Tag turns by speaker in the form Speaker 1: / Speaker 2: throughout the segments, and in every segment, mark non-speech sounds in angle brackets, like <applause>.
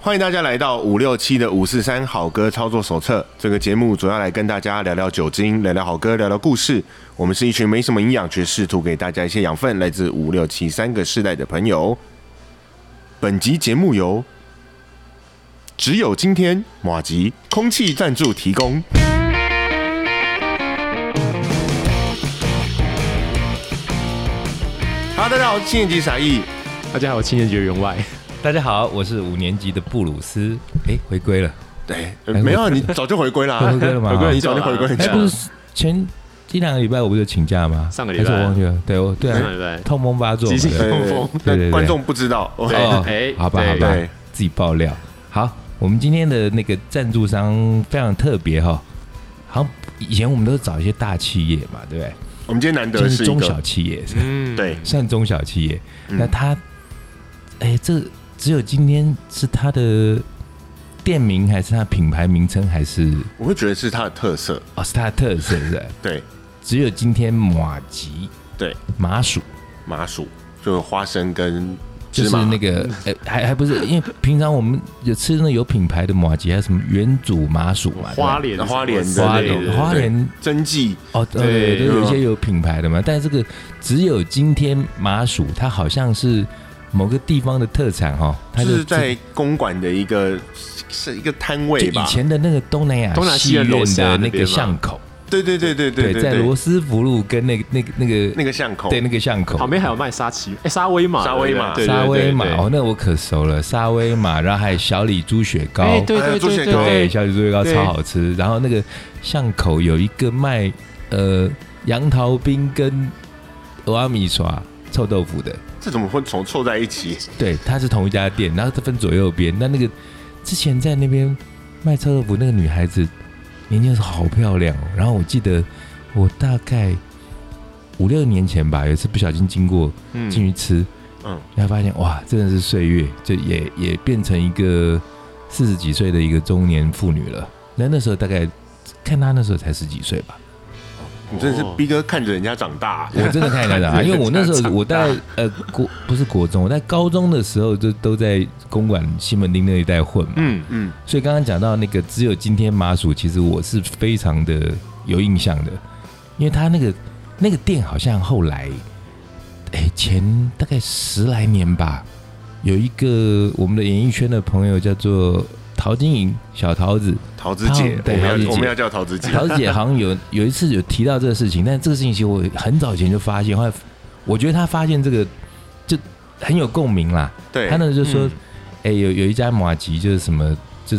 Speaker 1: 欢迎大家来到五六七的五四三好歌操作手册。这个节目主要来跟大家聊聊酒精，聊聊好歌，聊聊故事。我们是一群没什么营养，却试图给大家一些养分，来自五六七三个世代的朋友。本集节目由只有今天马吉空气赞助提供。好，大家好，新一集傻义。
Speaker 2: 大家好，我青年局员外，
Speaker 3: 大家好，我是五年级的布鲁斯，哎、回归了，
Speaker 1: 对，没有啊，你早就回归啦，
Speaker 3: 哎 <laughs> 回归了
Speaker 1: <laughs>
Speaker 3: 吗
Speaker 1: 回归，你
Speaker 2: 早
Speaker 1: 早
Speaker 2: 啦
Speaker 1: 就回归
Speaker 3: 哎、
Speaker 1: 了。
Speaker 3: 不是前一两个礼拜我不是有请假
Speaker 2: 啊
Speaker 3: 吗？
Speaker 2: 上个礼拜啊
Speaker 3: 还是我忘记了，对，我对、
Speaker 2: 上个
Speaker 3: 啊，
Speaker 2: 礼拜
Speaker 3: 痛风发作嘛，
Speaker 2: 急性
Speaker 3: 对
Speaker 1: 对
Speaker 2: 痛风，
Speaker 3: 对对
Speaker 1: 哎那
Speaker 3: 对
Speaker 1: 观众不知道，哦
Speaker 2: 对
Speaker 3: 哦，
Speaker 2: 哎
Speaker 3: 好吧，好
Speaker 2: 对
Speaker 3: 吧
Speaker 1: 对，
Speaker 3: 自己爆料。好，我们今天的那个赞助商非常特别哈、好像以前我们都是找一些大企业嘛，对不对？
Speaker 1: 我们今天难
Speaker 3: 今
Speaker 1: 得
Speaker 3: 天是
Speaker 1: 是一
Speaker 3: 中小
Speaker 1: 个，
Speaker 3: 企业，
Speaker 2: 嗯，
Speaker 1: 对，
Speaker 3: 算中小企业。
Speaker 1: 嗯
Speaker 3: 那他，哎、这只有今天是他的店名，还是他品牌名称，还是
Speaker 1: 我会觉得是它的特色，
Speaker 3: 哦是他的特色，是不是？
Speaker 1: 对
Speaker 3: 只有今天马吉
Speaker 1: 对，
Speaker 3: 麻薯，
Speaker 1: 麻薯就是花生跟
Speaker 3: 就
Speaker 1: 芝
Speaker 3: 是
Speaker 1: 麻，
Speaker 3: 那个，哎、还还不是，因为平常我们有吃那有品牌的马吉，还有什么原祖麻薯嘛，
Speaker 2: 花
Speaker 3: 对
Speaker 2: 莲
Speaker 1: 花莲
Speaker 3: 吧
Speaker 1: 的
Speaker 3: 花
Speaker 1: 对
Speaker 3: 莲
Speaker 1: 对
Speaker 3: 花莲
Speaker 1: 真迹，
Speaker 3: 哦，
Speaker 2: 对
Speaker 3: 对，都有一
Speaker 1: 嗯
Speaker 3: 些有品牌的嘛，但这个只有今天麻薯，它好像是某个地方的特产哈、哦，它
Speaker 1: 就
Speaker 3: 就是
Speaker 1: 在公馆的一个是一个摊
Speaker 3: 就
Speaker 1: 位
Speaker 3: 以
Speaker 1: 吧，
Speaker 3: 前的那个东南亚
Speaker 2: 东南亚
Speaker 3: 戏
Speaker 2: 西楼
Speaker 3: 院
Speaker 2: 下
Speaker 3: 的
Speaker 2: 那
Speaker 3: 那
Speaker 2: 边
Speaker 3: 个
Speaker 2: 嘛
Speaker 3: 巷口，
Speaker 1: 对对对对对
Speaker 3: 在
Speaker 1: 对
Speaker 3: 罗，斯福路跟那个那个那个
Speaker 1: 那个巷口，
Speaker 3: 对那个巷口
Speaker 2: 旁边还有卖沙琪，哎，沙威玛，
Speaker 1: 沙威玛
Speaker 2: 对
Speaker 3: 沙威玛，，
Speaker 2: 对
Speaker 3: 哦，那我可熟了，沙威玛，然后还有小李猪血糕，
Speaker 2: 对对
Speaker 1: 还有
Speaker 2: 哎，对对
Speaker 1: 猪
Speaker 2: 对
Speaker 1: 血
Speaker 2: 对
Speaker 1: 糕
Speaker 3: 对
Speaker 2: 对，
Speaker 3: 小李猪血糕
Speaker 2: 对
Speaker 3: 超好吃。然后那个巷口有一个卖呃杨桃冰跟俄阿米刷臭豆腐的，
Speaker 1: 这怎么会从凑在一起？
Speaker 3: 对，它是同一家店，然后它分左右边。那那个之前在那边卖臭豆腐那个女孩子，年轻的时候好漂亮哦。然后我记得我大概五六年前吧，有一次不小心经过
Speaker 2: 嗯
Speaker 3: 进去吃，
Speaker 1: 嗯
Speaker 3: 嗯，然后发现哇，真的是岁月，就也也变成一个四十几岁的一个中年妇女了。那那时候大概看她那时候才十几岁吧，
Speaker 1: 你真的是
Speaker 2: 哦
Speaker 1: 逼哥看着人家长大，
Speaker 3: 我真的太难了啊，因为我那时候我在呃国不是国中，我在高中的时候就都在公馆西门町那一带混嘛，
Speaker 2: 嗯，
Speaker 1: 嗯，
Speaker 3: 所以刚刚讲到那个只有今天麻薯，其实我是非常的有印象的，因为他那个那个店好像后来，哎、前大概十来年吧，有一个我们的演艺圈的朋友叫做陶晶莹，小桃子，
Speaker 1: 桃子姐，我
Speaker 3: 对
Speaker 1: 们
Speaker 3: 桃子
Speaker 1: 要
Speaker 3: 姐
Speaker 1: 我们要叫桃子姐，
Speaker 3: 桃子姐好像有有一次有提到这个事情，但这个事情其实我很早以前就发现，后来我觉得她发现这个就很有共鸣啦，
Speaker 1: 对
Speaker 3: 他，那时候就说
Speaker 2: 嗯，
Speaker 3: 哎、有有一家马吉就是什么，就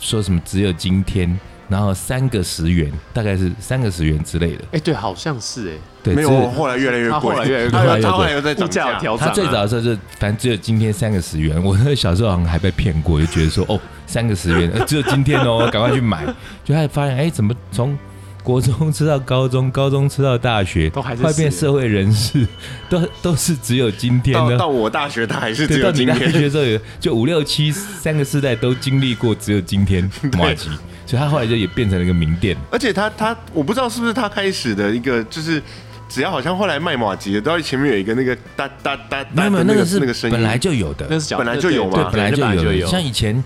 Speaker 3: 说什么只有今天，然后三个十元，大概是三个十元之类的。
Speaker 2: 哎，对，好像是哎，
Speaker 3: 对，
Speaker 1: 没
Speaker 3: 只
Speaker 1: 有，
Speaker 3: 有
Speaker 1: 后来越来越
Speaker 2: 他
Speaker 1: 贵，
Speaker 2: 后来越来越
Speaker 1: 他有
Speaker 3: 贵
Speaker 1: 他后来又在
Speaker 2: 物
Speaker 1: 涨
Speaker 2: 价
Speaker 1: 价
Speaker 2: 有，调整
Speaker 3: 他
Speaker 2: 啊，
Speaker 3: 最早的时候就反正只有今天三个十元。我那个小时候好像还被骗过，就觉得说哦，三个十元、呃只有今天哦，赶快去买。就还发现哎、怎么从国中吃到高中，高中吃到大学，
Speaker 2: 都还是
Speaker 3: 快变
Speaker 2: 十元
Speaker 3: 社会人士，都都是只有今天
Speaker 1: 到
Speaker 3: 呢。
Speaker 1: 到我大学，他还是 <laughs> 只
Speaker 3: 对，
Speaker 1: 有
Speaker 3: 到你
Speaker 1: 今
Speaker 3: 大
Speaker 1: 天。
Speaker 3: 学的时候有，就五六七三个世代都经历过，只有今天马吉，所以他后来就也变成了一个名店。
Speaker 1: 而且他他我不知道是不是他开始的一个，就是只要好像后来卖马吉的，都要前面有一个那个哒哒哒
Speaker 3: 没
Speaker 1: 哒
Speaker 3: 有没
Speaker 1: 的
Speaker 3: 有，那
Speaker 1: 那
Speaker 3: 个
Speaker 1: 个
Speaker 3: 是
Speaker 1: 那个声音，
Speaker 3: 本来就有的，
Speaker 2: 那是小
Speaker 1: 本来就有嘛
Speaker 2: 对
Speaker 3: 对，本来
Speaker 2: 对
Speaker 3: 就有
Speaker 2: 就
Speaker 3: 的。
Speaker 2: 有，
Speaker 3: 像以前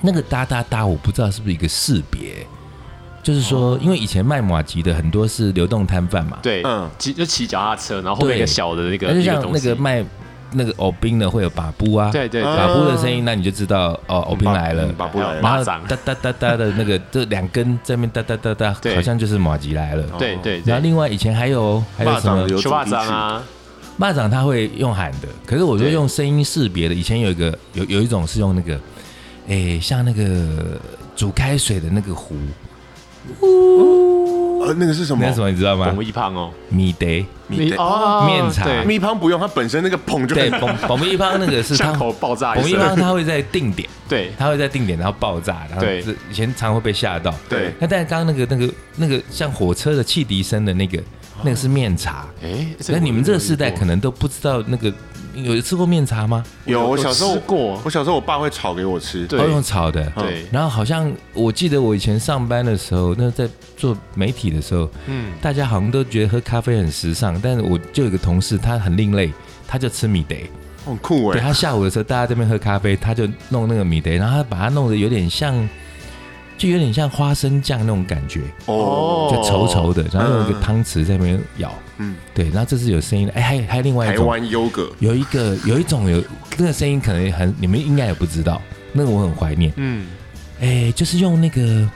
Speaker 3: 那个哒哒哒，我不知道是不是一个识别，就是说，因为以前卖马吉的很多是流动摊贩嘛，
Speaker 2: 对，
Speaker 1: 嗯
Speaker 2: 骑就骑脚踏车，然后后面
Speaker 3: 对
Speaker 2: 一个小的那个
Speaker 3: 那就
Speaker 2: 一个
Speaker 3: 像
Speaker 2: 东
Speaker 3: 那
Speaker 2: 西
Speaker 3: 个，卖那个藕冰的会有把布啊，
Speaker 2: 对对
Speaker 1: 啊
Speaker 2: 对，
Speaker 3: 把布的声音，那你就知道哦，藕冰来了
Speaker 1: 嗯。把不来了
Speaker 2: 马
Speaker 3: 然后
Speaker 2: 掌
Speaker 3: 哒哒哒哒的那个，这两根在那边哒哒哒哒，
Speaker 2: 对
Speaker 3: 好像就是马吉来了。
Speaker 2: 对对
Speaker 3: 然
Speaker 2: 对，
Speaker 3: 后另外以前还有还有
Speaker 1: 霸
Speaker 3: 什
Speaker 1: 掌
Speaker 3: 么
Speaker 1: 的有
Speaker 2: 修霸
Speaker 1: 主题
Speaker 2: 掌
Speaker 1: 曲，
Speaker 2: 啊，
Speaker 3: 蚂蚱，他会用喊的，可是我觉得
Speaker 2: 对
Speaker 3: 用声音识别的，以前有一个有有一种是用那个，诶、像那个煮开水的那个壶，
Speaker 2: 哦
Speaker 1: 呃，那个是什么
Speaker 3: 那？是什么你知道吗
Speaker 2: 我？们一胖哦，
Speaker 3: 米得，
Speaker 1: 米的
Speaker 2: 哦
Speaker 3: 面茶
Speaker 2: 对
Speaker 1: 米汤不用，它本身那个捧就
Speaker 2: <laughs>
Speaker 3: 对，
Speaker 1: 很 <laughs>
Speaker 3: 彭彭一芳那个是他
Speaker 2: 巷，口爆炸
Speaker 3: 彭
Speaker 2: 一
Speaker 3: 一芳
Speaker 2: 声，
Speaker 3: 他会在定点，
Speaker 2: 对，
Speaker 3: 他会在定点然后爆炸，然后
Speaker 2: 对
Speaker 3: 这以前常会被吓到。
Speaker 1: 对
Speaker 3: 那但是刚刚那个那个那个像火车的汽笛声的那个，
Speaker 2: 哦
Speaker 3: 那个是面茶。
Speaker 2: 哎，
Speaker 3: 那你们这个世代可
Speaker 2: 能
Speaker 3: 能都不知道那个，有吃过面茶吗？
Speaker 1: 有。我
Speaker 2: 我
Speaker 1: 小时候
Speaker 2: 吃过
Speaker 1: 我小时候我爸会炒给我吃。
Speaker 2: 对
Speaker 3: 都用炒的。
Speaker 1: 嗯
Speaker 2: 对，
Speaker 3: 然后好像我记得我以前上班的时候，那在做媒体的时候，
Speaker 2: 嗯，
Speaker 3: 大家好像都觉得喝咖啡很时尚，但是我就有一个同事，他很另类，他就吃米得，
Speaker 1: 很酷
Speaker 3: 对
Speaker 1: 哎，
Speaker 3: 他下午的时候，大家这边喝咖啡，他就弄那个米德，然后他把它弄得有点像，就有点像花生酱那种感觉，
Speaker 1: 哦，
Speaker 3: 就稠稠的，然后用一
Speaker 1: 嗯
Speaker 3: 个汤匙在那边舀，
Speaker 1: 嗯，
Speaker 3: 对，然后这是有声音的，哎，还有还有另外一
Speaker 1: 台
Speaker 3: 种，
Speaker 1: 湾优格，
Speaker 3: 有一个有一种有那个声音可能也很你们应该也不知道，那个我很怀念，
Speaker 1: 嗯，
Speaker 3: 哎，就是用那个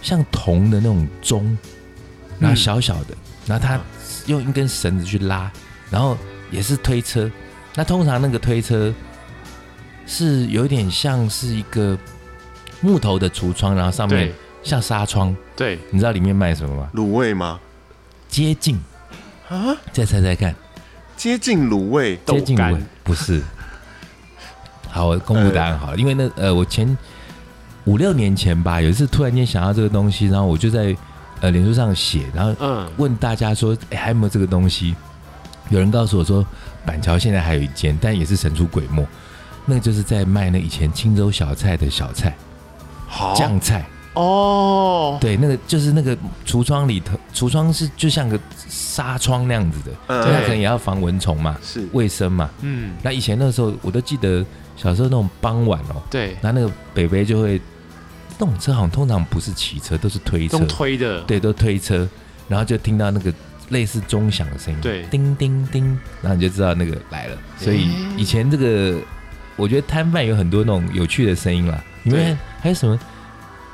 Speaker 3: 像铜的那种钟，然后小小的，然后他用一根绳子去拉，然后也是推车。那通常那个推车是有点像是一个木头的橱窗，然后上面
Speaker 2: 对
Speaker 3: 像纱窗，
Speaker 2: 对，
Speaker 3: 你知道里面卖什么吗？
Speaker 1: 卤味吗？
Speaker 3: 接近，
Speaker 1: 啊，
Speaker 3: 再猜猜看，
Speaker 1: 接近卤味，
Speaker 2: 豆
Speaker 3: 接近
Speaker 2: 干
Speaker 3: 我不是。好，我公布答案好了，因为那呃，我前五六年前吧，有一次突然间想到这个东西，然后我就在呃脸书上写，然后
Speaker 2: 嗯，
Speaker 3: 问大家说，哎、还有没有这个东西？有人告诉我说，板桥现在还有一间，但也是神出鬼没，那个就是在卖那以前青州小菜的小菜
Speaker 1: 好
Speaker 3: 酱菜，
Speaker 2: 哦，
Speaker 3: 对，那个就是那个橱窗里头，橱窗是就像个纱窗那样子的，
Speaker 1: 嗯
Speaker 3: 所以它可能也要防蚊虫嘛，
Speaker 1: 是
Speaker 3: 卫生嘛。
Speaker 2: 嗯，
Speaker 3: 那以前那个时候，我都记得小时候那种傍晚哦，
Speaker 2: 对，
Speaker 3: 那那个北北就会，那种车好像通常不是骑车，都是推车
Speaker 2: 用，推的，
Speaker 3: 对，都推车，然后就听到那个类似钟响的声音，
Speaker 2: 对
Speaker 3: 叮叮叮，然后你就知道那个来了。所以
Speaker 2: 诶
Speaker 3: 以前这个，我觉得摊贩有很多那种有趣的声音啦，你
Speaker 2: 对
Speaker 3: 们还有什么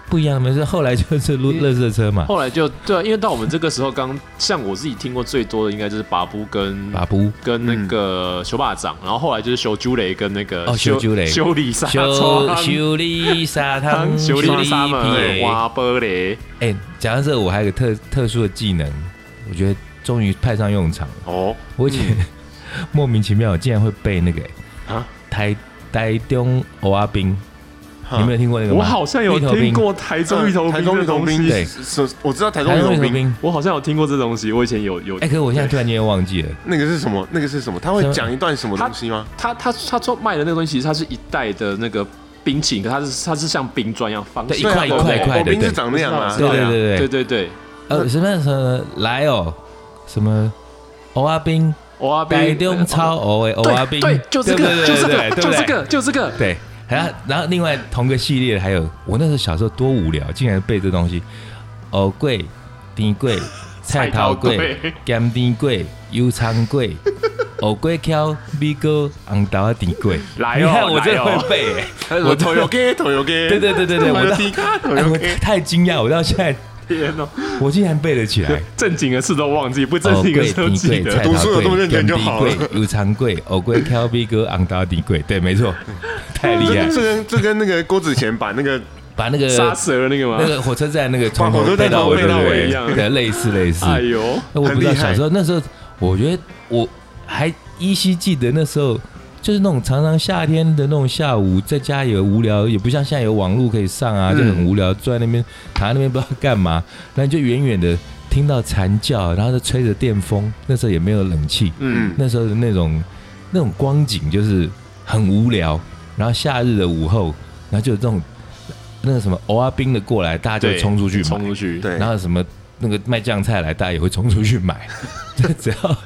Speaker 3: 不一样的吗？是后来就是路
Speaker 2: 嗯
Speaker 3: 乐色
Speaker 2: <laughs>
Speaker 3: 车嘛，
Speaker 2: 后来就对啊，因为到我们这个时候，刚像我自己听过最多的，应该就是巴布跟
Speaker 3: 把布嗯
Speaker 2: 跟那个修霸掌，然后后来就是修朱雷跟那个
Speaker 3: 哦修朱雷
Speaker 2: 修理沙
Speaker 3: 修
Speaker 2: 川
Speaker 3: 修理砂
Speaker 2: 啊
Speaker 3: 糖，
Speaker 2: <laughs> 修理沙门
Speaker 3: 皮
Speaker 2: 挖玻璃
Speaker 3: 哎，讲到这，我还有个特特殊的技能，我觉得终于派上用场了。
Speaker 2: 哦，
Speaker 3: 我以前、 <laughs> 莫名其妙，我竟然会背那个、哎
Speaker 2: 啊
Speaker 3: 台台中欧阿冰，你没有听过那个吗？
Speaker 2: 我好像有
Speaker 3: 芋头冰
Speaker 2: 听过台中芋头
Speaker 1: 台
Speaker 2: 冰
Speaker 1: 中
Speaker 2: 这
Speaker 1: 芋头
Speaker 2: 东
Speaker 1: 冰，
Speaker 2: 西，
Speaker 3: 对
Speaker 1: 是，是我知道台中
Speaker 3: 台
Speaker 1: 芋
Speaker 3: 中
Speaker 1: 头
Speaker 3: 芋头
Speaker 1: 冰，
Speaker 3: 冰。
Speaker 2: 我好像有听过这东西，我以前有有
Speaker 3: 哎、可是我现在突然间忘记了，
Speaker 1: 那个是什么？那个是什么？他会
Speaker 3: 什么
Speaker 1: 讲一段什么东西吗？
Speaker 2: 他他他做卖的那个东西，其实它是一袋的那个冰淇淋，可它是它是像冰砖一样方
Speaker 3: 对
Speaker 2: 形
Speaker 3: 一块
Speaker 2: 对啊
Speaker 3: 一块一块
Speaker 1: 我
Speaker 3: 的
Speaker 1: 冰是
Speaker 3: 对
Speaker 1: 长那样啊
Speaker 2: 我知，道
Speaker 3: 对
Speaker 2: 我知道
Speaker 3: 对对
Speaker 2: 对对
Speaker 3: 对
Speaker 2: 对，
Speaker 3: 呃，什么什么来哦，什么欧阿冰，
Speaker 2: 哇
Speaker 3: 台
Speaker 2: 冰呃
Speaker 3: 中超欧的欧阿
Speaker 2: 对
Speaker 3: 冰，
Speaker 2: 对，就这个
Speaker 3: 对
Speaker 2: 就
Speaker 3: 对
Speaker 2: 这个
Speaker 3: 对对
Speaker 2: 就这
Speaker 3: 对
Speaker 2: 个就这个，
Speaker 3: 对，然后然后另外同个系列还有，我那时候小时候多无聊，竟然背这东西，藕桂、甜桂、菜
Speaker 2: 菜
Speaker 3: 头桂
Speaker 2: 头粿、
Speaker 3: <laughs> 咸甜桂、油葱桂、藕桂条、米糕、红豆啊甜桂。
Speaker 2: 来哦
Speaker 3: 你看我真的
Speaker 2: 来哦
Speaker 3: 会背耶，
Speaker 1: 我头油给头油给，
Speaker 3: 对对对对对，我
Speaker 1: <laughs> 我的
Speaker 3: 到
Speaker 1: 迪卡头
Speaker 3: 哎
Speaker 1: 油
Speaker 3: 我
Speaker 1: 给，
Speaker 3: 太惊讶，我到现在
Speaker 2: 天哦，
Speaker 3: 我竟然背了起
Speaker 2: <laughs>
Speaker 3: 来。
Speaker 2: 正经的事都忘记，不正
Speaker 3: 藕
Speaker 2: 经的
Speaker 3: 桂、
Speaker 2: 事都
Speaker 3: 甜
Speaker 2: 记
Speaker 3: 桂、菜
Speaker 2: 得。
Speaker 3: 头
Speaker 1: 读书有这么
Speaker 3: 粿、
Speaker 1: 认真
Speaker 3: 咸
Speaker 1: 就
Speaker 3: 甜
Speaker 1: 好
Speaker 3: 桂、油葱桂、藕桂条、米糕、红豆甜桂。对，没错，太
Speaker 1: 这
Speaker 3: 厉害
Speaker 1: 跟，这跟这跟那个郭子乾把那个
Speaker 3: 把那个
Speaker 2: 杀死了那个
Speaker 3: 那
Speaker 2: 吗？
Speaker 3: 个火车站那个从
Speaker 1: 把火
Speaker 3: 头
Speaker 1: 车站
Speaker 3: 背到尾
Speaker 1: 从头背到
Speaker 3: 对
Speaker 1: 尾
Speaker 3: 对
Speaker 2: 一样
Speaker 3: 对，类似类似。
Speaker 2: 哎呦，
Speaker 3: 那我不知道
Speaker 1: 很厉害
Speaker 3: 小时候那时候，我觉得我还依稀记得那时候就是那种常常夏天的那种下午，在家也无聊，也不像现在有网络可以上啊，
Speaker 2: 嗯
Speaker 3: 就很无聊，坐在那边躺在那边不知道干嘛，然后你就远远的听到蝉叫，然后就吹着电风，那时候也没有冷气，
Speaker 2: 嗯，
Speaker 3: 那时候的那种那种光景就是很无聊，然后夏日的午后，然后就有这种那个什么欧阿冰的过来，大家就
Speaker 2: 对，
Speaker 3: 冲出去买
Speaker 2: 冲，出去，
Speaker 1: 对
Speaker 3: 然后什么那个卖酱菜来，大家也会冲出去买。 <laughs> 就只要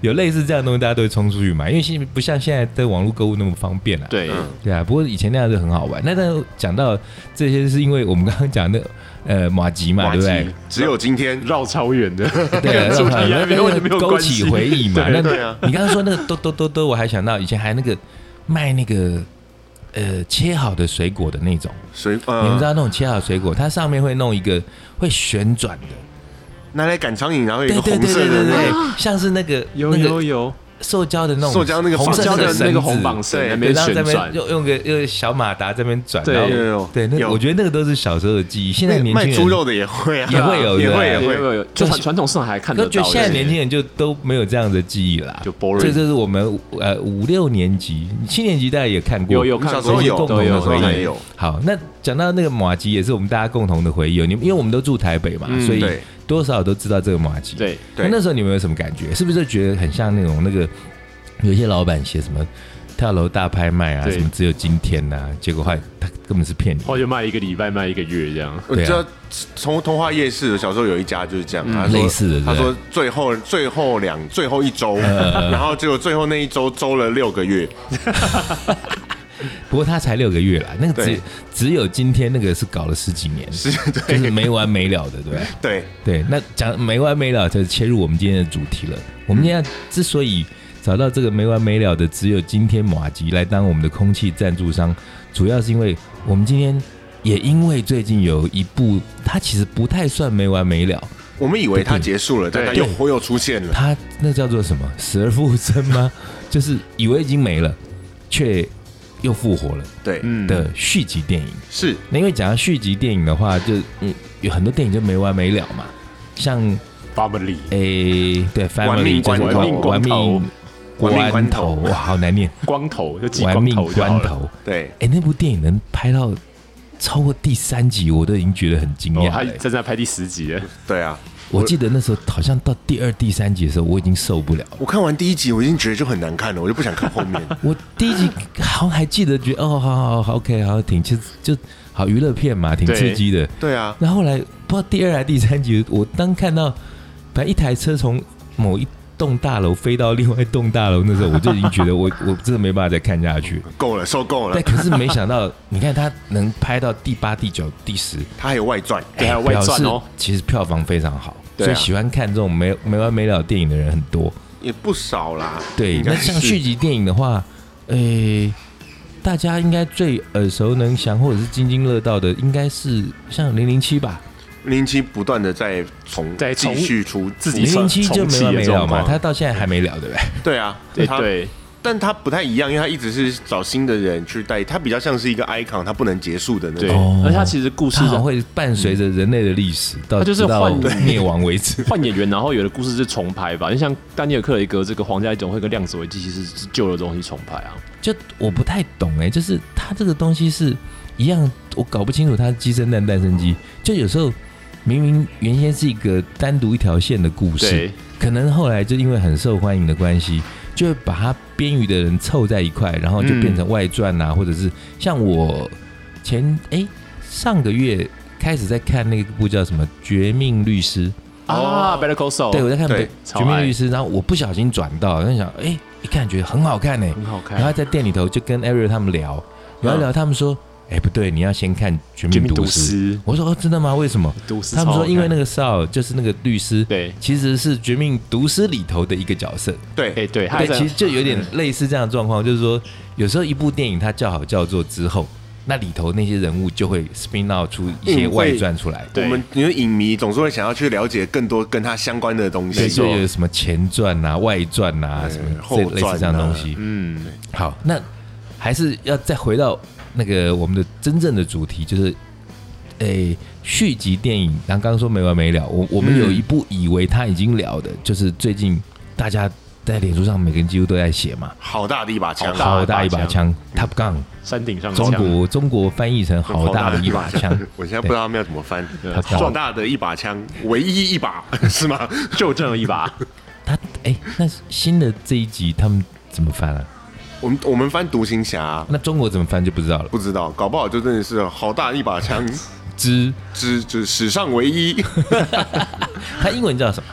Speaker 3: 有类似这样的东西，大家都会冲出去买，因为现在不像现在在网络购物那么方便了、
Speaker 2: 对，
Speaker 1: 嗯
Speaker 3: 对啊，不过以前那样就很好玩。那但是讲到这些，是因为我们刚刚讲的呃马吉嘛，
Speaker 2: 马
Speaker 3: 对
Speaker 2: 吉
Speaker 3: 不对？
Speaker 1: 只有今天，
Speaker 2: 绕超远的，
Speaker 3: 对啊，
Speaker 2: 跟主题 <laughs> 还没有
Speaker 3: 那
Speaker 2: 没有
Speaker 3: 个勾
Speaker 2: 关系
Speaker 3: 起回忆嘛。那
Speaker 1: 对啊
Speaker 3: 你刚刚说那个哆哆哆哆，我还想到以前还那个卖那个呃切好的水果的那种，
Speaker 1: 水
Speaker 3: <laughs> 你们知
Speaker 1: 呃
Speaker 3: 道那种切好的水果，它上面会弄一个会旋转的，
Speaker 1: 拿来赶苍蝇，然后有一
Speaker 3: 对
Speaker 1: 个
Speaker 3: 对
Speaker 1: 红
Speaker 3: 对
Speaker 1: 色
Speaker 3: 对
Speaker 1: 的
Speaker 3: 对
Speaker 1: 那个，
Speaker 3: 对，像是那个
Speaker 2: 有
Speaker 3: 那
Speaker 2: 有
Speaker 3: 个
Speaker 2: 有，哦
Speaker 3: 塑胶的那种
Speaker 1: 塑胶那个
Speaker 3: 红
Speaker 1: 放
Speaker 3: 色
Speaker 1: 胶
Speaker 2: 的
Speaker 1: 的
Speaker 2: 那
Speaker 3: 绳
Speaker 2: 个
Speaker 3: 子
Speaker 2: 红绑绳
Speaker 1: 对
Speaker 2: 那
Speaker 3: 对，
Speaker 2: 边
Speaker 3: 然后
Speaker 2: 旋
Speaker 3: 这
Speaker 2: 转
Speaker 3: 边，用用个用个小马达这边转，
Speaker 2: 对
Speaker 3: 然
Speaker 1: 有有
Speaker 3: 后
Speaker 1: 有，
Speaker 3: 对，那
Speaker 1: 有
Speaker 3: 我觉得那个都是小时候的记忆。现在
Speaker 1: 那个
Speaker 3: 年
Speaker 1: 卖
Speaker 3: 轻
Speaker 1: 猪
Speaker 3: 人
Speaker 1: 肉的也会啊，
Speaker 3: 也会有
Speaker 1: 也
Speaker 3: 的
Speaker 1: 会也
Speaker 2: 有
Speaker 1: 会，
Speaker 2: 有有，就传传统上还看
Speaker 3: 可
Speaker 2: 得
Speaker 3: 是
Speaker 2: 到
Speaker 3: 觉
Speaker 2: 耶，
Speaker 3: 得现在年轻人就都没有这样的记忆啦。
Speaker 2: 就
Speaker 3: 这
Speaker 2: boring，
Speaker 3: 这是我们呃五六年级、七年级大家也看过。
Speaker 2: 有有
Speaker 1: 我们
Speaker 2: 看
Speaker 1: 小时
Speaker 2: 过
Speaker 1: 候有，
Speaker 3: 共同
Speaker 2: 都
Speaker 3: 的
Speaker 2: 有
Speaker 1: 所
Speaker 3: 回
Speaker 1: 以
Speaker 3: 忆
Speaker 2: 都
Speaker 1: 也有，
Speaker 3: 好，那讲到那个马吉，也是我们大家共同的回忆哦。你们因为我们都住台北嘛，
Speaker 2: 嗯
Speaker 3: 所以
Speaker 1: 对
Speaker 3: 多少都知道这个马吉。，
Speaker 2: 对，
Speaker 1: 对
Speaker 3: 那时候你们有什么感觉？是不是就觉得很像那种那个有些老板写什么跳楼大拍卖啊，
Speaker 2: 对
Speaker 3: 什么只有今天呐、结果后来他根本是骗你。
Speaker 2: 后来就卖一个礼拜，卖一个月这样。
Speaker 1: 我
Speaker 3: 对啊
Speaker 1: 知道从童话夜市，小时候有一家就是这样，他说
Speaker 3: 嗯类似的对啊
Speaker 1: 他说最后最后两最后一周，
Speaker 3: 嗯
Speaker 1: 然后结果最后那一周周了六个月，
Speaker 3: 不过他才六个月啦，那个只
Speaker 1: 对
Speaker 3: 只有今天那个是搞了十几年，
Speaker 1: 是
Speaker 3: 就
Speaker 1: 对
Speaker 3: 是没完没了的，对吧？
Speaker 1: 对，
Speaker 3: 对，那讲没完没了，就切入我们今天的主题了。我们现在之所以找到这个没完没了的只有今天马吉来当我们的空气赞助商，主要是因为我们今天也因为最近有一部，它其实不太算没完没了，
Speaker 1: 我们以为它结束了，但它
Speaker 2: 对
Speaker 1: 又又出现了，
Speaker 3: 它那叫做什么死而复生吗？就是以为已经没了，却又复活了
Speaker 1: 对，
Speaker 2: 嗯，
Speaker 3: 的续集电影。
Speaker 1: 是
Speaker 3: 那因为讲到续集电影的话，就嗯有很多电影就没完没了嘛，像
Speaker 2: family
Speaker 3: 诶、对，
Speaker 1: 玩命
Speaker 3: family 就
Speaker 1: 关
Speaker 3: 是玩
Speaker 2: 头
Speaker 3: 玩命
Speaker 1: 玩命关头
Speaker 3: 哇，好难念，
Speaker 2: 光头就剃
Speaker 3: 玩
Speaker 2: 光
Speaker 3: 命
Speaker 2: 头就好
Speaker 3: 关
Speaker 2: 了。
Speaker 3: 头。
Speaker 1: 对，
Speaker 3: 哎、那部电影能拍到超过第三集，我都已经觉得很惊
Speaker 2: 哦，
Speaker 3: 讶、
Speaker 2: 他
Speaker 3: 了。
Speaker 2: 正在拍第十集了，
Speaker 1: 对啊，
Speaker 3: 我记得那时候好像到第二、第三集的时候，我已经受不了了。
Speaker 1: 我看完第一集，我已经觉得就很难看了，我就不想看后面。
Speaker 3: <laughs> 我第一集好像还记得，觉得哦，好好好，OK，好，挺其实就好娱乐片嘛，挺
Speaker 2: 对
Speaker 3: 刺激的。
Speaker 1: 对啊，
Speaker 3: 然后后来不知道第二还是第三集，我当看到反正一台车从某一栋大楼飞到另外一栋大楼，那时候我就已经觉得我 <laughs> 我真的没办法再看下去。
Speaker 1: 够了，受够了
Speaker 3: 但。可是没想到，你看他能拍到第八、第九、第十，
Speaker 1: 它还有外传，哎
Speaker 2: 对，还有外
Speaker 3: 表
Speaker 2: 传
Speaker 3: 示
Speaker 2: 哦。
Speaker 3: 其实票房非常好，
Speaker 1: 对啊
Speaker 3: 所以喜欢看这种没没完没了的电影的人很多。
Speaker 1: 也不少啦。
Speaker 3: 对，
Speaker 1: 应该
Speaker 3: 那
Speaker 1: 是
Speaker 3: 像续集电影的话，诶、大家应该最耳熟能详或者是津津乐道的，应该是像《零零七》吧，
Speaker 1: 零七不断的在重
Speaker 2: 在重
Speaker 1: 继续出
Speaker 2: 自
Speaker 3: 《
Speaker 2: 己
Speaker 3: 零零七》就
Speaker 2: 重
Speaker 3: 没
Speaker 2: 启
Speaker 3: 完
Speaker 2: 的
Speaker 3: 没了
Speaker 2: 状
Speaker 3: 嘛，
Speaker 2: 况
Speaker 3: 他到现在还没了，对不对？
Speaker 1: 对啊，
Speaker 2: 对
Speaker 1: 它，
Speaker 2: <laughs> 对，
Speaker 1: 但它不太一样，因为它一直是找新的人去带，它比较像是一个 icon，它不能结束的那
Speaker 2: 对
Speaker 1: 种。
Speaker 3: 哦，
Speaker 2: 而且他其实故事
Speaker 3: 它好会伴随着人类的历史到
Speaker 2: 它啊就是
Speaker 3: 直到
Speaker 2: 换对
Speaker 3: 灭亡为
Speaker 2: <laughs>
Speaker 3: 止。
Speaker 2: <laughs> 换演员，然后有的故事是重拍吧，就像丹尼尔·克雷格这个《皇家夜总会》跟《量子危机》，其实是旧的东西重拍啊。
Speaker 3: 就我不太懂哎、就是它这个东西是一样，我搞不清楚它是鸡生蛋蛋生鸡。就有时候明明原先是一个单独一条线的故事，
Speaker 2: 对，
Speaker 3: 可能后来就因为很受欢迎的关系，就会把它边缘的人凑在一块，然后就变成外传啊，或者是像我前哎、上个月开始在看那部叫什么《绝命律师》，
Speaker 2: 啊，《Better Call Saul》
Speaker 3: 对我在看《
Speaker 1: 对
Speaker 3: 绝
Speaker 2: 超
Speaker 3: 命
Speaker 2: 爱
Speaker 3: 律师》，然后我不小心转到，在想哎、一看觉得很
Speaker 2: <laughs>
Speaker 3: 好看哎、
Speaker 2: 很好
Speaker 3: 然后
Speaker 2: 看，
Speaker 3: 在店里头就跟 Ariel 他们聊，聊一聊，他们说：“哎、不对，你要先看《绝
Speaker 2: 《绝
Speaker 3: 命
Speaker 2: 命
Speaker 3: 毒
Speaker 2: 毒
Speaker 3: 师》。
Speaker 2: 师》
Speaker 3: 我说：“哦，真的吗？为什么
Speaker 2: 毒？”师超
Speaker 3: 他
Speaker 2: 好看，
Speaker 3: 们说：“因为那个 Saul 就是那个律师，
Speaker 2: 对，
Speaker 3: 其实是《绝命毒师》里头的一个角色。
Speaker 1: 对
Speaker 2: 哎对，他还
Speaker 3: 对，
Speaker 2: 在
Speaker 3: 其实就有点类似这样的状况，就是说，有时候一部电影它叫好叫座之后，那里头那些人物就会 spin out 出一些
Speaker 1: 嗯
Speaker 3: 外
Speaker 1: 会
Speaker 3: 传出来。
Speaker 2: 对
Speaker 1: 我们因为影迷总是会想要去了解更多跟它相关的东
Speaker 3: 对，
Speaker 1: 西
Speaker 3: 就。有什么前传啊、外传啊，
Speaker 1: 对
Speaker 3: 什么
Speaker 1: 后
Speaker 3: 这类似
Speaker 1: 传
Speaker 3: 这样的东
Speaker 1: 啊
Speaker 3: 西。
Speaker 2: 嗯，
Speaker 3: 好，那还是要再回到那个我们的真正的主题，就是，诶、续集电影。然后刚刚说没完没了，我我们
Speaker 1: 嗯
Speaker 3: 有一部以为他已经了的，就是最近大家在脸书上每个人几乎都在写嘛，
Speaker 1: 好大的一把枪，
Speaker 2: 好
Speaker 3: 好大一把
Speaker 2: 大
Speaker 3: 枪，Top Gun，
Speaker 2: 山顶上的
Speaker 3: 中
Speaker 2: 枪
Speaker 3: 国中国翻译成好大的一把枪。
Speaker 1: <laughs> 我现在不知道他们要怎么翻
Speaker 2: 对。
Speaker 3: 他
Speaker 1: 壮大的一把枪，唯一一把 <laughs> 是吗？
Speaker 2: 就这么一把，
Speaker 3: 他诶，那新的这一集他们怎么翻啊？
Speaker 1: 我们我们翻独行侠，啊
Speaker 3: 那中国怎么翻就不知道了。
Speaker 1: 不知道，搞不好就真的是好大一把枪，
Speaker 3: 之，
Speaker 1: 只只史上唯一， <laughs>
Speaker 3: 他英文叫什么？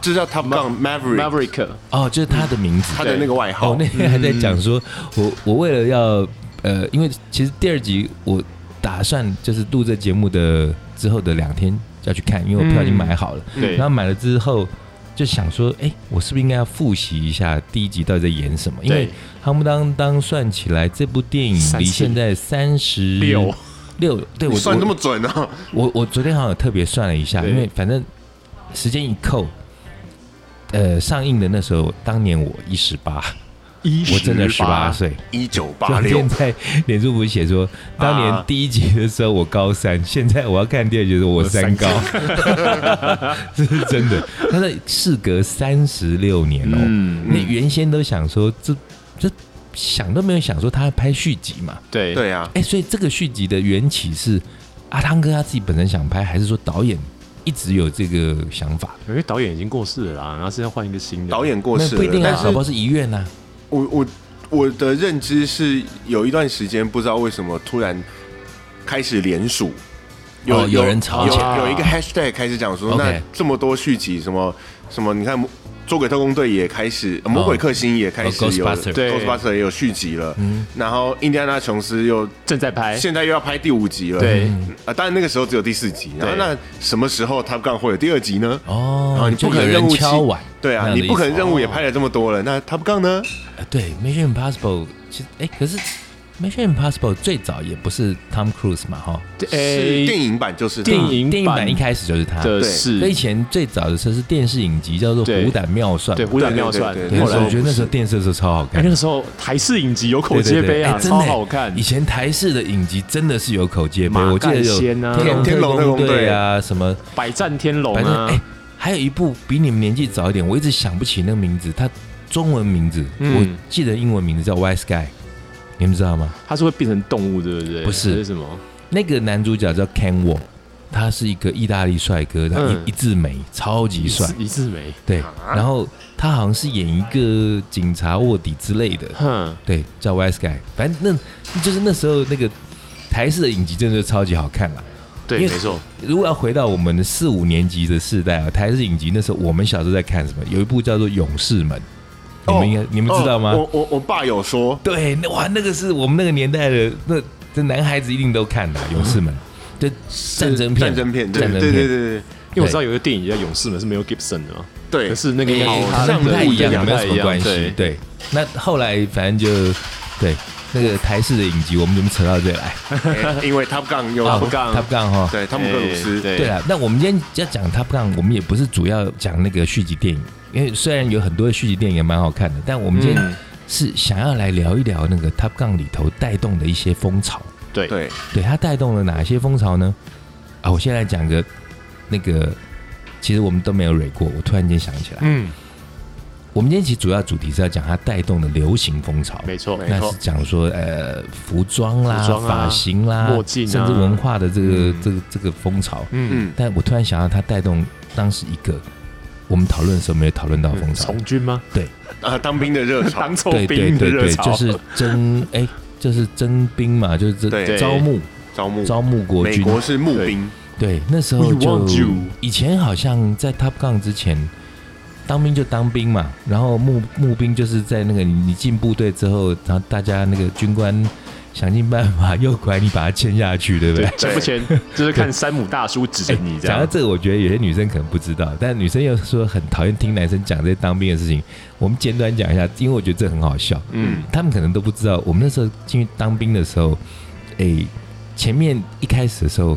Speaker 1: 这叫 Top Gun Maverick，
Speaker 2: Maverick
Speaker 3: 哦，就是他的名字。
Speaker 1: 他的那个外
Speaker 3: 哦
Speaker 1: 号，
Speaker 3: 那。天还在讲说，我我为了要呃，因为其实第二集我打算就是录这节目的之后的两天要去看，因为我票已经买好了。
Speaker 2: 对
Speaker 3: 然后买了之后就想说，哎、我是不是应该要复习一下第一集到底在演什么？因为
Speaker 2: 对
Speaker 3: 夯不当当算起来，这部电影离
Speaker 2: 36
Speaker 3: 现在三十
Speaker 2: 六，
Speaker 3: 六，对我
Speaker 1: 你算这么
Speaker 3: 我
Speaker 1: 准啊？
Speaker 3: 我我昨天好像有特别算了一下，
Speaker 2: 对
Speaker 3: 因为反正时间一扣。呃，上映的那时候，当年我一十八，
Speaker 2: 一
Speaker 3: 我真的十八岁，
Speaker 1: 一九
Speaker 3: 就
Speaker 1: 八六
Speaker 3: 现，在脸书不是写说，当年
Speaker 1: 啊
Speaker 3: 第一集的时候我高三，现在我要看第二集的时候我三高， <laughs> 这是真的。但是事隔三十六年哦，
Speaker 2: 嗯，
Speaker 3: 那原先都想说这这想都没有想说他要拍续集嘛，
Speaker 2: 对
Speaker 1: 对啊，
Speaker 3: 哎，所以这个续集的缘起是阿汤哥他自己本身想拍，还是说导演一直有这个想法？
Speaker 2: 因为导演已经过世了啦，然后现在换一个新的
Speaker 1: 导演过
Speaker 3: 那
Speaker 1: 世
Speaker 3: 不一
Speaker 1: 了，
Speaker 3: 定啊，
Speaker 1: 但
Speaker 3: 搞不好
Speaker 1: 是
Speaker 3: 是遗愿呐。
Speaker 1: 我我我的认知是有一段时间不知道为什么突然开始联署，
Speaker 3: 哦有人吵
Speaker 1: 有
Speaker 2: 起来
Speaker 1: 有一个 hashtag 开始讲说，
Speaker 3: OK
Speaker 1: 那这么多续集什么什么，你看。捉鬼特工队也开始，呃魔鬼克星也开
Speaker 3: 哦
Speaker 1: 始有
Speaker 3: Ghostbuster
Speaker 2: 对
Speaker 1: Ghostbuster 也有续集了，
Speaker 3: 嗯
Speaker 1: 然后印第安纳琼斯又
Speaker 2: 正在拍，
Speaker 1: 现在又要拍第五集了，
Speaker 2: 哎对
Speaker 1: 啊，当然那个时候只有第四集，然后
Speaker 2: 对
Speaker 1: 那什么时候 Top Gun 会有第二集呢？
Speaker 3: 哦
Speaker 1: 啊，你
Speaker 3: 就
Speaker 1: 不可能
Speaker 3: 有
Speaker 1: 任
Speaker 3: 人
Speaker 1: 务期
Speaker 3: 敲碗，
Speaker 1: 对
Speaker 3: 那
Speaker 1: 啊，
Speaker 3: 样的
Speaker 1: 你不可能
Speaker 3: 意思
Speaker 1: 任务也拍了这么多了，那 Top Gun 呢？
Speaker 3: 呃对，Mission Impossible 其实哎，可是 Mission Impossible 最早也不是 Tom Cruise 嘛哈，
Speaker 1: 是
Speaker 2: 诶
Speaker 1: 电影版就是
Speaker 2: 电影
Speaker 3: 哎电影版
Speaker 2: 版
Speaker 3: 一开始就是他。
Speaker 2: 的
Speaker 1: 对
Speaker 3: 所以
Speaker 2: 是，
Speaker 3: 以前最早的时候是电视影集，叫做《
Speaker 2: 对
Speaker 3: 虎胆妙算》
Speaker 2: 对，
Speaker 3: 嘛。
Speaker 2: 胡乱妙
Speaker 1: 对
Speaker 2: 算
Speaker 1: 对，对
Speaker 3: 那
Speaker 2: 后
Speaker 3: 时
Speaker 2: 来
Speaker 3: 候
Speaker 1: 对
Speaker 3: 我觉得那时候电视的时候超好
Speaker 2: 哎
Speaker 3: 看
Speaker 2: 那个。时候台式影集有口
Speaker 3: 对对
Speaker 2: 皆
Speaker 3: 对
Speaker 2: 碑啊，
Speaker 3: 哎真
Speaker 2: 超
Speaker 3: 的
Speaker 2: 好看
Speaker 3: 以。前台视的影集真的是有口皆碑，
Speaker 2: 马
Speaker 3: 我记得
Speaker 2: 干
Speaker 3: 有
Speaker 2: 先啊
Speaker 3: 龙
Speaker 1: 天龙
Speaker 3: 特
Speaker 1: 特工队
Speaker 3: 队啊，什么
Speaker 2: 百战天龙
Speaker 3: 反正
Speaker 2: 啊
Speaker 3: 哎、，还有一部比你们年纪早一点，我一直想不起那个名字，它中文名字，
Speaker 2: 嗯
Speaker 3: 我记得英文名字叫 Y Sky，你们知道吗？
Speaker 2: 它是会变成动物，对不对？
Speaker 3: 不是
Speaker 2: 还是什么？
Speaker 3: 那个男主角叫 Ken Wong，他是一个意大利帅哥，他一、
Speaker 2: 嗯
Speaker 3: 一字眉，超级帅，
Speaker 2: 一字眉，啊
Speaker 3: 对。然后他好像是演一个警察卧底之类的，
Speaker 2: 哼，
Speaker 3: 对，叫 Y Sky，反正那就是那时候那个台式的影集真的是超级好看啦。
Speaker 2: 对，
Speaker 3: 因
Speaker 2: 没
Speaker 3: 为
Speaker 2: 错，
Speaker 3: 如果要回到我们的四五年级的世代啊，台式影集那时候我们小时候在看什么？有一部叫做《勇士们》，你们应该、
Speaker 1: 哦
Speaker 3: 你们知道吗？
Speaker 1: 哦我我我爸有说，
Speaker 3: 对，那哇，那个是我们那个年代的，那这男孩子一定都看的、勇士们》这战争片，
Speaker 1: 战争片，对
Speaker 3: 战
Speaker 1: 对
Speaker 3: 争
Speaker 1: 对
Speaker 3: 片，
Speaker 1: 对对
Speaker 2: 因为我知道有一个电影叫《勇士们》是没有 Gibson 的嘛，
Speaker 1: 对，
Speaker 2: 可是那个应该
Speaker 1: 好
Speaker 2: 是
Speaker 3: 好
Speaker 2: 他
Speaker 3: 像
Speaker 1: 像
Speaker 3: 不太一样，
Speaker 2: 哎不
Speaker 3: 没有
Speaker 2: 太
Speaker 3: 什
Speaker 2: 一
Speaker 3: 么
Speaker 2: 样
Speaker 3: 关系
Speaker 2: 对。
Speaker 3: 对，那后来反正就对那个台式的影集，我们怎么扯到这来？
Speaker 1: 哎因为 Top Gun 有
Speaker 2: Top Gun
Speaker 3: 他不干哈。
Speaker 1: 对汤姆克鲁斯，
Speaker 2: 哎
Speaker 3: 啊对
Speaker 2: 对
Speaker 3: 啦，那我们今天要讲 Top Gun，我们也不是主要讲那个续集电影，因为虽然有很多的续集电影也蛮好看的，但我们今天
Speaker 2: 嗯
Speaker 3: 是想要来聊一聊那个 Top Gun 里头带动的一些风潮。
Speaker 2: 对
Speaker 1: 对，
Speaker 3: 对，它带动了哪些风潮呢？啊，我先来讲个那个，其实我们都没有蕊过，我突然间想起来，
Speaker 2: 嗯，
Speaker 3: 我们今天其实主要主题是要讲它带动的流行风潮。
Speaker 2: 没错，
Speaker 1: 没
Speaker 3: 那
Speaker 1: 错
Speaker 3: 是讲说呃服装啦、
Speaker 2: 服装啊
Speaker 3: 发型啦、
Speaker 2: 墨镜啊
Speaker 3: 甚至文化的这个、
Speaker 2: 嗯
Speaker 3: 这个这个风潮。
Speaker 2: 嗯，
Speaker 1: 嗯，
Speaker 3: 但我突然想到，它带动当时一个我们讨论的时候没有讨论到的风潮，
Speaker 2: 从军吗？
Speaker 1: 啊，当兵的热潮
Speaker 2: <laughs> 当，臭
Speaker 3: 对对
Speaker 2: 兵的
Speaker 3: 对
Speaker 2: 热
Speaker 3: 对，
Speaker 2: 潮，
Speaker 3: 就是征哎、就是征兵嘛，就是这
Speaker 1: 对
Speaker 3: 招募
Speaker 1: 招募，
Speaker 3: 招募国
Speaker 1: 美
Speaker 3: 军。
Speaker 1: 国是募兵，
Speaker 3: 对，那时候
Speaker 2: We
Speaker 3: 就
Speaker 2: want you
Speaker 3: 以前好像在 Top Gun 之前，当兵就当兵嘛，然后募募兵就是在那个你你进部队之后，然后大家那个军官想尽办法诱拐你把他签下去，对不
Speaker 2: <laughs>
Speaker 3: 对哎
Speaker 2: 对？，钱不
Speaker 3: <laughs>
Speaker 2: 钱就是看山姆大叔指着你这
Speaker 3: 讲
Speaker 2: 样
Speaker 3: 到。这个，我觉得有些女生可能不知道，但女生又说很讨厌听男生讲这些当兵的事情。我们简短讲一下，因为我觉得这很好笑。
Speaker 1: 嗯，
Speaker 3: <clears throat> 他们可能都不知道，我们那时候进去当兵的时候，诶、前面一开始的时候，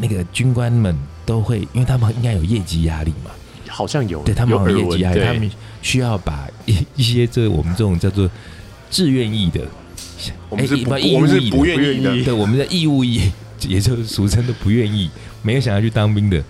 Speaker 3: 那个军官们都会，因为他们应该有业绩压力嘛，
Speaker 2: 好像有，
Speaker 3: 对他们
Speaker 2: 有
Speaker 3: 好像有
Speaker 2: 耳
Speaker 3: 业
Speaker 2: 闻，
Speaker 3: 绩压啊力，他
Speaker 2: 对
Speaker 3: 们，需要把一一些这我们这种叫做志愿役的，
Speaker 1: 我们是
Speaker 3: 诶
Speaker 1: 不，
Speaker 3: 不义务
Speaker 1: 我们是
Speaker 3: 役的
Speaker 1: 不愿意
Speaker 2: 不愿
Speaker 1: 的
Speaker 2: 意，
Speaker 3: 对，我们的义务役，也就是俗称的不愿意，没有想要去当兵的，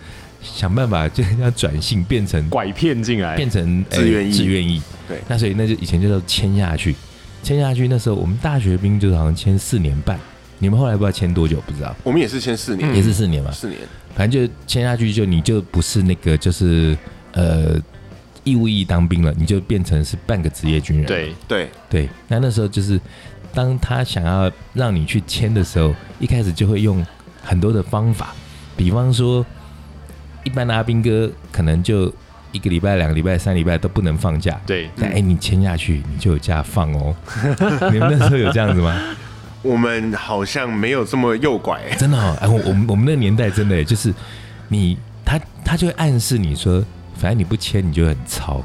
Speaker 3: 想办法就要转性变成
Speaker 2: 拐骗进来，
Speaker 3: 变成呃
Speaker 1: 哎自愿役
Speaker 3: 志愿役。
Speaker 1: 对
Speaker 3: 那所以那就以前就叫签下去，签下去。那时候我们大学兵就是好像签四年半，你们后来不知道签多久，不知道，
Speaker 1: 我们也是签四年，
Speaker 3: 嗯也是四年嘛。
Speaker 1: 四年，
Speaker 3: 反正就签下去，就你就不是那个就是呃义务役当兵了，你就变成是半个职业军人。啊
Speaker 2: 对，
Speaker 1: 对，
Speaker 3: 对，那那时候就是当他想要让你去签的时候，一开始就会用很多的方法，比方说，一般的阿兵哥可能就一个礼拜、两个礼拜、三礼拜都不能放假，
Speaker 2: 对，
Speaker 3: 但哎、
Speaker 1: 嗯
Speaker 3: 你签下去你就有假放哦。 <laughs> 你们那时候有这样子吗？ <laughs>
Speaker 1: 我们好像没有这么诱拐，
Speaker 3: 真的哦，哎，我我们我们那个年代真的耶就是你他他就会暗示你说，反正你不签你就很糙，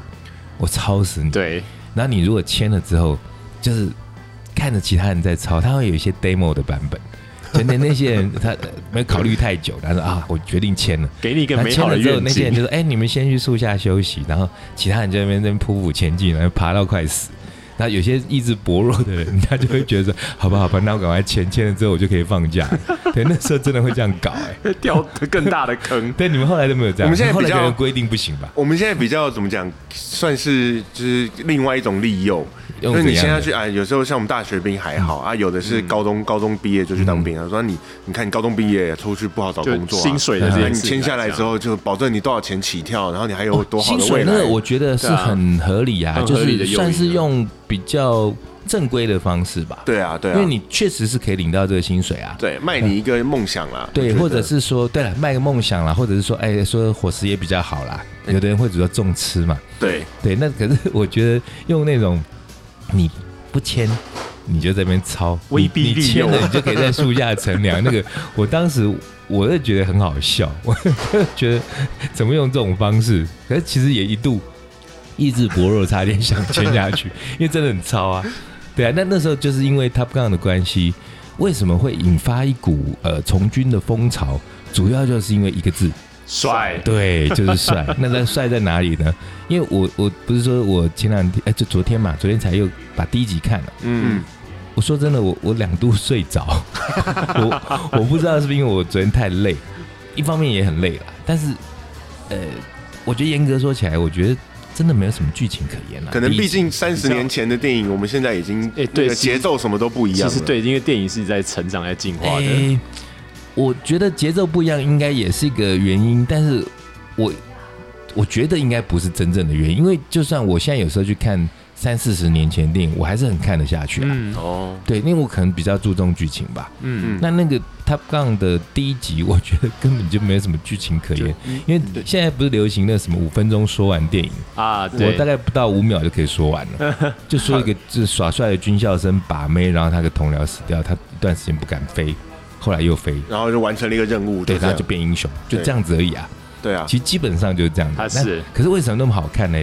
Speaker 3: 我操死你。
Speaker 2: 对，
Speaker 3: 然后你如果签了之后，就是看着其他人在抄，他会有一些 demo 的版本。就那那些人，他呃没有考虑太久，他说啊，我决定签了。
Speaker 2: 给你一个
Speaker 3: 然后
Speaker 2: 美
Speaker 3: 签
Speaker 2: 好
Speaker 3: 了
Speaker 2: 的
Speaker 3: 之后，
Speaker 2: 愿
Speaker 3: 那些人就
Speaker 2: 景，
Speaker 3: 说：“哎、你们先去树下休息。”然后其他人就在那边在那边匍匐前进，然后爬到快死。那有些意志薄弱的人，他就会觉得说：“好吧，好吧，那我赶快签，签了之后我就可以放假。” <laughs> 对，那时候真的会这样搞、哎，，
Speaker 2: <laughs> 掉更大的坑
Speaker 3: <laughs> 对，你们后来都没有这样。
Speaker 1: 我们现在
Speaker 3: 后来
Speaker 1: 比较
Speaker 3: 可能规定不行吧？
Speaker 1: 我们现在比较怎么讲，算是就是另外一种利诱。
Speaker 3: 用
Speaker 1: 那你
Speaker 3: 怎
Speaker 1: 现在
Speaker 3: 样的嗯
Speaker 1: 去啊，有时候像我们大学兵还好啊，有的是高中高中毕业就去当兵啊。说你你看你高中毕业出去不好找工作
Speaker 2: 就
Speaker 1: 啊，
Speaker 2: 薪水的这
Speaker 1: 那
Speaker 2: 件
Speaker 1: 你
Speaker 2: 事情
Speaker 1: 签下来
Speaker 2: 这样
Speaker 1: 之后就保证你多少钱起跳，然后你还有多好
Speaker 3: 薪
Speaker 1: 的
Speaker 3: 水
Speaker 1: 未
Speaker 3: 那
Speaker 1: 来
Speaker 3: 个。我觉得是
Speaker 2: 对啊
Speaker 3: 很合理啊，
Speaker 2: 很
Speaker 3: 就
Speaker 2: 合理的
Speaker 3: 是
Speaker 2: 诱因啊
Speaker 3: 算是用比较正规的方式吧。
Speaker 1: 对啊，对啊，
Speaker 3: 因为你确实是可以领到这个薪水啊。
Speaker 1: 对卖你一个梦想啦，我
Speaker 3: 嗯对，
Speaker 1: 觉得
Speaker 3: 或者是说，对了，卖个梦想啦，或者是说，哎，说伙食也比较好啦。
Speaker 1: 嗯
Speaker 3: 有的人会主要重吃嘛，
Speaker 1: 对
Speaker 3: 对。那可是我觉得用那种你不签，你就在那边抄，
Speaker 2: 威
Speaker 3: 你
Speaker 2: 逼
Speaker 3: 你
Speaker 2: 利
Speaker 3: 签了，
Speaker 2: 诱
Speaker 3: 你就可以在树下乘凉。那个，我当时我是觉得很好笑，我就觉得怎么用这种方式？可是其实也一度意志薄弱，差点想签下去，因为真的很糙啊。对啊，那那时候就是因为 Top Gun 的关系，为什么会引发一股呃从军的风潮？主要就是因为一个字，
Speaker 2: 帅，
Speaker 3: 对，就
Speaker 1: <laughs>
Speaker 3: 是帅。那那帅在哪里呢？因为我我不是说我前两天哎，就昨天嘛，昨天才又把第一集看了。
Speaker 1: 嗯，
Speaker 3: 我说真的，我我两度睡着，
Speaker 1: <laughs>
Speaker 3: 我我不知道是不是因为我昨天太累，一方面也很累了，但是呃，我觉得严格说起来，我觉得真的没有什么剧情可言了、
Speaker 1: 可能
Speaker 3: 第一
Speaker 1: 毕
Speaker 3: 集
Speaker 1: 竟三十年前的电影，我们现在已经
Speaker 2: 哎对
Speaker 1: 那个
Speaker 2: 其实
Speaker 1: 节奏什么都不一
Speaker 2: 其
Speaker 1: 样了。
Speaker 2: 实对，因为电影是在成长、在进化的。
Speaker 3: 诶我觉得节奏不一样，应该也是一个原因，但是我我觉得应该不是真正的原因，因为就算我现在有时候去看三四十年前的电影，我还是很看得下去啊。
Speaker 2: 嗯
Speaker 1: 哦，
Speaker 3: 对，因为我可能比较注重剧情吧。
Speaker 2: 嗯，
Speaker 3: 那那个 Top Gun 的第一集，我觉得根本就没有什么剧情可言，
Speaker 2: 嗯
Speaker 3: 因为现在不是流行那什么五分钟说完电影，
Speaker 2: 啊，
Speaker 3: 我
Speaker 2: 对
Speaker 3: 大，概不到五秒就可以说完
Speaker 2: <laughs>
Speaker 3: 了，就说一个就是耍帅的军校生把妹，然后他的同僚死掉，他一段时间不敢飞，后来又飞，
Speaker 1: 然后就完成了一个任务，
Speaker 3: 对，
Speaker 1: 这样
Speaker 3: 他就变英雄，就
Speaker 1: 对
Speaker 3: 这样子而已啊。
Speaker 1: 对啊，
Speaker 3: 其实基本上就是这样子。
Speaker 2: 他
Speaker 3: 那
Speaker 2: 是
Speaker 3: 可是为什么那么好看呢？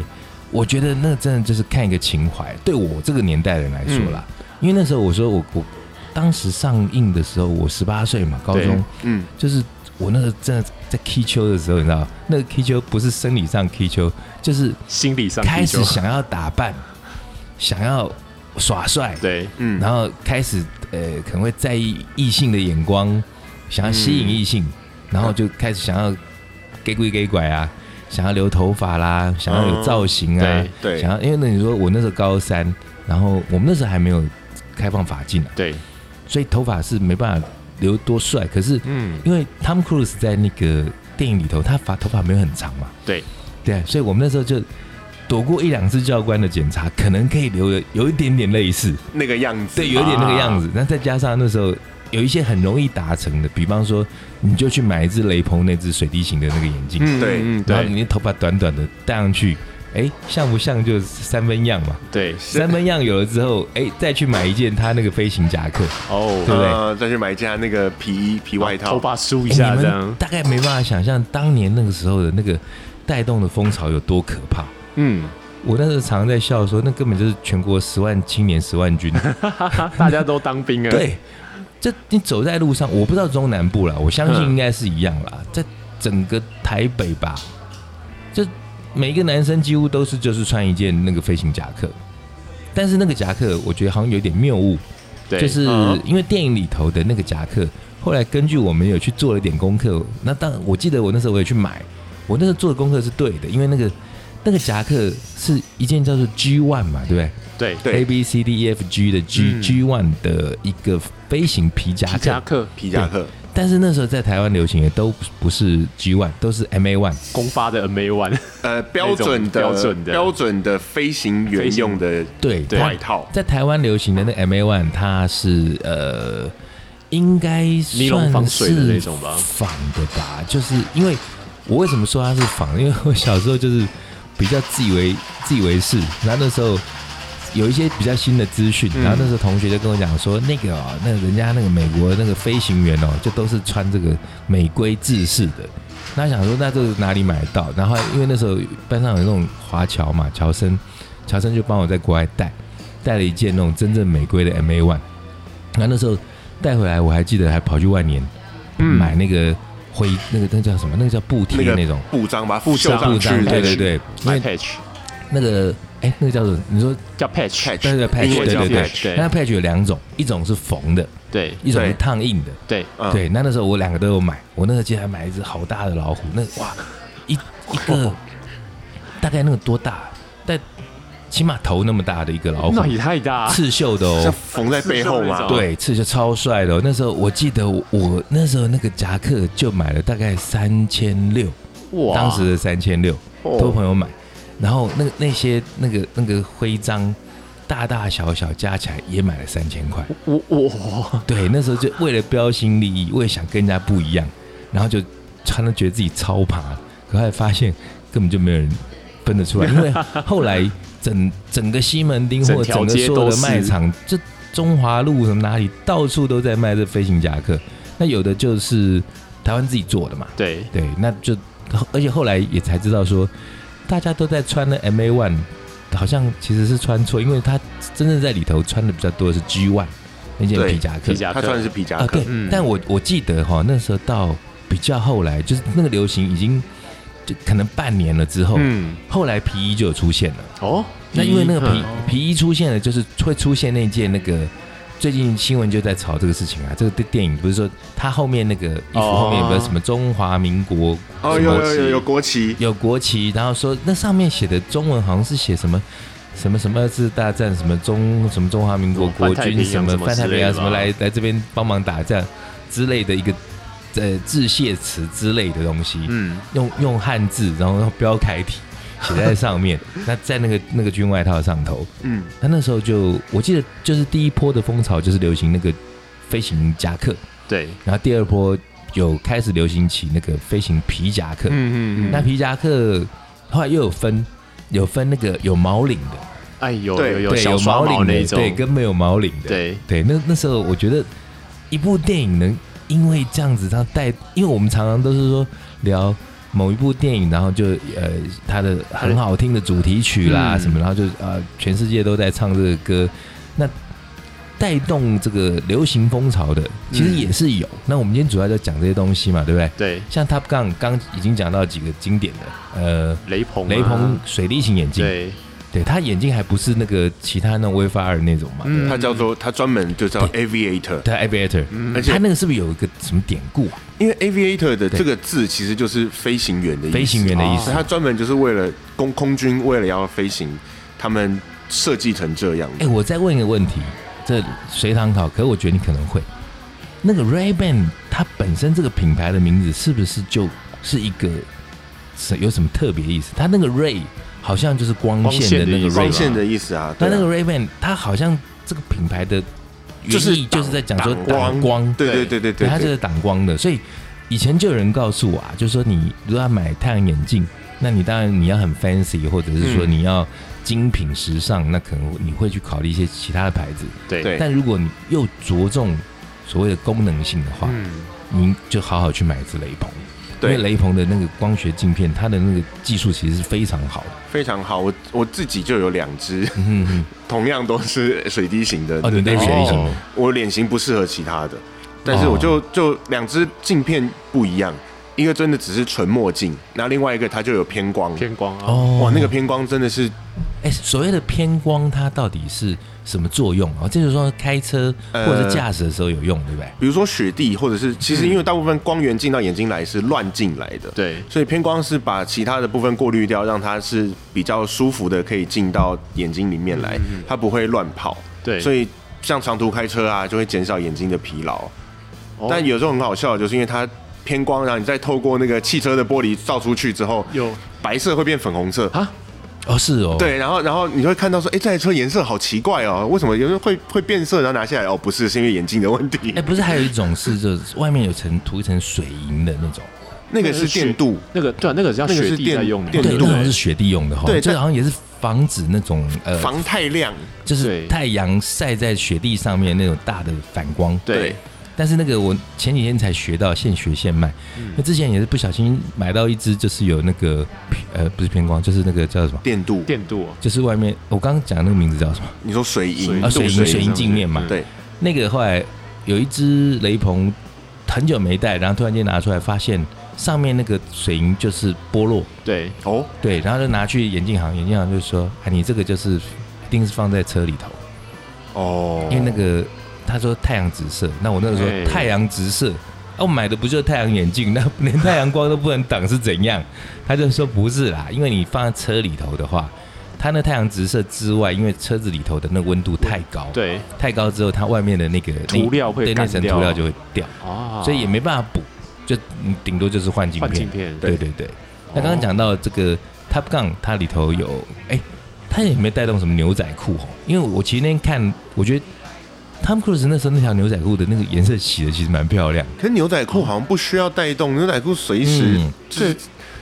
Speaker 3: 我觉得那真的就是看一个情怀，对我这个年代人来说啦，因为那时候我说我我当时上映的时候，我十八岁嘛，高中
Speaker 2: 对
Speaker 1: 嗯，
Speaker 3: 就是我那个真的在踢球的时候，你知道，那个踢球不是生理上踢球，就是
Speaker 2: 心理上
Speaker 3: 开
Speaker 2: 地球
Speaker 3: 始想要打扮，想要耍帅，
Speaker 2: 对，
Speaker 1: 嗯，
Speaker 3: 然后开始呃可能会在意异性的眼光，想要吸
Speaker 2: 嗯
Speaker 3: 引异性，然后就开始想要给鬼给拐啊，想要留头发啦，想要有造型啊，
Speaker 2: 嗯对
Speaker 1: 对
Speaker 3: 想要因为那你说我那时候高三，然后我们那时候还没有开放发禁啊，
Speaker 2: 对，
Speaker 3: 所以头发是没办法留多帅，可是
Speaker 2: 嗯，
Speaker 3: 因为 Tom Cruise 在那个电影里头，他发头发没有很长嘛，
Speaker 2: 对
Speaker 3: 对啊，所以我们那时候就。躲过一两次教官的检查，可能可以留的有一点点类似，
Speaker 1: 那个样子，啊
Speaker 3: 对，有一点那个样子。那、再加上那时候有一些很容易达成的，比方说，你就去买一只雷朋那只水滴型的那个眼镜，
Speaker 1: 嗯对
Speaker 2: 嗯，
Speaker 3: 然后
Speaker 2: 对
Speaker 3: 你的头发短短的戴上去，哎，像不像就是三分样嘛？
Speaker 2: 对，
Speaker 3: 三分样有了之后，哎，再去买一件他那个飞行夹克，对
Speaker 2: 哦，
Speaker 3: 不对
Speaker 1: 呃，再去买一件那个皮衣皮外套
Speaker 2: 头，发梳一
Speaker 3: 哎
Speaker 2: 下
Speaker 3: 你
Speaker 2: 这
Speaker 3: 们
Speaker 2: 样，
Speaker 3: 大概没办法想象当年那个时候的那个带动的风潮有多可怕。
Speaker 1: 嗯，
Speaker 3: 我那时候常常在笑说，那根本就是全国十万青年十万军，
Speaker 2: 大家都当兵了，，
Speaker 3: 对，这你走在路上，我不知道中南部啦，我相信
Speaker 2: 嗯
Speaker 3: 应该是一样啦，在整个台北吧，这每一个男生几乎都是就是穿一件那个飞行夹克，但是那个夹克我觉得好像有点谬误，
Speaker 2: 对，
Speaker 3: 就是
Speaker 1: 嗯
Speaker 3: 因为电影里头的那个夹克，后来根据我们有去做了一点功课，那当我记得我那时候我也去买，我那时候做的功课是对的，因为那个。那个夹克是一件叫做 G One 嘛，对不
Speaker 2: 对，
Speaker 3: 对？
Speaker 1: 对
Speaker 3: A B C D E F G 的 G、
Speaker 1: 嗯
Speaker 3: G One 的一个飞行皮夹
Speaker 2: 皮
Speaker 3: 克，
Speaker 2: 夹克
Speaker 1: 皮夹
Speaker 3: <laughs>
Speaker 1: 克，
Speaker 3: 但是那时候在台湾流行的都不是 G One，都是 M A One。
Speaker 2: 公发的 MA One，
Speaker 1: 呃，标准的
Speaker 2: 那种标准的
Speaker 1: 标准的飞行员用的
Speaker 3: 对，
Speaker 2: 对
Speaker 3: 它
Speaker 1: 外套，
Speaker 3: 在台湾流行的那 M A One，它是呃，应该
Speaker 2: 尼龙
Speaker 3: 算
Speaker 2: 防
Speaker 3: 是
Speaker 2: 水的那种吧
Speaker 3: 仿的吧？就是因为我为什么说它是仿的？因为我小时候就是比较自以为自以为是，然后那时候。有一些比较新的资讯，
Speaker 1: 嗯
Speaker 3: 然后那时候同学就跟我讲说，那个哦，那人家那个美国那个飞行员哦，就都是穿这个美规制式的。那想说，那这是哪里买得到？然后因为那时候班上有那种华侨嘛，侨生，乔生就帮我在国外带，带了一件那种真正玫瑰的 MA One。那那时候带回来，我还记得还跑去万年、买那个灰，那个那叫什么？那个叫布
Speaker 1: 嗯那
Speaker 3: 贴
Speaker 1: 个
Speaker 3: 那种
Speaker 1: 布章把它附
Speaker 3: 布
Speaker 1: 绣上去
Speaker 3: 章，
Speaker 1: 的，
Speaker 3: 对对对，因
Speaker 2: 买
Speaker 3: 为
Speaker 2: patch
Speaker 3: 那个哎、那个叫什么？你说
Speaker 2: 叫 patch，
Speaker 1: patch，
Speaker 3: 对对 patch，
Speaker 1: 英文
Speaker 3: 对
Speaker 1: 叫
Speaker 3: 对
Speaker 1: patch，
Speaker 3: 对，那 patch 有两种，一种是缝的，
Speaker 2: 对
Speaker 3: 一种是
Speaker 1: 对
Speaker 3: 烫印的。
Speaker 2: 对，
Speaker 1: 嗯
Speaker 3: 对，那那时候我两个都有买，我那时候记得还买一只好大的老虎，那哇，一一个大概那个多大？但起码头那么大的一个老虎
Speaker 2: 那，也太大，
Speaker 3: 刺绣的
Speaker 1: 像
Speaker 3: 哦，
Speaker 1: 缝在背后嘛，
Speaker 2: 刺绣那种
Speaker 3: 对，刺绣超帅的、哦。那时候我记得我我那时候那个夹克就买了大概三千六，
Speaker 2: 哇，
Speaker 3: 当时的三千六，
Speaker 1: 哦
Speaker 3: 托朋友买，然后那个那些那个那个徽章，大大小小加起来也买了三千块。
Speaker 2: 我我
Speaker 3: 对，那时候就为了标新立异，为了想跟人家不一样，然后就他都觉得自己超爬，可后来发现根本就没有人分得
Speaker 2: <laughs>
Speaker 3: 出来，因为后来整整个西门町
Speaker 2: 整
Speaker 3: 或
Speaker 2: 条
Speaker 3: 整个
Speaker 2: 街
Speaker 3: 所有
Speaker 2: 都
Speaker 3: 的
Speaker 2: 是
Speaker 3: 卖场，这中华路什么哪里到处都在卖这飞行夹克，那有的就是台湾自己做的嘛，
Speaker 2: 对
Speaker 3: 对，那就而且后来也才知道说，大家都在穿的 MA One，好像其实是穿错，因为他真正在里头穿的比较多的是 G One 那件
Speaker 1: 对
Speaker 3: 皮夹克
Speaker 2: 皮。夹
Speaker 1: 他
Speaker 2: 克
Speaker 1: 穿的是皮夹
Speaker 3: 啊，
Speaker 1: 克嗯
Speaker 3: 对，，但我我记得哈，那时候到比较后来，就是那个流行已经就可能半年了之后，
Speaker 1: 嗯，
Speaker 3: 后来皮衣就有出现了。
Speaker 2: 哦，
Speaker 3: 哦那因为那个皮、
Speaker 2: 嗯
Speaker 3: 皮衣出现了，就是会出现那件那个最近新闻就在炒这个事情啊。这个电电影不是说它后面那个衣服后面有没
Speaker 2: 哦
Speaker 3: 有什么中华民国
Speaker 1: 哦，
Speaker 3: 什
Speaker 1: 有
Speaker 3: 么
Speaker 1: 有有有国旗，
Speaker 3: 有国旗，然后说那上面写的中文好像是写什么。什么什么二次大战，什么中什么中华民国
Speaker 2: 什么
Speaker 3: 国
Speaker 2: 泛太平
Speaker 3: 军，
Speaker 2: 洋
Speaker 3: 什么
Speaker 2: 什么
Speaker 3: 泛太
Speaker 2: 之
Speaker 3: 平
Speaker 2: 类
Speaker 3: 洋，
Speaker 2: 的
Speaker 3: 什么
Speaker 2: 吧
Speaker 3: 来来这边帮忙打仗之类的一个呃致谢词之类的东西，
Speaker 1: 嗯，
Speaker 3: 用用汉字，然后用标楷体写在
Speaker 2: <laughs>
Speaker 3: 上面，那在那个那个军外套上头，
Speaker 1: 嗯，
Speaker 3: 那那时候就我记得就是第一波的风潮就是流行那个飞行夹克，
Speaker 2: 对，
Speaker 3: 然后第二波有开始流行起那个飞行皮夹
Speaker 1: 嗯
Speaker 3: 克，
Speaker 1: 嗯嗯，
Speaker 3: 那皮夹克后来又有分，有分那个有毛领的，
Speaker 2: 哎有
Speaker 1: 对
Speaker 2: 有有
Speaker 3: 对，
Speaker 2: 小
Speaker 3: 毛
Speaker 2: 双毛
Speaker 3: 领
Speaker 2: 那
Speaker 3: 的，
Speaker 2: 种，
Speaker 3: 对，跟没有毛领的，
Speaker 2: 对
Speaker 3: 对。那那时候我觉得一部电影能因为这样子，它带，因为我们常常都是说聊某一部电影，然后就呃它的很好听的主题曲啦、
Speaker 1: 嗯
Speaker 3: 什么，然后就呃全世界都在唱这个歌，那。带动这个流行风潮的，其实
Speaker 1: 嗯
Speaker 3: 也是有。那我们今天主要就讲这些东西嘛，对不对？
Speaker 2: 对
Speaker 3: 像 Top Gun 刚已经讲到几个经典的，呃，
Speaker 2: 雷朋啊
Speaker 3: 雷朋水滴型眼镜，
Speaker 2: 对
Speaker 3: 对他眼镜还不是那个其他那种 w 法二那种嘛，
Speaker 1: 嗯，它叫做它专门就叫 aviator，
Speaker 3: 他 aviator，
Speaker 1: 而且
Speaker 3: 他那个是不是有一个什么典故啊？
Speaker 1: 因为 aviator 的
Speaker 3: 对
Speaker 1: 这个字其实就是飞行员的意思，
Speaker 3: 飞行员的意
Speaker 1: 所
Speaker 3: 思
Speaker 1: 以。它专门就是为了空空军为了要飞行，他们设计成这样
Speaker 3: 哎，我再问一个问题，这随堂考，可我觉得你可能会。那个 Ray Ban 它本身这个品牌的名字是不是就是一个是有什么特别意思？它那个 Ray 好像就是光线的那
Speaker 2: 光线的意
Speaker 3: 个
Speaker 2: 思
Speaker 3: Ray
Speaker 1: 光
Speaker 3: 吧
Speaker 1: 线的意思啊。
Speaker 3: 那
Speaker 1: 对啊
Speaker 3: 那个 Ray-Ban，它好像这个品牌的
Speaker 1: 就
Speaker 3: 原
Speaker 1: 是
Speaker 3: 意就是在讲说
Speaker 1: 挡
Speaker 3: 挡
Speaker 1: 光
Speaker 3: 光，
Speaker 1: 对对对对
Speaker 3: 对，它
Speaker 1: 对
Speaker 3: 就是挡光的。所以以前就有人告诉我啊，就说你如果要买太阳眼镜，那你当然你要很 fancy，或者是说
Speaker 1: 嗯
Speaker 3: 你要精品时尚，那可能你会去考虑一些其他的牌子。
Speaker 2: 对
Speaker 1: 对
Speaker 3: 但如果你又着重所谓的功能性的话，
Speaker 1: 嗯，
Speaker 3: 您就好好去买一只雷朋。因为
Speaker 1: 对，
Speaker 3: 雷朋的那个光学镜片，它的那个技术其实是非常好的。
Speaker 1: 非常好。我我自己就有两只，
Speaker 3: 嗯哼哼，
Speaker 1: 同样都是水滴型的。
Speaker 3: 哦，你那个
Speaker 1: 但
Speaker 3: 学
Speaker 1: 是
Speaker 3: 历型
Speaker 2: 哦
Speaker 3: 的，
Speaker 1: 我脸型不适合其他的，但
Speaker 3: 哦
Speaker 1: 是我就就两只镜片不一样，一个真的只是纯墨镜，然后另外一个它就有偏光。
Speaker 2: 偏光啊，
Speaker 3: 哦，
Speaker 1: 哇，那个偏光真的是
Speaker 3: 哎，所谓的偏光，它到底是什么作用啊？这就是说开车或者是驾驶的时候有用，对不对？
Speaker 1: 比如说雪地，或者是其实因为大部分光源进到眼睛来是乱进来的，
Speaker 2: 对
Speaker 1: 所以偏光是把其他的部分过滤掉，让它是比较舒服的，可以进到眼睛里面来，它不会乱跑。
Speaker 2: 对
Speaker 1: 所以像长途开车啊，就会减少眼睛的疲劳。
Speaker 2: 哦
Speaker 1: 但有时候很好笑，就是因为它偏光，然后你再透过那个汽车的玻璃照出去之后，
Speaker 2: 有
Speaker 1: 白色会变粉红色。
Speaker 2: 啊
Speaker 3: 哦，是哦，，
Speaker 1: 对，然后然后你就会看到说，哎、这台车颜色好奇怪哦，为什么有人会会变色？然后拿下来，哦，不是，是因为眼镜的问题 <laughs>
Speaker 3: 哎，。不是还有一种是就是外面有层涂一层水银的那种，
Speaker 1: 那个是电镀，
Speaker 2: 那个对啊那个叫
Speaker 1: 那个是
Speaker 2: 雪地
Speaker 1: 电
Speaker 2: 在用的，
Speaker 1: 电
Speaker 3: 对，
Speaker 1: 镀
Speaker 3: 那
Speaker 1: 的
Speaker 3: 好像是雪地用的哈，
Speaker 1: 对
Speaker 3: 这
Speaker 1: 但
Speaker 3: 好像也是防止那种呃，
Speaker 1: 防太亮。
Speaker 3: 就是
Speaker 2: 对
Speaker 3: 太阳晒在雪地上面那种大的反光，
Speaker 2: 对
Speaker 3: 但是那个我前几天才学到，现学现卖。
Speaker 1: 嗯
Speaker 3: 那之前也是不小心买到一只，就是有那个呃，不是偏光，就是那个叫什么？
Speaker 1: 电镀，
Speaker 2: 电镀哦
Speaker 3: 就是外面我刚刚讲那个名字叫什么？
Speaker 1: 你说水银，
Speaker 3: 啊，
Speaker 1: 镀
Speaker 3: 水银水银镜面嘛。
Speaker 1: 对，
Speaker 3: 那个后来有一只雷朋很久没戴，然后突然间拿出来，发现上面那个水银就是剥落，
Speaker 2: 对
Speaker 1: 哦，
Speaker 3: 对，然后就拿去眼镜行，眼镜行就说：“啊，你这个就是一定是放在车里头，
Speaker 1: 哦，
Speaker 3: 因为那个他说太阳直射，那我那个时
Speaker 2: 哎
Speaker 3: 候太阳直射。”啊，我买的不就是太阳眼镜，那 <laughs> 连太阳光都不能挡是怎样？他就说不是啦，因为你放在车里头的话，它那太阳直射之外，因为车子里头的那温度太高，
Speaker 2: 对
Speaker 3: 太高之后，它外面的那个
Speaker 2: 涂料会
Speaker 3: 对那
Speaker 2: 干
Speaker 3: 层
Speaker 2: 掉
Speaker 3: 涂料就会掉，
Speaker 2: 啊，
Speaker 3: 所以也没办法补，就嗯顶多就是换镜
Speaker 2: 换
Speaker 3: 片
Speaker 2: 镜。片
Speaker 3: 对对对，那刚刚讲到这个 Top Gun，它里头有哎，它他也没带动什么牛仔裤哦，因为我前天看，我觉得 Tom Cruise 那时候那条牛仔裤的那个颜色洗的其实蛮漂亮。
Speaker 1: 可是牛仔裤好像不需要带动，牛仔裤随时
Speaker 3: 嗯
Speaker 1: 就是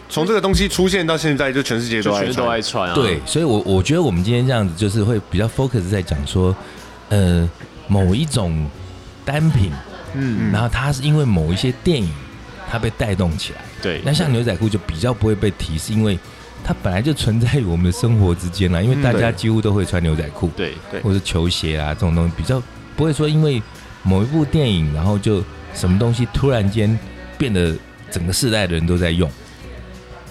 Speaker 1: 从这个东西出现到现在，就全世界
Speaker 2: 就
Speaker 1: 都爱
Speaker 2: 全都
Speaker 1: 穿
Speaker 2: 爱。穿啊。
Speaker 3: 对，，所以我我觉得我们今天这样子就是会比较 focus 在讲说，呃，某一种单品，
Speaker 1: 嗯
Speaker 3: 然后它是因为某一些电影它被带动起来。
Speaker 2: 对，
Speaker 3: 那像牛仔裤就比较不会被提，是因为它本来就存在于我们的生活之间啦，啊因为大家
Speaker 1: 对
Speaker 3: 几乎都会穿牛仔裤，
Speaker 2: 对
Speaker 1: 对
Speaker 3: 或者球鞋啊这种东西，比较不会说因为某一部电影，然后就什么东西突然间变得整个世代的人都在用。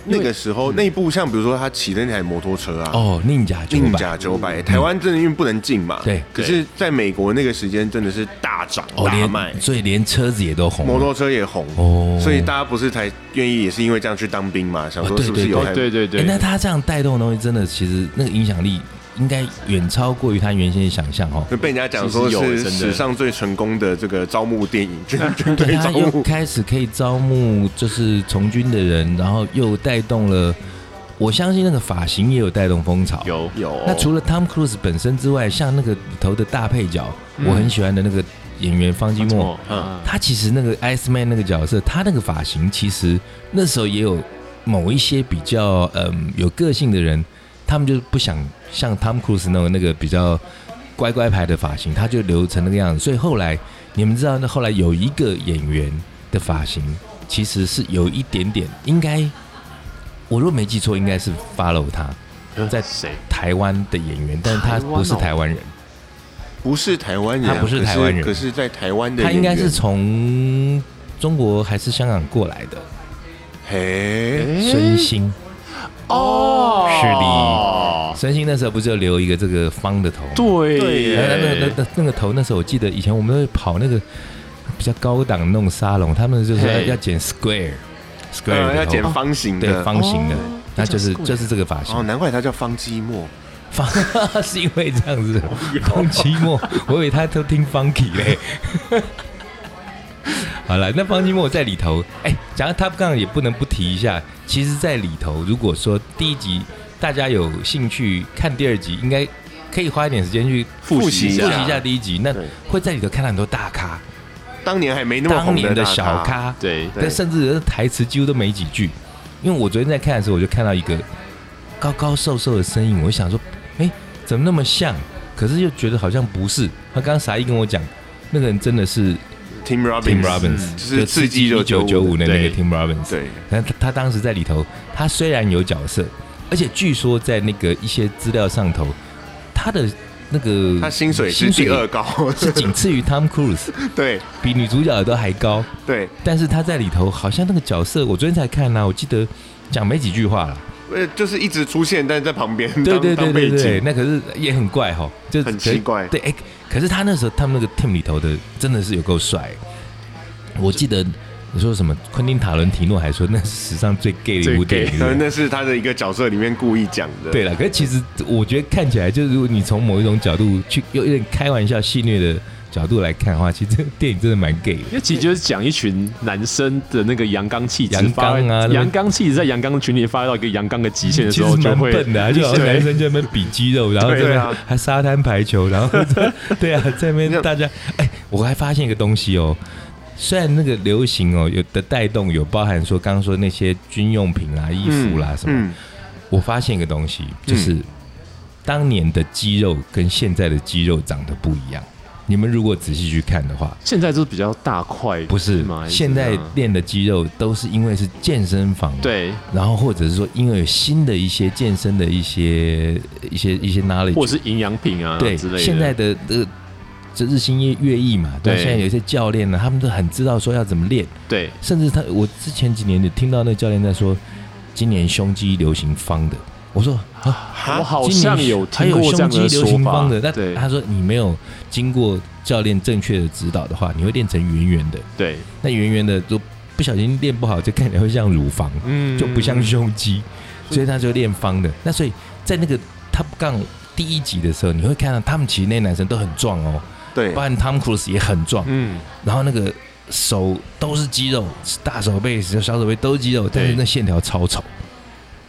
Speaker 1: 那个时候那一部像比如说他骑的那台摩托车啊，
Speaker 3: 嗯哦，宁甲九
Speaker 1: 定
Speaker 3: 百，嗯
Speaker 1: 价九百，台湾真的因为不能进嘛，
Speaker 3: 对
Speaker 1: 可是在美国那个时间真的是大涨
Speaker 3: 哦，
Speaker 1: 大卖
Speaker 3: 连，所以连车子也都红了，
Speaker 1: 摩托车也红，
Speaker 3: 哦，
Speaker 1: 所以大家不是才愿意，也是因为这样去当兵嘛，想
Speaker 3: 哦
Speaker 1: 说
Speaker 3: 对
Speaker 1: 是不是有
Speaker 3: 对
Speaker 1: 台
Speaker 2: 对对
Speaker 3: 诶那
Speaker 2: 对，
Speaker 3: 他这样带动的东西，真的其实那个影响力应该远超过于他原先的想
Speaker 1: <laughs>
Speaker 3: 象哦。
Speaker 1: 就被人家讲说
Speaker 2: 其实有
Speaker 1: 是
Speaker 2: 真
Speaker 3: 欸
Speaker 2: 的
Speaker 1: 史上最成功的这个招募
Speaker 3: <laughs>
Speaker 1: 电影，军队
Speaker 3: 他
Speaker 1: 招
Speaker 3: 又
Speaker 1: 募，
Speaker 3: 开始可以招募就是从军的人，然后又带动了，我相信那个发型也有带动风潮。。
Speaker 2: 有
Speaker 1: 有
Speaker 3: 那除了 Tom Cruise 本身之外，像那个里头的大配角，
Speaker 2: 嗯
Speaker 3: 我很喜欢的那个演员方季莫，
Speaker 2: 嗯，
Speaker 3: 他其实那个 Ice Man 那个角色，他那个发型其实那时候也有某一些比较嗯有个性的人，他们就不想像 Tom Cruise 那种那个比较乖乖牌的发型，他就留成那个样子。所以后来你们知道，那后来有一个演员的发型其实是有一点点，应该我若没记错，应该是 follow 他在
Speaker 2: 谁？
Speaker 3: 台湾的演员，但是他
Speaker 2: 台湾哦
Speaker 3: 不是台湾人，
Speaker 1: 不是台湾人，
Speaker 3: 他不是台湾人
Speaker 1: 可是可是在台湾的
Speaker 3: 他应该
Speaker 1: 演
Speaker 3: 是
Speaker 1: 员
Speaker 3: 从中国还是香港过来的。
Speaker 1: 嘿，
Speaker 3: 孙兴，
Speaker 2: 哦，
Speaker 3: 是的孙兴那时候不是就留一个这个方的头吗？
Speaker 2: 对
Speaker 1: 对耶
Speaker 3: 哎那那那那那个头，那时候我记得以前我们都会跑那个比较高档的那种沙龙，他们就是说
Speaker 2: 嘿
Speaker 3: 要剪 square
Speaker 1: 呃
Speaker 3: square
Speaker 1: 要
Speaker 3: 的
Speaker 1: 剪
Speaker 3: 头，
Speaker 1: 方形
Speaker 3: 哦对
Speaker 1: 的，
Speaker 3: 方形的
Speaker 2: 哦，
Speaker 3: 那就是
Speaker 2: 叫 square
Speaker 3: 就是这个发
Speaker 1: 哦，
Speaker 3: 型，
Speaker 1: 难怪他叫方积墨，
Speaker 3: 方是因为这样
Speaker 1: <laughs>
Speaker 3: 子，
Speaker 1: 哦
Speaker 3: 方期末，我以为他都听 funky 嘞。好了，那方期末在里头，哎、讲到 Top Gun 也不能不提一下。其实，在里头，如果说第一集大家有兴趣看第二集，应该可以花一点时间去
Speaker 1: 复习一
Speaker 3: 复
Speaker 1: 下
Speaker 3: 习一下第一集。那
Speaker 1: 对
Speaker 3: 会在里头看到很多大咖，
Speaker 1: 当年还没那么
Speaker 3: 当
Speaker 1: 红
Speaker 3: 年的
Speaker 1: 大
Speaker 3: 小咖，
Speaker 2: 对
Speaker 1: 对
Speaker 3: 但甚至台词几乎都没几句。因为我昨天在看的时候，我就看到一个高高瘦瘦的身影，我就想说，哎，怎么那么像？可是又觉得好像不是。他刚刚傻一跟我讲，那个人真的是
Speaker 1: ，Tim
Speaker 3: Tim
Speaker 1: Robbins，
Speaker 3: Robbins，
Speaker 1: 嗯就是刺激
Speaker 3: 一九九
Speaker 1: 1995
Speaker 3: 五的那个
Speaker 2: 对
Speaker 3: Tim Robbins。
Speaker 1: 对，
Speaker 3: 但他他当时在里头，他虽然有角色，而且据说在那个一些资料上头，他的那个
Speaker 1: 他薪水是第二，高，
Speaker 3: 是仅次于 Tom Cruise，
Speaker 1: <laughs> 对
Speaker 3: 比女主角都还高。
Speaker 1: 对，
Speaker 3: 但是他在里头好像那个角色，我昨天才看啊呢、我记得讲没几句话了。
Speaker 1: 呃，就是一直出现，但是在旁边当
Speaker 3: 对对对
Speaker 1: 当背
Speaker 3: 对对，
Speaker 1: 景，
Speaker 3: 那可是也很怪哈，就
Speaker 1: 很
Speaker 3: 可是
Speaker 1: 奇怪
Speaker 3: 对，哎、可是他那时候他们那个 team 里头的真的是有够帅。我记得你说什么，昆汀塔伦提诺还说那是史上最 gay 的一部
Speaker 2: 最 gay
Speaker 3: 电影。对
Speaker 1: 呃 <laughs>
Speaker 3: 不对
Speaker 1: 那是他的一个角色里面故意讲的，
Speaker 3: 对了，可是其实我觉得看起来，就是如果你从某一种角度去，有点开玩笑、戏谑的角度来看的话，其实这个电影真的蛮 gay 的。
Speaker 2: 因为其实就是讲一群男生的那个阳刚气质
Speaker 3: 阳
Speaker 2: 发
Speaker 3: 刚啊
Speaker 2: 阳刚气质在阳刚群里发到一个阳刚的极限的
Speaker 3: 其
Speaker 2: 时
Speaker 3: 实
Speaker 2: 候，就
Speaker 3: 蛮
Speaker 2: 会
Speaker 3: 笨的、啊，就好像
Speaker 2: <laughs> 对
Speaker 3: 男生在那边比肌肉，然后在
Speaker 1: 对
Speaker 3: 那
Speaker 1: 啊
Speaker 3: 边还沙滩排球，然后在对啊，在
Speaker 2: <laughs>
Speaker 3: 那边大家哎，我还发现一个东西哦。虽然那个流行哦，有的带动有包含说刚刚说那些军用品啦、衣
Speaker 1: 嗯，
Speaker 3: 服啦什么，
Speaker 1: 嗯
Speaker 3: 我发现一个东西，就是
Speaker 2: 嗯
Speaker 3: 当年的肌肉跟现在的肌肉长得不一样。你们如果仔细去看的话，
Speaker 2: 现在就是比较大块，
Speaker 3: 不是
Speaker 2: 吗？啊
Speaker 3: 现在练的肌肉都是因为是健身房
Speaker 2: 对，
Speaker 3: 然后或者是说，因为有新的一些健身的一些一些一些 knowledge，
Speaker 2: 或者是营养品啊
Speaker 3: 对
Speaker 2: 之类的。
Speaker 3: 现在的呃，这日新月月异嘛，对，
Speaker 2: 对
Speaker 3: 现在有一些教练呢，他们都很知道说要怎么练，
Speaker 2: 对
Speaker 3: 甚至他我之前几年也听到那个教练在说，今年胸肌流行方的，我说啊，
Speaker 2: 我
Speaker 1: 哈，
Speaker 2: 好
Speaker 3: 今年
Speaker 2: 像有
Speaker 3: 还
Speaker 2: 听
Speaker 3: 有
Speaker 2: 过这
Speaker 3: 胸
Speaker 2: 样
Speaker 3: 肌
Speaker 2: 的
Speaker 3: 流
Speaker 2: 说
Speaker 3: 行
Speaker 2: 法
Speaker 3: 方的，，那
Speaker 2: 对
Speaker 3: 他说你没有经过教练正确的指导的话，你会练成圆圆的，
Speaker 2: 对，
Speaker 3: 那圆圆的都不小心练不好，就看起来会像乳房。
Speaker 1: 嗯
Speaker 3: 就不像胸肌，所以他就练方的。那所以在那个 Top Gun 第一集的时候，你会看到他们其实那些男生都很壮哦，
Speaker 1: 对
Speaker 3: 包，含 Tom Cruise 也很壮，
Speaker 1: 嗯，
Speaker 3: 然后那个手都是肌肉，大手背、小手背都是肌肉，但是那线条超丑。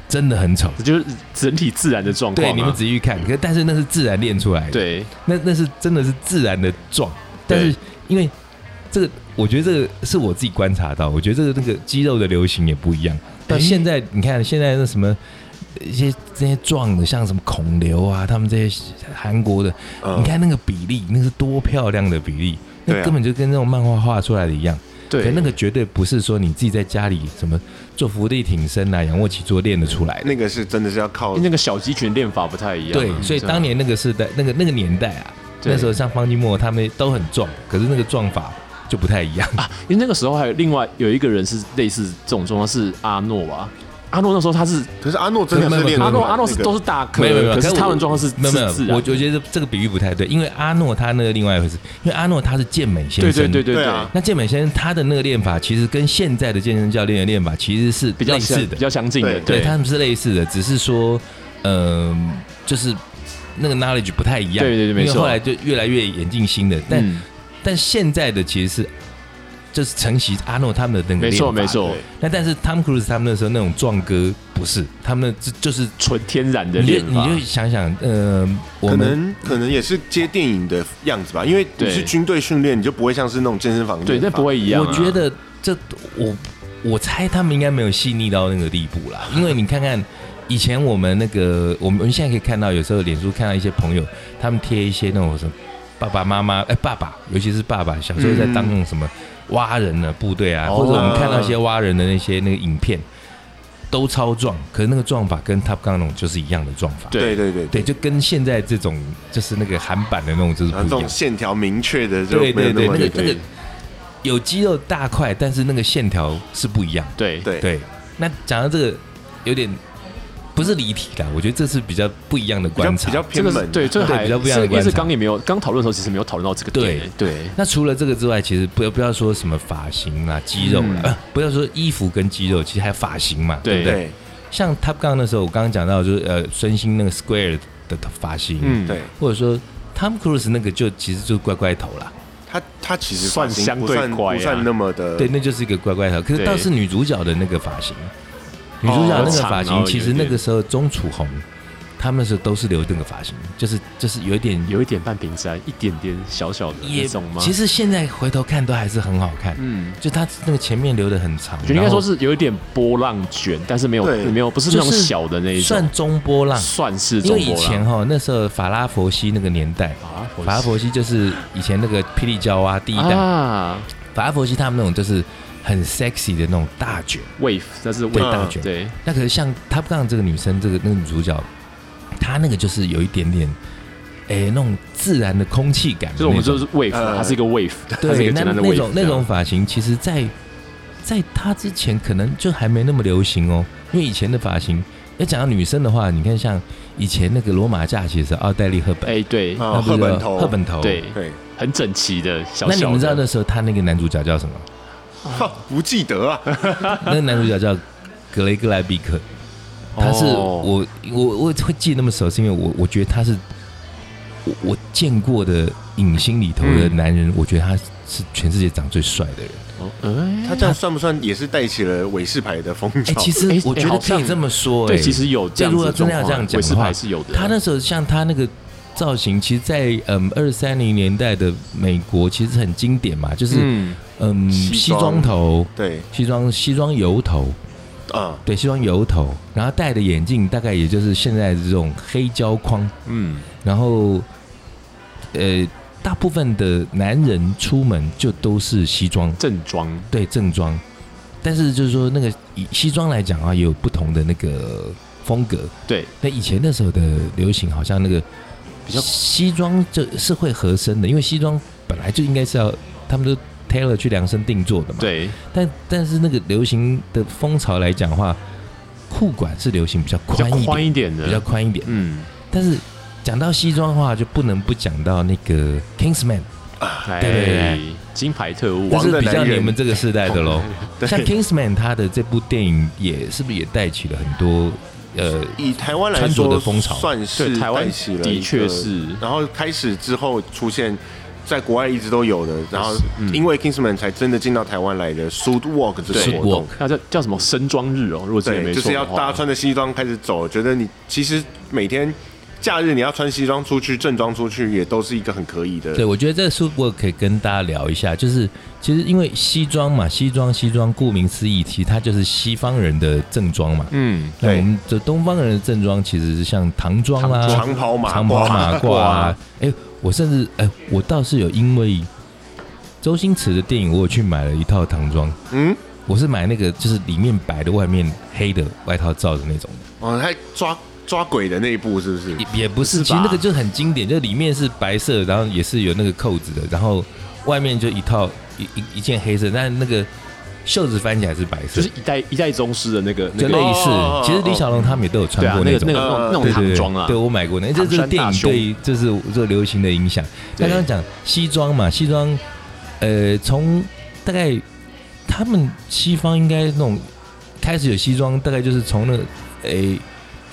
Speaker 3: 真的很丑。
Speaker 2: 就是整体自然的状况、啊。
Speaker 3: 对，你们仔细看，可但是那是自然练出来的，，
Speaker 2: 对
Speaker 3: 那那是真的是自然的壮，但是
Speaker 2: 对
Speaker 3: 因为这个，我觉得这个是我自己观察到，我觉得这个那个肌肉的流行也不一样。但现在你看，现在那什么一些这些壮的，像什么孔刘啊，他们这些韩国的，
Speaker 1: 嗯
Speaker 3: 你看那个比例，那是多漂亮的比例，
Speaker 1: 对
Speaker 3: 那
Speaker 1: 啊
Speaker 3: 根本就跟那种漫画画出来的一样。可
Speaker 2: 对，
Speaker 3: 那个绝对不是说你自己在家里什么做伏地挺身啊、仰卧起坐练得出来的。
Speaker 1: 那个是真的是要靠
Speaker 2: 那个小肌群练法不太一样啊。
Speaker 3: 对，所以
Speaker 2: 这样
Speaker 3: 当年那个时代，那个那个年代啊，
Speaker 2: 对
Speaker 3: 那时候像方金墨他们都很壮，可是那个壮法就不太一样。
Speaker 2: 因为那个时候还有另外有一个人是类似这种状况，是阿诺吧？阿诺那时候他是
Speaker 1: 可是阿诺真的是练
Speaker 2: 阿
Speaker 1: 得出
Speaker 2: 诺
Speaker 1: 来
Speaker 2: 阿诺是
Speaker 1: 那个
Speaker 2: 都是大颗
Speaker 3: 没有没有没
Speaker 2: 的，
Speaker 3: 有，
Speaker 2: 可是
Speaker 3: 我
Speaker 2: 他们状况是
Speaker 3: 没有没有
Speaker 2: 是自，然
Speaker 3: 我我觉得这个比喻不太对，因为阿诺他那个另外一回事，因为阿诺他是健美先
Speaker 2: 对
Speaker 3: 生，
Speaker 2: 对对
Speaker 3: 对。
Speaker 1: 对
Speaker 2: 对对，
Speaker 1: 啊
Speaker 3: 那健美先生他的那个练法，其实跟现在的健身教练的练法其实是
Speaker 2: 比较
Speaker 3: 类
Speaker 2: 像
Speaker 3: 似的
Speaker 2: 比，较相近的，
Speaker 1: 对
Speaker 3: 对，
Speaker 2: 对
Speaker 3: 他们是类似的，只是说，嗯，就是那个 knowledge 不太一样。
Speaker 2: 对对对没
Speaker 3: 因为
Speaker 2: 错
Speaker 3: 后来就越来越演进新的，但、
Speaker 2: 嗯
Speaker 3: 但现在的其实是就是承袭阿诺他们的那个
Speaker 2: 没错
Speaker 3: 练法
Speaker 2: 没。错
Speaker 1: 对，
Speaker 3: 那但是 Tom Cruise 他们那时候那种壮哥不是，他们就就是
Speaker 2: 纯天然的
Speaker 3: 你就
Speaker 2: 练法，
Speaker 3: 你就想想，呃，我
Speaker 1: 可
Speaker 3: 们
Speaker 1: 能可能也是接电影的样子吧，因为你
Speaker 2: 对
Speaker 1: 去军队训练，你就不会像是那种健身房
Speaker 2: 对，那不
Speaker 1: 会。
Speaker 2: 会一样啊。
Speaker 3: 我觉得这我我猜他们应该没有细腻到那个地步
Speaker 2: <laughs>
Speaker 3: 啦，因为你看看以前我们那个，我们我们现在可以看到，有时候脸书看到一些朋友，他们贴一些那种什么爸爸妈妈，哎、爸爸，尤其是爸爸小时候在当那种什么挖人的部队啊，
Speaker 2: 哦
Speaker 3: 或者我们看到一些挖人的那些那个影片，都超壮，可是那个壮法跟 Top Gun 那种就是一样的壮法，
Speaker 1: 对
Speaker 2: 对
Speaker 1: 对对
Speaker 3: 对，，就跟现在这种就是那个韩版的那种就是
Speaker 1: 然后
Speaker 3: 不
Speaker 1: 这
Speaker 3: 一样
Speaker 1: 种。线条明确的就
Speaker 3: 对
Speaker 1: 没有那
Speaker 3: 对对，
Speaker 1: 么
Speaker 3: 那个那
Speaker 1: 对
Speaker 3: 个有肌肉大块，但是那个线条是不一样。
Speaker 2: 对
Speaker 1: 对
Speaker 3: 对，那讲到这个有点不是离题啦，我觉得这是比较不一样的
Speaker 1: 比较
Speaker 3: 观察。
Speaker 1: 比较
Speaker 2: 这
Speaker 1: 偏
Speaker 2: 个是
Speaker 1: 门，啊
Speaker 2: 对，这个
Speaker 3: 对
Speaker 2: 还
Speaker 3: 比较不一样
Speaker 2: 是
Speaker 3: 的
Speaker 2: 因为
Speaker 3: 观
Speaker 2: 是
Speaker 3: 察
Speaker 2: 刚也没有刚讨论的时候，其实没有讨论到这个点
Speaker 3: 对。
Speaker 2: 对
Speaker 3: 那除了这个之外，其实不要不要说什么发型啦、肌肉啦，
Speaker 2: 嗯
Speaker 3: 呃 <coughs> 不要说衣服跟肌肉，其实还有发型嘛，
Speaker 2: 对
Speaker 3: 对不对？
Speaker 1: 对
Speaker 3: 像 Top Gun 的时候，我刚刚讲到就是呃，孙兴那个 Square 的的发型，
Speaker 2: 嗯
Speaker 1: 对，
Speaker 3: 或者说 Tom Cruise 那个就其实就是乖乖头啦。
Speaker 1: 他他其实
Speaker 2: 算
Speaker 1: 发型
Speaker 2: 相
Speaker 1: 不
Speaker 2: 对
Speaker 1: 算
Speaker 2: 乖啊
Speaker 1: 不算那么的
Speaker 3: 对，那就是一个乖乖头。可是
Speaker 2: 对
Speaker 3: 倒是女主角的那个发型，女主角那个发
Speaker 2: 长然
Speaker 3: 型，
Speaker 2: 后
Speaker 3: 其
Speaker 2: 哦有
Speaker 3: 实
Speaker 2: 一
Speaker 3: 那
Speaker 2: 点
Speaker 3: 个时候钟楚红，他们是都是留那个发型，就是就是有一点
Speaker 2: 有一点半平山，一点点小小的那种吗？
Speaker 3: 其实现在回头看都还是很好看，
Speaker 2: 嗯，
Speaker 3: 就她那个前面留的很长，
Speaker 2: 就应该
Speaker 3: 然后
Speaker 2: 说是有一点波浪卷，但是没有
Speaker 1: 对
Speaker 2: 没有不是那种
Speaker 3: 就是
Speaker 2: 小的那一种，
Speaker 3: 算中波浪。
Speaker 2: 算是
Speaker 3: 因
Speaker 2: 中
Speaker 3: 为以
Speaker 2: 波
Speaker 3: 前
Speaker 2: 浪。
Speaker 3: 哈，那时候法拉佛西那个年代，
Speaker 2: 啊
Speaker 3: 法拉佛西就是以前那个霹雳娇娃第一代，
Speaker 2: 啊
Speaker 3: 法拉佛西他们那种就是很 sexy 的那种大卷，
Speaker 2: ，wave，那是
Speaker 3: 对
Speaker 2: wave，
Speaker 3: 大
Speaker 1: 嗯
Speaker 3: 卷，
Speaker 2: 对
Speaker 3: 那可是像 Top Gun 这个女生，这个那个女主角，她那个就是有一点点，哎、那种自然的空气感
Speaker 2: 就
Speaker 3: 的
Speaker 2: 是我们
Speaker 3: 那
Speaker 2: 就
Speaker 3: 种
Speaker 2: 是 wave，
Speaker 1: 呃
Speaker 2: 它是一个 wave，它是一
Speaker 3: 对，
Speaker 2: 个
Speaker 3: 那
Speaker 2: 简单的
Speaker 3: 那
Speaker 2: wave，
Speaker 3: 种那
Speaker 2: 这
Speaker 3: 种
Speaker 2: 样
Speaker 3: 发型，其实在在她之前可能就还没那么流行哦，因为以前的发型，要讲到女生的话，你看像以前那个罗马假期是奥黛丽·赫本，
Speaker 2: 哎对
Speaker 1: 啊
Speaker 3: 那不
Speaker 1: 赫
Speaker 3: 是
Speaker 1: 本头
Speaker 3: 赫本头，
Speaker 2: 对，
Speaker 1: 对， <laughs>
Speaker 2: 很整齐的小
Speaker 3: 那你
Speaker 2: 小
Speaker 3: 们知道
Speaker 2: 的
Speaker 3: 那时候她那个男主角
Speaker 2: <laughs>
Speaker 3: 叫什么？
Speaker 1: 哈不记得
Speaker 3: 哎
Speaker 1: 啊，
Speaker 3: 那个男主角叫格雷格莱比克，他是
Speaker 2: 哦
Speaker 3: 我我我会记得那么熟，是因为我我觉得他是我我见过的影星里头的
Speaker 2: 嗯
Speaker 3: 男人，我觉得他是全世界长最帅的人。
Speaker 2: 哦哎
Speaker 1: 他这样算不算也是带起了韦氏牌的风
Speaker 3: 哎、
Speaker 1: 潮？
Speaker 3: 其实
Speaker 2: 哎
Speaker 3: 我觉
Speaker 2: 哎
Speaker 3: 得
Speaker 2: 好
Speaker 3: 可以
Speaker 2: 像
Speaker 3: 这么说、哎，
Speaker 2: 对，其实有这
Speaker 3: 这
Speaker 2: 样
Speaker 3: 如
Speaker 2: 子
Speaker 3: 果
Speaker 2: 的
Speaker 3: 真
Speaker 2: 状
Speaker 3: 的要
Speaker 2: 况，
Speaker 3: 这样讲
Speaker 2: 韦斯
Speaker 3: 的话
Speaker 2: 牌，是有的，啊
Speaker 3: 他那时候像他那个造型，其实在，嗯二三零年代的美国其实很经典嘛，就是
Speaker 2: 嗯
Speaker 3: 嗯
Speaker 1: 西
Speaker 3: 西
Speaker 1: 装
Speaker 3: 装头、
Speaker 1: 对
Speaker 3: 西装西装油头，
Speaker 1: 啊，
Speaker 3: 对，西装油头，然后戴的眼镜大概也就是现在的这种黑胶框，
Speaker 2: 嗯
Speaker 3: 然后呃，大部分的男人出门就都是西装，
Speaker 2: 正装
Speaker 3: 对正装，但是就是说那个以西装来讲啊，也有不同的那个风格。
Speaker 2: 对
Speaker 3: 那以前那时候的流行，好像那个
Speaker 2: 比较
Speaker 3: 西装就是会合身的，因为西装本来就应该是要他们都 tailor 去量身定做的嘛。
Speaker 2: 对
Speaker 3: 但但是那个流行的风潮来讲的话，裤管是流行比较
Speaker 2: 比较
Speaker 3: 宽一
Speaker 2: 宽一
Speaker 3: 点，
Speaker 2: 点
Speaker 3: 比较
Speaker 2: 的，
Speaker 3: 宽一点。
Speaker 2: 嗯，
Speaker 3: 但是讲到西装的话，就不能不讲到那个 Kingsman，
Speaker 2: 哎
Speaker 3: 对对对
Speaker 2: 金牌特务
Speaker 3: 这
Speaker 1: 王
Speaker 3: 是
Speaker 1: 的
Speaker 3: 比较
Speaker 1: 男人
Speaker 3: 你们这个时代的喽。
Speaker 1: <laughs> 对
Speaker 3: 像 Kingsman 他的这部电影也是不是也带起了很多呃，
Speaker 1: 以台湾来
Speaker 3: 穿着
Speaker 1: 说
Speaker 3: 的风潮
Speaker 1: 算是
Speaker 2: 对台湾
Speaker 1: 带起了一个
Speaker 2: 的确是
Speaker 1: 然后开始之后出现在国外一直都有的，然后
Speaker 3: 嗯
Speaker 1: 因为 Kingsman 才真的进到台湾来的 Suit Walk 这
Speaker 2: 对
Speaker 1: 个活动
Speaker 3: Suit，
Speaker 2: 那叫叫什么深装日哦，如果这里
Speaker 1: 对，
Speaker 2: 没
Speaker 1: 就
Speaker 2: 错
Speaker 1: 是要
Speaker 2: 的
Speaker 1: 大家
Speaker 2: 话，
Speaker 1: 穿着西装开始走，觉得你其实每天假日你要穿西装出去、正装出去，也都是一个很可以的。
Speaker 3: 对，我觉得这个书我可以跟大家聊一下，就是其实因为西装嘛，西装西装顾名思义，其实它就是西方人的正装嘛。
Speaker 1: 嗯，
Speaker 3: 那我
Speaker 1: 对，
Speaker 3: 们这东方人的正装其实是像唐装啦、
Speaker 1: 长袍马
Speaker 3: 长袍
Speaker 1: <laughs>
Speaker 3: 马褂
Speaker 1: 褂
Speaker 3: 啊。哎、我甚至哎、我倒是有因为周星驰的电影，我有去买了一套唐装。
Speaker 1: 嗯，
Speaker 3: 我是买那个就是里面白的，外面黑的外套罩的那种，
Speaker 1: 哦，还抓抓鬼的那一步是不是？
Speaker 3: 也也不
Speaker 1: 是
Speaker 3: 是，
Speaker 1: 吧
Speaker 3: 其实那个就很经典，就里面是白色，然后也是有那个扣子的，然后外面就一套一一一件黑色，但那个袖子翻起来是白色，
Speaker 2: 就是一代一代宗师的那个那
Speaker 3: 就
Speaker 2: 个
Speaker 3: 类似
Speaker 1: 哦哦哦。
Speaker 3: 其实李小龙他们也都有
Speaker 2: 对
Speaker 3: 穿
Speaker 2: 啊
Speaker 3: 过，
Speaker 2: 那个
Speaker 3: 那种
Speaker 2: 那个
Speaker 1: 呃
Speaker 2: 那种那种
Speaker 3: 对对
Speaker 2: 唐
Speaker 3: 对
Speaker 2: 装啊
Speaker 3: 对，我买过那个，这
Speaker 2: 唐山
Speaker 3: 就是电
Speaker 2: 大
Speaker 3: 影
Speaker 2: 兄
Speaker 3: 对这是这个流行的影响。那
Speaker 2: 对
Speaker 3: 刚刚讲西装嘛，西装，呃，从大概他们西方应该那种开始有西装，大概就是从那个诶、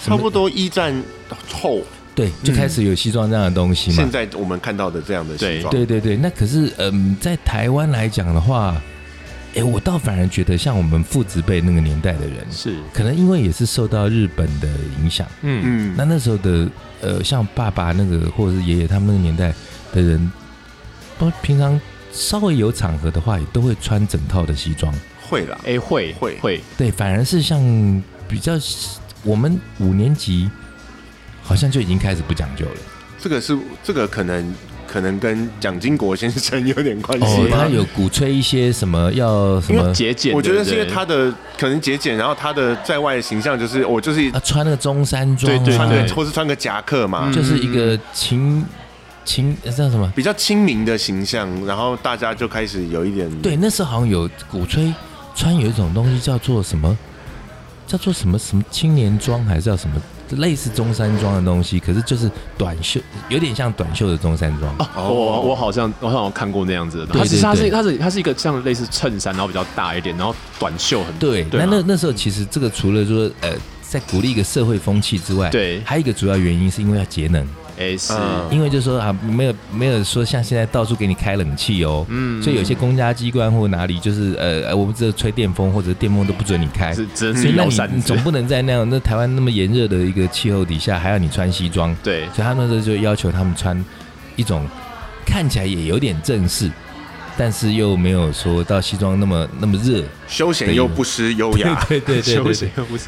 Speaker 3: 什
Speaker 1: 差
Speaker 3: 么
Speaker 1: 不多一战后，
Speaker 3: 对就开始有西装这样的东西嘛
Speaker 1: 现。在我们看到的这样的西装，
Speaker 3: 对对对，那可是嗯，在台湾来讲的话，诶，我倒反而觉得像我们父子辈那个年代的人，
Speaker 2: 是
Speaker 3: 可能因为也是受到日本的影响。
Speaker 2: 嗯，
Speaker 1: 嗯
Speaker 3: 那，那时候的呃，像爸爸那个或者是爷爷他们那个年代的人，不平常稍微有场合的话，也都会穿整套的西装。
Speaker 1: 会啦，
Speaker 2: 哎会
Speaker 1: 会
Speaker 2: 会
Speaker 3: 对，反而是像比较我们五年级，好像就已经开始不讲究了。
Speaker 1: 这个是这个可能可能跟蒋经国先生有点关系
Speaker 3: 哦，
Speaker 1: 吧
Speaker 3: 他。有鼓吹一些什么要什么
Speaker 2: 节俭，
Speaker 1: 我觉得是因为
Speaker 2: 对不对
Speaker 1: 他的可能节俭，然后他的在外的形象就是我就是
Speaker 3: 啊，穿那个中山装、啊，
Speaker 2: 对对
Speaker 1: 穿个
Speaker 2: 对
Speaker 1: 或是穿个夹克嘛，
Speaker 2: 嗯
Speaker 3: 就是一个情情叫什么？
Speaker 1: 比较亲民的形象，然后大家就开始有一点
Speaker 3: 对，那时候好像有鼓吹穿有一种东西叫做什么，叫做什么什么青年装，还是叫什么类似中山装的东西，可是就是短袖，有点像短袖的中山装。
Speaker 1: 哦
Speaker 2: 我我好像我好像有看过那样子的东
Speaker 3: 对
Speaker 2: 西，
Speaker 3: 对
Speaker 2: 它
Speaker 3: 对
Speaker 2: 是它是它是它是一个像类似衬衫，然后比较大一点，然后短袖很
Speaker 3: 对，
Speaker 2: 对
Speaker 3: 那
Speaker 2: 啊
Speaker 3: 那那时候其实这个除了说呃，在鼓励一个社会风气之外，
Speaker 2: 对
Speaker 3: 还有一个主要原因是因为要节能，
Speaker 2: 哎是
Speaker 1: 嗯
Speaker 3: 因为就是说啊，没有没有说像现在到处给你开冷气哦，嗯，所以有些公家机关或哪里就是呃，呃我们只有吹电风或者电风都不准你开，
Speaker 2: 只只能
Speaker 3: 所
Speaker 2: 是
Speaker 3: 以那
Speaker 2: 摇
Speaker 3: 你
Speaker 2: 扇
Speaker 3: 你
Speaker 2: 子
Speaker 3: 总，不能在那样那台湾那么炎热的一个气候底下，还要你穿西装，
Speaker 2: 对
Speaker 3: 所以他们那时候就要求他们穿一种看起来也有点正式，但是又没有说到西装那么那么热。
Speaker 1: 休闲又不失优雅，
Speaker 3: <laughs> 对对对
Speaker 2: 休
Speaker 3: 对
Speaker 2: 闲
Speaker 3: 对。
Speaker 2: 又不是，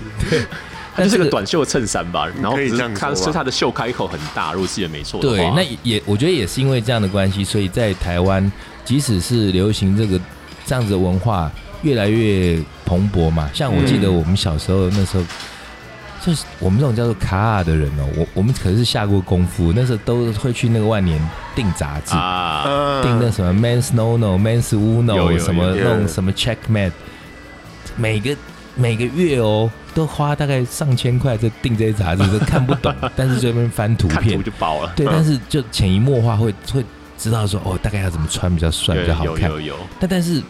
Speaker 2: 它
Speaker 3: 但
Speaker 2: 就是
Speaker 3: 这
Speaker 2: 个
Speaker 3: 个
Speaker 2: 短袖衬衫吧，然后
Speaker 1: 可以
Speaker 2: 只
Speaker 1: 这
Speaker 2: 是
Speaker 1: 样说
Speaker 2: 它
Speaker 1: 吧
Speaker 2: 所以它的袖开口很大，如果记得没错的话，
Speaker 3: 对，那也我觉得也是因为这样的关系，所以在台湾，即使是流行这个这样子的文化越来越蓬勃嘛，像我记得我们小时候那时候。就是我们这种叫做卡尔的人哦，我我们可是下过功夫，那时候都会去那个万年订杂志，
Speaker 2: 啊，
Speaker 1: <laughs>
Speaker 3: 订那
Speaker 1: 嗯，
Speaker 3: 什么 Men's No No、Men's Uno
Speaker 2: 有有
Speaker 3: 什么
Speaker 1: 有
Speaker 3: 那种什么 Checkmate，每个每个月哦都花大概上千块在订这些杂志，都看不
Speaker 2: <laughs>
Speaker 3: 懂，但是这边翻图
Speaker 2: 看
Speaker 3: 片
Speaker 2: 图，就饱了，
Speaker 3: 对，
Speaker 1: 嗯
Speaker 3: 但是就潜移默化会会知道说哦，大概要怎么穿比较帅比较好
Speaker 2: 有
Speaker 3: 看
Speaker 2: 有。有，
Speaker 3: 但但是，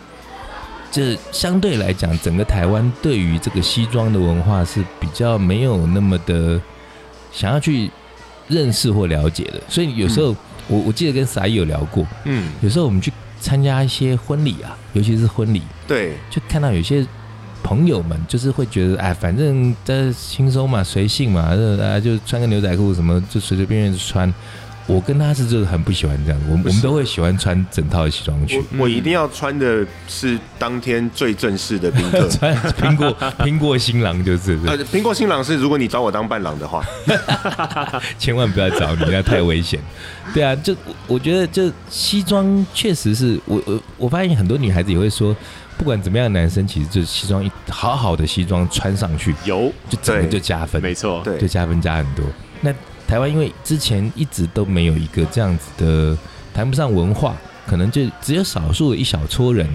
Speaker 3: 这相对来讲，整个台湾对于这个西装的文化是比较没有那么的想要去认识或了解的。所以有时候、
Speaker 2: 嗯
Speaker 3: 我我记得跟傻一有聊过，
Speaker 1: 嗯，
Speaker 3: 有时候我们去参加一些婚礼啊，尤其是婚礼，
Speaker 1: 对，
Speaker 3: 就看到有些朋友们就是会觉得，哎，反正这轻松嘛，随性嘛，这大家就穿个牛仔裤什么，就随随便便穿。我跟他是就是很不喜欢这样，我们
Speaker 1: 不
Speaker 3: 我
Speaker 1: 是
Speaker 3: 们都会喜欢穿整套的西装去，。
Speaker 1: 我我一定要穿的是当天最正式的宾客
Speaker 3: <laughs> 穿苹果苹果新郎就是，
Speaker 1: 呃，苹果新郎是如果你找我当伴郎的话，
Speaker 3: 千万不要找你，那太危险。对啊，就我觉得就西装确实是我我我发现很多女孩子也会说，不管怎么样，男生其实就是西装一好好的西装穿上去，
Speaker 2: 有，
Speaker 3: 就整个
Speaker 1: 对
Speaker 3: 就加分，
Speaker 2: 没错，
Speaker 1: 对
Speaker 3: 就加分加很多。那台湾因为之前一直都没有一个这样子的，谈不上文化，可能就只有少数的一小撮人，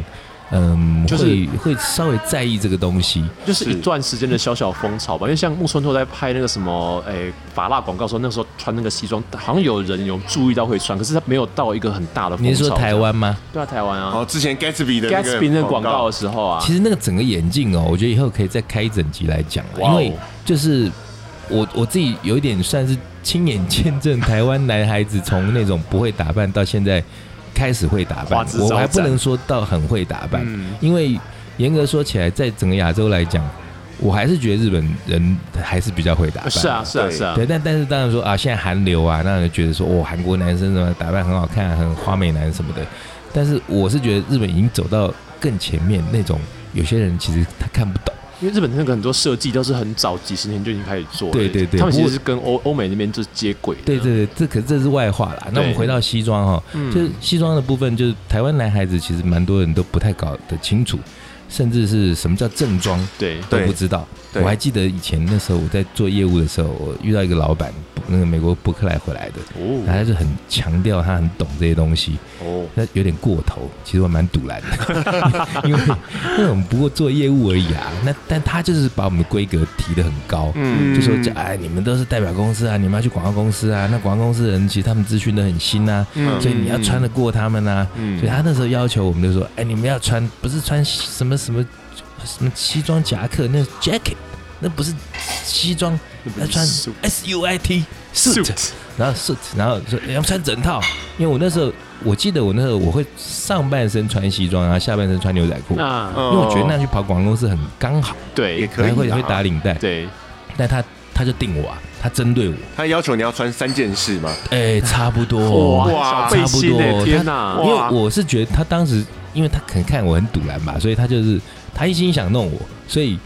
Speaker 3: 嗯，
Speaker 2: 就是
Speaker 3: 会会稍微在意这个东西。
Speaker 2: 就是
Speaker 1: 是
Speaker 2: 一段时间的小小风潮吧。因为像木村拓哉拍那个什么，诶、法拉广告的时候，那时候穿那个西装，好像有人有注意到会穿，可是他没有到一个很大的风潮。
Speaker 3: 你是说台？湾吗？
Speaker 2: 对啊，台湾啊。
Speaker 1: 哦，之前 Gatsby 的那个
Speaker 2: Gatsby 那个
Speaker 1: 广
Speaker 2: 广告
Speaker 1: 告
Speaker 2: 的，时候啊，
Speaker 3: 其实那个整个眼镜哦，我觉得以后可以再开一整集来讲啊，
Speaker 2: 哇
Speaker 3: 因
Speaker 2: 哦
Speaker 3: 为就是我我自己有一点算是亲眼见证台湾男孩子从那种不会打扮到现在开始会打
Speaker 2: 花
Speaker 3: 扮，
Speaker 2: 枝
Speaker 3: 我还
Speaker 2: 招
Speaker 3: 不
Speaker 2: 展
Speaker 3: 能说到很会打扮，
Speaker 2: 嗯
Speaker 3: 因为严格说起来，在整个亚洲来讲，我还是觉得日本人还是比较会打扮。
Speaker 2: 是啊，是啊，
Speaker 1: 对
Speaker 2: 是啊，
Speaker 3: 对，但但是当然说啊，现在韩流啊，让人觉得说哦，韩国男生什么打扮很好看，很花美男什么的。但是我是觉得日本已经走到更前面那种，有些人其实他看不懂。
Speaker 2: 因为日本那个很多设计都是很早几十年就已经开始做了，
Speaker 3: 对对对
Speaker 2: 他们其
Speaker 3: 不
Speaker 2: 实是跟欧欧美那边就是接轨的，
Speaker 3: 对对对，这可这是外话啦。那我
Speaker 2: 对
Speaker 3: 们回到西装哈、
Speaker 2: 嗯
Speaker 3: 就是西装的部分，就是台湾男孩子其实蛮多人都不太搞得清楚，甚至是什么叫正装
Speaker 2: 对
Speaker 3: 都
Speaker 1: 对
Speaker 3: 不知道。
Speaker 1: 对
Speaker 3: 我还记得以前那时候我在做业务的时候，我遇到一个老板，那个美国伯克莱回来的，然
Speaker 2: 哦，
Speaker 3: 后他就很强调他很懂这些东西，
Speaker 1: 哦，
Speaker 3: 那有点过头，其实我蛮堵拦的， <laughs> 因为因为我们不过做业务而已啊。那但他就是把我们的规格提得很高，
Speaker 1: 嗯
Speaker 3: 就说这哎，你们都是代表公司啊，你们要去广告公司啊。那广告公司的人其实他们资讯都很新啊，
Speaker 1: 嗯
Speaker 3: 所以你要穿得过他们啊。
Speaker 1: 嗯
Speaker 3: 所以他那时候要求我们就说，哎，你们要穿不是穿什么什么什么西装夹克，那 jacket 那不是西装，
Speaker 2: 嗯
Speaker 3: 要穿 S U I T suit。然后 suit，然后呃说你要穿整套，因为我那时候我记得我那时候我会上半身穿西装，然后下半身穿牛仔裤，因
Speaker 2: 那
Speaker 1: 因
Speaker 3: 为我觉得那去跑广告公司很刚好，
Speaker 1: 啊也
Speaker 2: 对
Speaker 1: 哦可以啊
Speaker 3: 然后会
Speaker 1: 啦
Speaker 3: 会打领带，
Speaker 2: 对，
Speaker 3: 但他他就定我啊，他针对我，
Speaker 1: 他要求你要穿三件事嘛，
Speaker 3: 哎，差不多哦，
Speaker 1: 哇
Speaker 2: 小背
Speaker 3: 差不
Speaker 2: 心
Speaker 3: 多
Speaker 2: 欸
Speaker 3: 他
Speaker 2: 天哪
Speaker 3: 因，为我是觉得他当时，因为他可能看我很堵然吧，所以他就是他一心想弄我，所以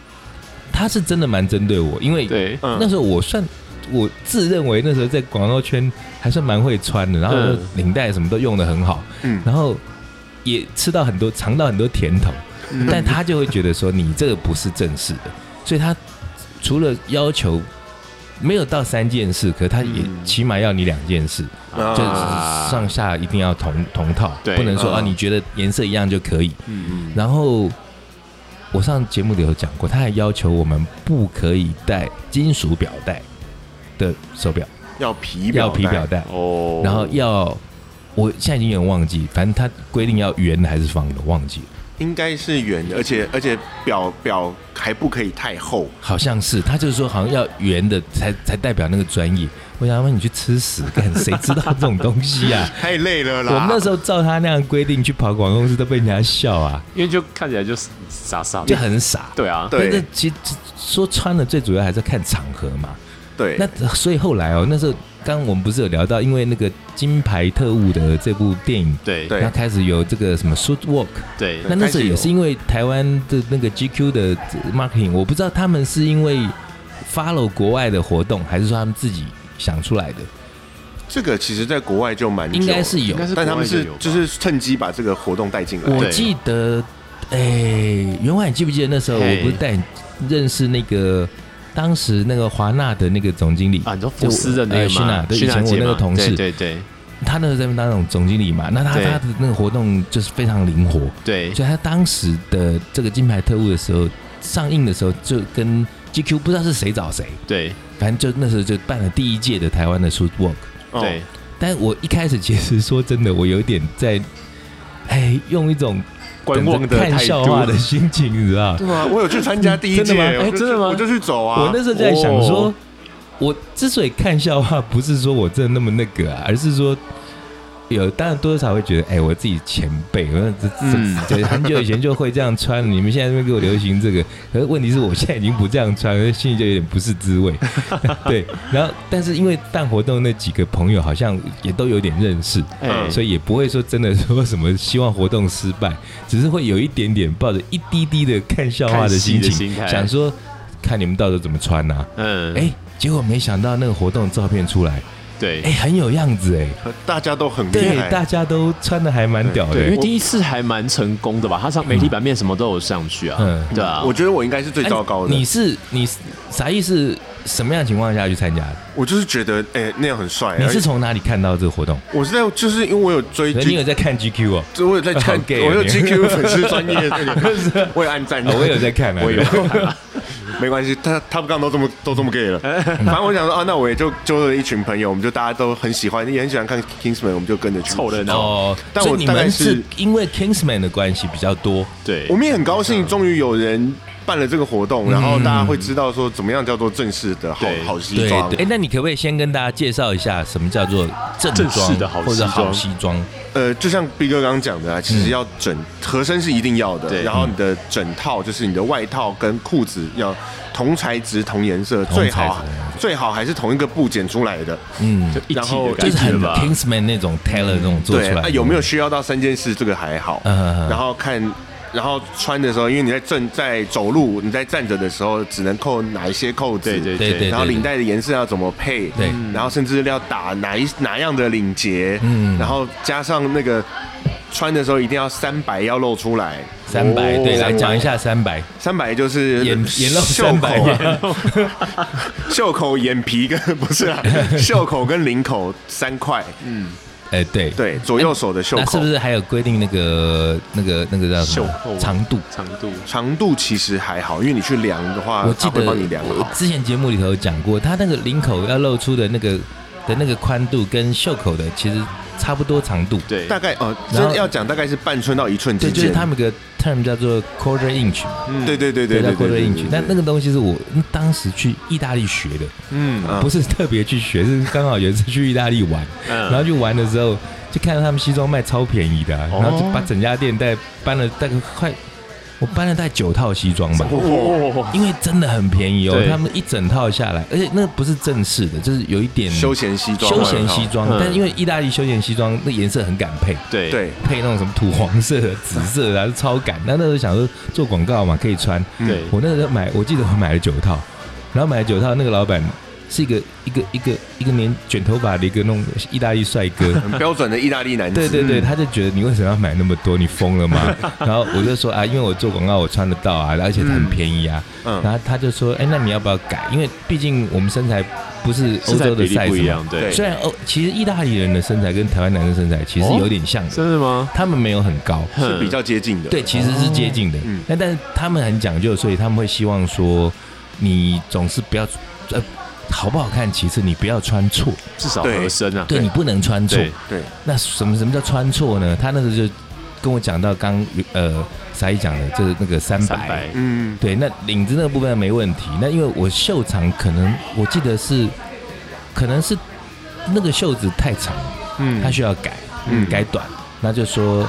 Speaker 3: 他是真的蛮针对我，因为
Speaker 2: 对，
Speaker 1: 嗯
Speaker 3: 那时候我算我自认为那时候在广告圈还算蛮会穿的，然后
Speaker 2: 嗯
Speaker 3: 领带什么都用的很好，
Speaker 1: 嗯
Speaker 3: 然后也吃到很多尝到很多甜头，
Speaker 1: 嗯
Speaker 3: 但他就会觉得说你这个不是正式的，所以他除了要求没有到三件事，可是他也
Speaker 1: 嗯
Speaker 3: 起码要你两件事，
Speaker 1: 啊
Speaker 3: 就是上下一定要同同套，
Speaker 2: 对
Speaker 3: 不能说
Speaker 1: 嗯
Speaker 3: 啊你觉得颜色一样就可以，
Speaker 1: 嗯
Speaker 3: 然后我上节目里有讲过，他还要求我们不可以戴金属表带的手表，
Speaker 1: 嗯要皮
Speaker 3: 要
Speaker 1: 表
Speaker 3: 皮表
Speaker 1: 带，
Speaker 3: 带，
Speaker 2: 哦，
Speaker 3: 然后要我现在已经有点忘记，反正他规定要圆的还是方的，忘记了，
Speaker 1: 应该是圆，而且而且表表还不可以太厚，
Speaker 3: 好像是他就是说好像要圆的才才代表那个专业。我想问你去吃屎干，谁知道这种东
Speaker 1: <laughs>
Speaker 3: 西啊？
Speaker 1: 太累了
Speaker 3: 我
Speaker 1: 啦。
Speaker 3: 们那时候照他那样规定去跑广告公司都被人家笑啊，
Speaker 2: 因为就看起来就是傻傻
Speaker 3: 就
Speaker 2: 的，
Speaker 3: 很傻。
Speaker 2: 对啊，
Speaker 1: 对
Speaker 3: 但是其实说穿的最主要还是看场合嘛。
Speaker 1: 对，
Speaker 3: 那所以后来哦，那时候刚我们不是有聊到，因为那个《金牌特务》的这部电影，
Speaker 2: 对
Speaker 1: 对
Speaker 3: 然后开始有这个什么 suit walk，
Speaker 2: 对
Speaker 1: 对
Speaker 3: 那那时候也是因为台湾的那个 GQ 的 marketing，我不知道他们是因为 follow 国外的活动，还是说他们自己想出来的，
Speaker 1: 这个其实在国外就蛮久
Speaker 3: 应该是
Speaker 1: 了
Speaker 3: 有
Speaker 2: 应。该是
Speaker 1: 但他们是
Speaker 2: 国外
Speaker 1: 就
Speaker 2: 有吧
Speaker 1: 是趁机把这个活动带进来。
Speaker 3: 我
Speaker 2: 对
Speaker 3: 记得，哎、员外，你记不记得那时候
Speaker 2: 嘿
Speaker 3: 我不是带你认识那个当时那个华纳的那个总经理
Speaker 2: 啊，你说福斯的那
Speaker 3: 呃
Speaker 2: 个
Speaker 3: 熏
Speaker 2: 嘛
Speaker 3: 啊，对
Speaker 2: 熏
Speaker 3: 以前
Speaker 2: 染
Speaker 3: 我
Speaker 2: 节
Speaker 3: 那个
Speaker 2: 嘛
Speaker 3: 同事
Speaker 2: 对对
Speaker 3: 他那时候在那边当那种总经理嘛，那他
Speaker 2: 对
Speaker 3: 他的那个活动就是非常灵活，
Speaker 2: 对对，
Speaker 3: 所以他当时的这个金牌特务的时候上映的时候，就跟 GQ 不知道是谁找谁，
Speaker 2: 对
Speaker 3: 反正就那时候就办了第一届的台湾的 Shoot Walk。
Speaker 1: 哦
Speaker 2: 对，
Speaker 3: 但我一开始其实说真的，我有点在，哎，用一种
Speaker 2: 观望
Speaker 3: 等
Speaker 2: 的
Speaker 3: 着看
Speaker 2: 态
Speaker 3: 笑
Speaker 2: 度
Speaker 3: 话的心情，你知道吗？
Speaker 1: 对啊，我有去参加第一届，
Speaker 3: 真的吗
Speaker 1: 我
Speaker 3: 哎
Speaker 1: 就
Speaker 2: 真的吗
Speaker 1: 我就去走啊。
Speaker 3: 我那时候在想说，
Speaker 2: 哦
Speaker 3: 我之所以看笑话，不是说我真的那么那个啊，而是说有当然多多少少会觉得，哎、我自己前辈，我这
Speaker 2: 嗯
Speaker 3: 这这很久以前就会这样穿，你们现在这边给我流行这个，可是问题是我现在已经不这样穿，所以心里就有点不是滋
Speaker 2: <laughs>
Speaker 3: 味。对，然后但是因为办活动那几个朋友好像也都有点认识，
Speaker 2: 哎，
Speaker 3: 所以也不会说真的说什么希望活动失败，只是会有一点点抱着一滴滴的看笑话的心
Speaker 2: 看戏
Speaker 3: 情，
Speaker 2: 的心态
Speaker 3: 想说看你们到时候怎么穿呐、啊。
Speaker 2: 嗯，
Speaker 3: 哎、结果没想到那个活动照片出来，
Speaker 2: 对
Speaker 3: 哎、很有样子哎、
Speaker 1: 大家都很厉
Speaker 3: 对，大
Speaker 1: 害，
Speaker 3: 家都穿的还蛮屌的。
Speaker 2: 对，因为
Speaker 1: 我
Speaker 2: 第一次还蛮成功的吧，他上媒体版面什么都有上去啊，
Speaker 3: 嗯
Speaker 2: 对啊，
Speaker 1: 我觉得我应该是最
Speaker 3: 哎
Speaker 1: 糟糕的。
Speaker 3: 你是你是啥意思？什么样的情况下去参加的？
Speaker 1: 我就是觉得，哎、那样很帅。
Speaker 3: 你
Speaker 1: 而且
Speaker 3: 是从哪里看到这个活动？
Speaker 1: 我是在，就是因为我有追
Speaker 3: 所以你有
Speaker 1: 剧，
Speaker 3: 在看 GQ 哦？
Speaker 1: 就我有在看，
Speaker 3: 好 gay 哦
Speaker 1: 我有
Speaker 3: 你 <laughs>
Speaker 1: GQ 粉丝专业那个，我有按赞、
Speaker 3: 啊我有在看啊，
Speaker 2: 我有
Speaker 3: 对
Speaker 1: <laughs> 没关系，他他们刚刚都这么都这么
Speaker 3: <laughs>
Speaker 1: gay 了。反正我想说啊，那我也就揪了一群朋友，我们就大家都很喜欢，也很喜欢看 Kingsman，我们就跟着去
Speaker 2: 凑热闹
Speaker 3: 哦。
Speaker 1: 但
Speaker 3: 所以
Speaker 1: 我
Speaker 3: 你
Speaker 1: 大概
Speaker 3: 们
Speaker 1: 是
Speaker 3: 是因为 Kingsman 的关系比较多，
Speaker 2: 对
Speaker 1: 我，们也很高兴，终于有人办了这个活动，然后大家会知道说怎么样叫做正式的好
Speaker 2: 对
Speaker 1: 好西
Speaker 3: 嗯对
Speaker 1: 装
Speaker 3: 对，。哎，那你可不可以先跟大家介绍一下什么叫做正
Speaker 2: 正
Speaker 3: 装
Speaker 2: 式的好
Speaker 3: 或者
Speaker 2: 西装
Speaker 3: 好西装？
Speaker 1: 呃，就像逼哥刚刚讲的啊，
Speaker 3: 嗯
Speaker 1: 其实要整合身是一定要的，
Speaker 2: 对
Speaker 1: 然后你的整套就是你的外套跟裤子要同材质、同颜色，
Speaker 3: 同材
Speaker 1: 最
Speaker 3: 质
Speaker 1: 好最好还是同一个布剪出来的。
Speaker 3: 嗯，
Speaker 2: 就一
Speaker 1: 然
Speaker 2: 体
Speaker 1: 后
Speaker 2: 的
Speaker 3: 就
Speaker 2: 感
Speaker 3: 是
Speaker 2: 觉
Speaker 3: 很
Speaker 2: 吧。
Speaker 3: Kingsman 那种 Taylor 那种做
Speaker 1: 对
Speaker 3: 出来
Speaker 1: 啊，
Speaker 3: 的。
Speaker 1: 有没有需要到三件事？这个还好。
Speaker 3: 嗯嗯嗯
Speaker 1: 然后看，然后穿的时候，因为你在正在走路，你在站着的时候，只能扣哪一些扣子，
Speaker 2: 对对嗯
Speaker 3: 对对
Speaker 1: 然后领带的颜色要怎么配，
Speaker 3: 对
Speaker 1: 然后甚至要打哪一哪样的领结，
Speaker 3: 嗯
Speaker 1: 然后加上那个穿的时候一定要三白要露出来，
Speaker 3: 三百？对，
Speaker 1: 哦
Speaker 3: 来讲一，下三百，
Speaker 1: 三白就是
Speaker 3: 眼眼露
Speaker 1: 袖
Speaker 3: 三百
Speaker 1: 口、啊 <laughs> 袖口、眼皮跟不是啊，袖口跟领口三块，
Speaker 3: 哎，对。
Speaker 1: 对，左右手的袖
Speaker 3: <laughs> 那是
Speaker 1: 口
Speaker 3: 不。是还有规定那个那个那个叫什
Speaker 2: 袖
Speaker 3: 么
Speaker 2: 扣
Speaker 3: 长度？
Speaker 2: 长度，
Speaker 1: 长度其实还好，因为你去量的话，
Speaker 3: 我记
Speaker 1: 它
Speaker 3: 得
Speaker 1: 啊会帮你量
Speaker 3: 我
Speaker 1: 好。
Speaker 3: 之前节目里头有讲过，它那个领口要露出的那个的那个宽度跟袖口的其实差不多长度。
Speaker 2: 对，
Speaker 1: 大概呃，
Speaker 3: 然后
Speaker 1: 真要讲大概是半寸到一寸之
Speaker 3: 对，就是
Speaker 1: 间。
Speaker 3: 他们有个 term 叫做 quarter inch，嘛
Speaker 2: 嗯
Speaker 1: 对对对对
Speaker 3: 叫
Speaker 1: 对
Speaker 3: quarter
Speaker 1: 对
Speaker 3: inch。那那
Speaker 1: 个
Speaker 3: 个东西是我当时去意大利学的，
Speaker 2: 嗯
Speaker 1: 啊
Speaker 3: 不是特别去学，是刚好有一次去意大利玩，然后
Speaker 2: 嗯，
Speaker 3: 去玩的时候就看到他们西装卖超便宜的啊、
Speaker 2: 哦
Speaker 3: 然后就把整家店带搬了大概快，我搬了大概九套西装吧。
Speaker 2: 哦，
Speaker 3: 因为真的很便宜哦，
Speaker 2: 对
Speaker 3: 他们一整套下来，而且那不是正式的，就是有一点
Speaker 1: 休闲西装，
Speaker 3: 休闲西装
Speaker 2: 嗯，
Speaker 3: 但因为意大利休闲西装那颜色很敢配，
Speaker 2: 对
Speaker 1: 对，
Speaker 3: 配那种什么土黄色的、紫色的，还是超敢。那那时候想说做广告嘛，可以穿。
Speaker 2: 对
Speaker 3: 我那时候买，我记得我买了九套，然后买了九套，那个老板是一个一个一个一个连卷头发的一个那种意大利帅
Speaker 2: <laughs>
Speaker 3: 哥，
Speaker 1: 很标准的意大利男子。
Speaker 3: 对
Speaker 2: 嗯
Speaker 3: 对对，他就觉得你为什么要买那么多？你疯了
Speaker 2: <laughs>
Speaker 3: 吗？然后我就说啊，因为我做广告我穿得到啊，而且很便宜啊。
Speaker 1: 嗯
Speaker 3: 然后他就说，哎，那你要不要改？因为毕竟我们身材不是欧洲的
Speaker 2: 身材比例
Speaker 3: size
Speaker 2: 不一样，
Speaker 3: 嘛
Speaker 2: 对，
Speaker 3: 虽然欧其实意大利人的身材跟台湾男生身材其实有点像的，
Speaker 2: 真的吗？
Speaker 3: 他们没有很高，
Speaker 1: 是比较接近的。
Speaker 3: 对，其实是接近的
Speaker 1: 嗯。
Speaker 3: 那但是他们很讲究，所以他们会希望说，你总是不要呃。好不好看，其次你不要穿错，
Speaker 2: 至少
Speaker 1: 对
Speaker 2: 合身啊，
Speaker 3: 对你不能穿错。
Speaker 2: 对，
Speaker 1: 对，
Speaker 3: 那什么什么叫穿错呢？他那时候就跟我讲到刚呃沙一讲的，就是那个三
Speaker 2: 三
Speaker 3: 百，
Speaker 2: 百，
Speaker 1: 嗯，
Speaker 3: 对，那领子那个部分没问题。那因为我袖长可能我记得是，可能是那个袖子太长，
Speaker 1: 嗯
Speaker 3: 他需要改，
Speaker 1: 嗯
Speaker 3: 改短，那就说。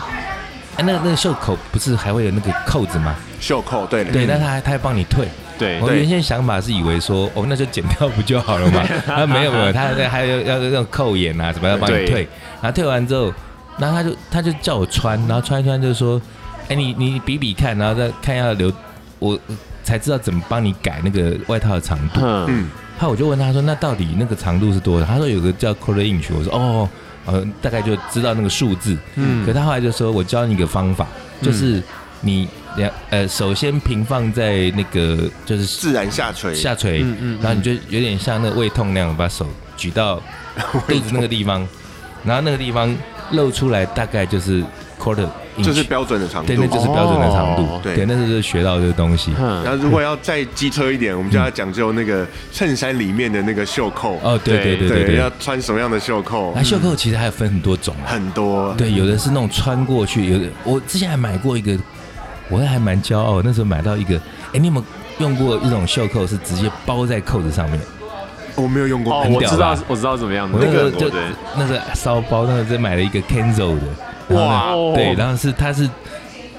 Speaker 3: 哎、那那个袖口不是还会有那个扣子吗？
Speaker 1: 袖扣，对
Speaker 3: 对，那他还他还帮你退。
Speaker 2: 对嗯
Speaker 3: 我
Speaker 1: 对
Speaker 3: 原先想法是以为说，哦，那就剪掉不就好了
Speaker 2: <laughs>
Speaker 3: 嘛？啊，没有没有，他他还要要要要扣眼啊，什么要帮你
Speaker 2: 对
Speaker 3: 退，然后退完之后，然后他就他就叫我穿，然后穿一穿就说，哎，你你比比看，然后再看要留，我才知道怎么帮你改那个外套的长度。
Speaker 2: 嗯，
Speaker 1: 嗯，
Speaker 3: 后来我就问他说，那到底那个长度是多少？他说有个叫 quarter inch，我说哦，呃，大概就知道那个数字。
Speaker 2: 嗯
Speaker 3: 可他后来就说，我教你一个方法，就是你两呃，首先平放在那个就是
Speaker 1: 自然下垂，
Speaker 3: 下垂，
Speaker 2: 嗯嗯嗯
Speaker 3: 然后你就有点像那个胃痛那样，把手举
Speaker 1: <laughs>
Speaker 3: 到肚子那个地方，然后那个地方露出来大概就是 quarter，inch
Speaker 1: 就是标准的长
Speaker 3: 对，那就
Speaker 1: 度。
Speaker 3: 是标准的长度
Speaker 2: 哦。
Speaker 1: 对
Speaker 3: 对，那时候就学到这个
Speaker 1: <laughs>
Speaker 3: 东西。
Speaker 1: 然
Speaker 2: 嗯，
Speaker 1: 后如果要再机车一点，我们就要讲究那个衬衫里面的那个袖扣。
Speaker 3: 哦，对对
Speaker 2: 对
Speaker 3: 对对
Speaker 1: 要
Speaker 3: 对。
Speaker 1: 穿什么样的袖扣
Speaker 3: 那，袖扣其实还有分很多种啊，
Speaker 1: 很多。
Speaker 3: 对，有的是那种穿过去，有的我之前还买过一个，我还蛮骄傲，那时候买到一个，哎，你有没有用过一种袖扣是直接包在扣子上面？
Speaker 1: 我没有用过
Speaker 2: 哦，，
Speaker 3: 很
Speaker 2: 我
Speaker 3: 屌
Speaker 2: 知道
Speaker 3: 吧，
Speaker 2: 我知道怎么样的，
Speaker 3: 我那个
Speaker 2: 对
Speaker 3: 就
Speaker 2: 对
Speaker 3: 那个骚包，那个是买了一个 Kenzo 的，然后呢
Speaker 2: 哇
Speaker 3: 对，然后是它是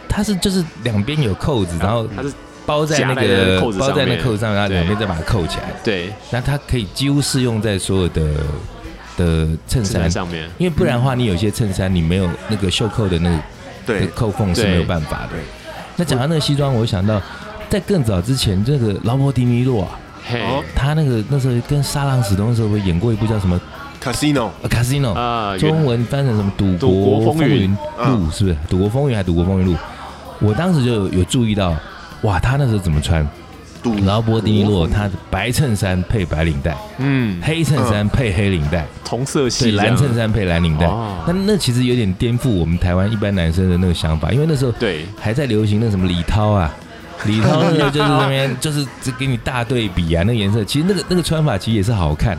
Speaker 3: 它是就是两边有扣子，然后
Speaker 2: 它是
Speaker 3: 包在
Speaker 2: 夹
Speaker 3: 那
Speaker 2: 在那
Speaker 3: 个
Speaker 2: 个扣子
Speaker 3: 包在
Speaker 2: 上
Speaker 3: 那
Speaker 2: 面
Speaker 3: 扣子上，然后
Speaker 2: 对
Speaker 3: 两边再把它扣起来，
Speaker 2: 对
Speaker 3: 那它可以几乎适用在所有的的衬
Speaker 2: 衬衫
Speaker 3: 衫，
Speaker 2: 上面，
Speaker 3: 因为不然的话，你有些衬衫你没有那个袖扣的那个那
Speaker 1: 对
Speaker 3: 个，扣缝是
Speaker 2: 对
Speaker 3: 没有办法的。那讲到那个西装，我想到在更早之前，这个劳勃迪尼洛啊，
Speaker 2: 嘿
Speaker 1: 哦
Speaker 3: 他那个那时候跟沙朗史东那时候演过一部叫什么
Speaker 1: Casino，
Speaker 3: 呃 Casino
Speaker 2: 啊，
Speaker 3: 中
Speaker 2: 原
Speaker 3: 文翻成什么“赌
Speaker 2: 赌
Speaker 3: 国
Speaker 2: 国
Speaker 3: 风
Speaker 2: 风
Speaker 3: 云
Speaker 2: 云嗯
Speaker 3: 录”是不是？“赌国风云”还是“赌国风云录”？我当时就有有注意到，哇，他那时候怎么穿？
Speaker 1: 赌
Speaker 3: 劳勃迪尼洛，他的白衬衫配白领带，
Speaker 2: 嗯，
Speaker 3: 黑衬衫配黑领带，
Speaker 2: 同色系
Speaker 3: 对，
Speaker 2: 这样
Speaker 3: 蓝衬，衫配蓝领带
Speaker 2: 哦。
Speaker 3: 那那其实有点颠覆我们台湾一般男生的那个想法，因为那时候
Speaker 2: 对，
Speaker 3: 还在流行那什么李涛啊。李涛那时候就是那边就是只给你大对比啊，那个颜色其实那个那个穿法其实也是好看，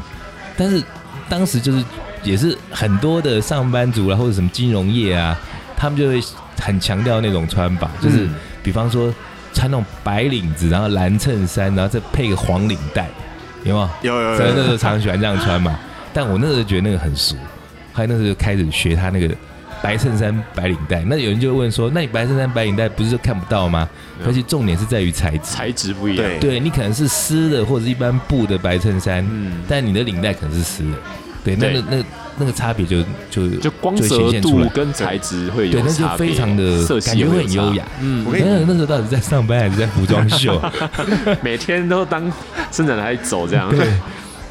Speaker 3: 但是当时就是也是很多的上班族啊或者什么金融业啊，他们就会很强调那种穿法，就是
Speaker 2: 嗯
Speaker 3: 比方说穿那种白领子，然后蓝衬衫，然后再配个黄领带，有没有？
Speaker 1: 有有
Speaker 3: 所以那
Speaker 1: 有
Speaker 3: 时
Speaker 1: 有，
Speaker 3: 候常喜欢这样穿嘛。但我那时候觉得那个很俗，后来那时候就开始学他那个白衬衫、白领带。那有人就会问说：“那你白衬衫、白领带不是就看不到吗？”
Speaker 2: 嗯
Speaker 3: 而且重点是在于材质，
Speaker 2: 材质不一样，
Speaker 1: 对
Speaker 3: 对你可能是湿的或者是一般布的白衬衫，
Speaker 2: 嗯，
Speaker 3: 但你的领带可能是湿的，对，那
Speaker 2: 对
Speaker 3: 个那个那个差别就就
Speaker 2: 就光
Speaker 3: 就
Speaker 2: 泽
Speaker 3: 显现出
Speaker 2: 度
Speaker 3: 来
Speaker 2: 跟材质会
Speaker 3: 对，
Speaker 2: 有
Speaker 3: 那就
Speaker 2: 差别，
Speaker 3: 非常的
Speaker 2: 色系
Speaker 3: 感觉
Speaker 2: 也
Speaker 3: 会
Speaker 2: 有
Speaker 3: 很
Speaker 2: 差
Speaker 3: 优雅。。
Speaker 2: 嗯
Speaker 1: 我，跟
Speaker 3: 那
Speaker 1: 你
Speaker 3: 那时候到底在上班还是在服装
Speaker 2: <laughs>
Speaker 3: 秀？
Speaker 2: 每天都当伸展台走这样，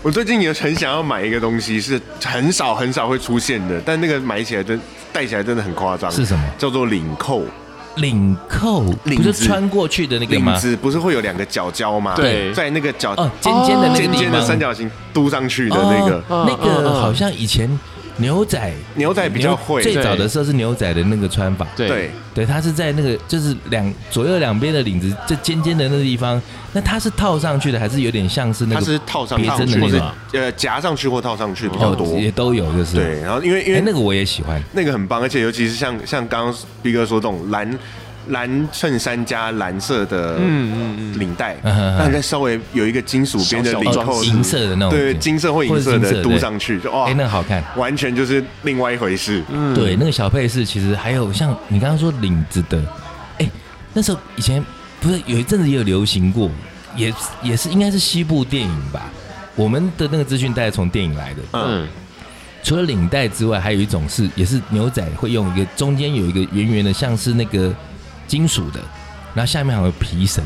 Speaker 1: 我最近也很想要买一个东西，是很少很少会出现的，但那个买起来真戴起来真的很夸张。
Speaker 3: 是什么？
Speaker 1: 叫做领扣，
Speaker 3: 领扣
Speaker 1: 领
Speaker 3: 不是
Speaker 1: 子
Speaker 3: 穿过去的那个
Speaker 1: 领
Speaker 3: 吗？
Speaker 1: 子不是会有两个角胶吗？
Speaker 2: 对
Speaker 1: 在那个角
Speaker 3: 哦，尖尖的那个
Speaker 1: 尖尖的
Speaker 3: 地方
Speaker 1: 三角形嘟上去的那个，
Speaker 3: 哦那
Speaker 2: 嗯嗯
Speaker 3: 个
Speaker 2: 嗯
Speaker 3: 好像以前牛仔
Speaker 1: 牛仔比较会
Speaker 3: 牛最早
Speaker 2: 对
Speaker 3: 的时候是牛仔的那个穿法，
Speaker 2: 对
Speaker 1: 对，
Speaker 3: 对，哦它是在那个就是两左右两边的领子这尖尖的那个地方，那它是套上去的，还是有点像是那
Speaker 1: 它
Speaker 3: 个
Speaker 1: 是套上去
Speaker 3: 别针的
Speaker 1: 或
Speaker 3: 那
Speaker 1: 是
Speaker 3: 种啊哦
Speaker 1: 呃夹上去或套上去比较多。
Speaker 3: 也都有，就是
Speaker 1: 对，然后因为因
Speaker 3: 哎
Speaker 1: 为，
Speaker 3: 那个我也喜欢，
Speaker 1: 那个很棒，而且尤其是像像刚刚逼哥说这种蓝蓝衬衫加蓝色的
Speaker 2: 嗯嗯嗯
Speaker 1: 领带，
Speaker 3: 嗯哼哼
Speaker 1: 那再稍微有一个金属边的
Speaker 2: 小小
Speaker 1: 领
Speaker 2: 装
Speaker 1: 扣
Speaker 3: 哦，
Speaker 1: 是
Speaker 3: 银色的那种，
Speaker 1: 对金色或银色
Speaker 3: 或者
Speaker 1: 的
Speaker 3: 金色
Speaker 1: 嘟
Speaker 3: 对
Speaker 1: 上去，就哇
Speaker 3: 哎，，那个好看。
Speaker 1: 完全就是另外一回事。
Speaker 2: 嗯，
Speaker 3: 对，，那个小配饰其实还有像你刚刚说领子的，哎，那时候以前不是有一阵子也有流行过，也也是应该是西部电影吧。我们的那个资讯带从电影来的，
Speaker 1: 嗯
Speaker 2: 嗯，
Speaker 3: 除了领带之外，还有一种是也是牛仔会用一个中间有一个圆圆的，像是那个金属的，然后下面还有皮绳，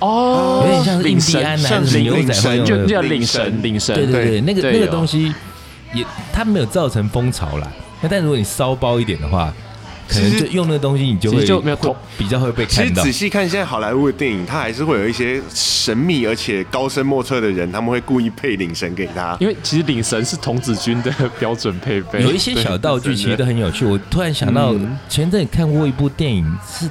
Speaker 2: 哦
Speaker 3: 有点像是印
Speaker 2: 领
Speaker 3: 第安
Speaker 2: 神，
Speaker 3: 男
Speaker 1: 像
Speaker 3: 牛仔会
Speaker 1: 哦领
Speaker 3: 用
Speaker 2: 就
Speaker 3: 的
Speaker 2: 那叫
Speaker 1: 领
Speaker 2: 领
Speaker 1: 神
Speaker 2: 神，领神，
Speaker 3: 对对对，
Speaker 1: 对
Speaker 3: 那个
Speaker 2: 对
Speaker 3: 那个
Speaker 2: 有
Speaker 3: 东西也它没有造成风潮啦。那但如果你骚包一点的话，可
Speaker 1: 其
Speaker 3: 能
Speaker 1: 实
Speaker 3: 就用那个东西，你就
Speaker 2: 其
Speaker 3: 会
Speaker 2: 实就没有
Speaker 3: 会
Speaker 2: 同
Speaker 3: 比较会被
Speaker 1: 其实
Speaker 3: 看到
Speaker 1: 仔。细看现在好莱坞的电影，它还是会有一些神秘而且高深莫测的人，他们会故意配领神给他。
Speaker 2: 因为其实领神是童子军的标准配备，
Speaker 3: 有一些小道具
Speaker 1: 对
Speaker 3: 其实都很有趣。我突然想到
Speaker 2: 嗯，
Speaker 3: 前阵子看过一部电影，是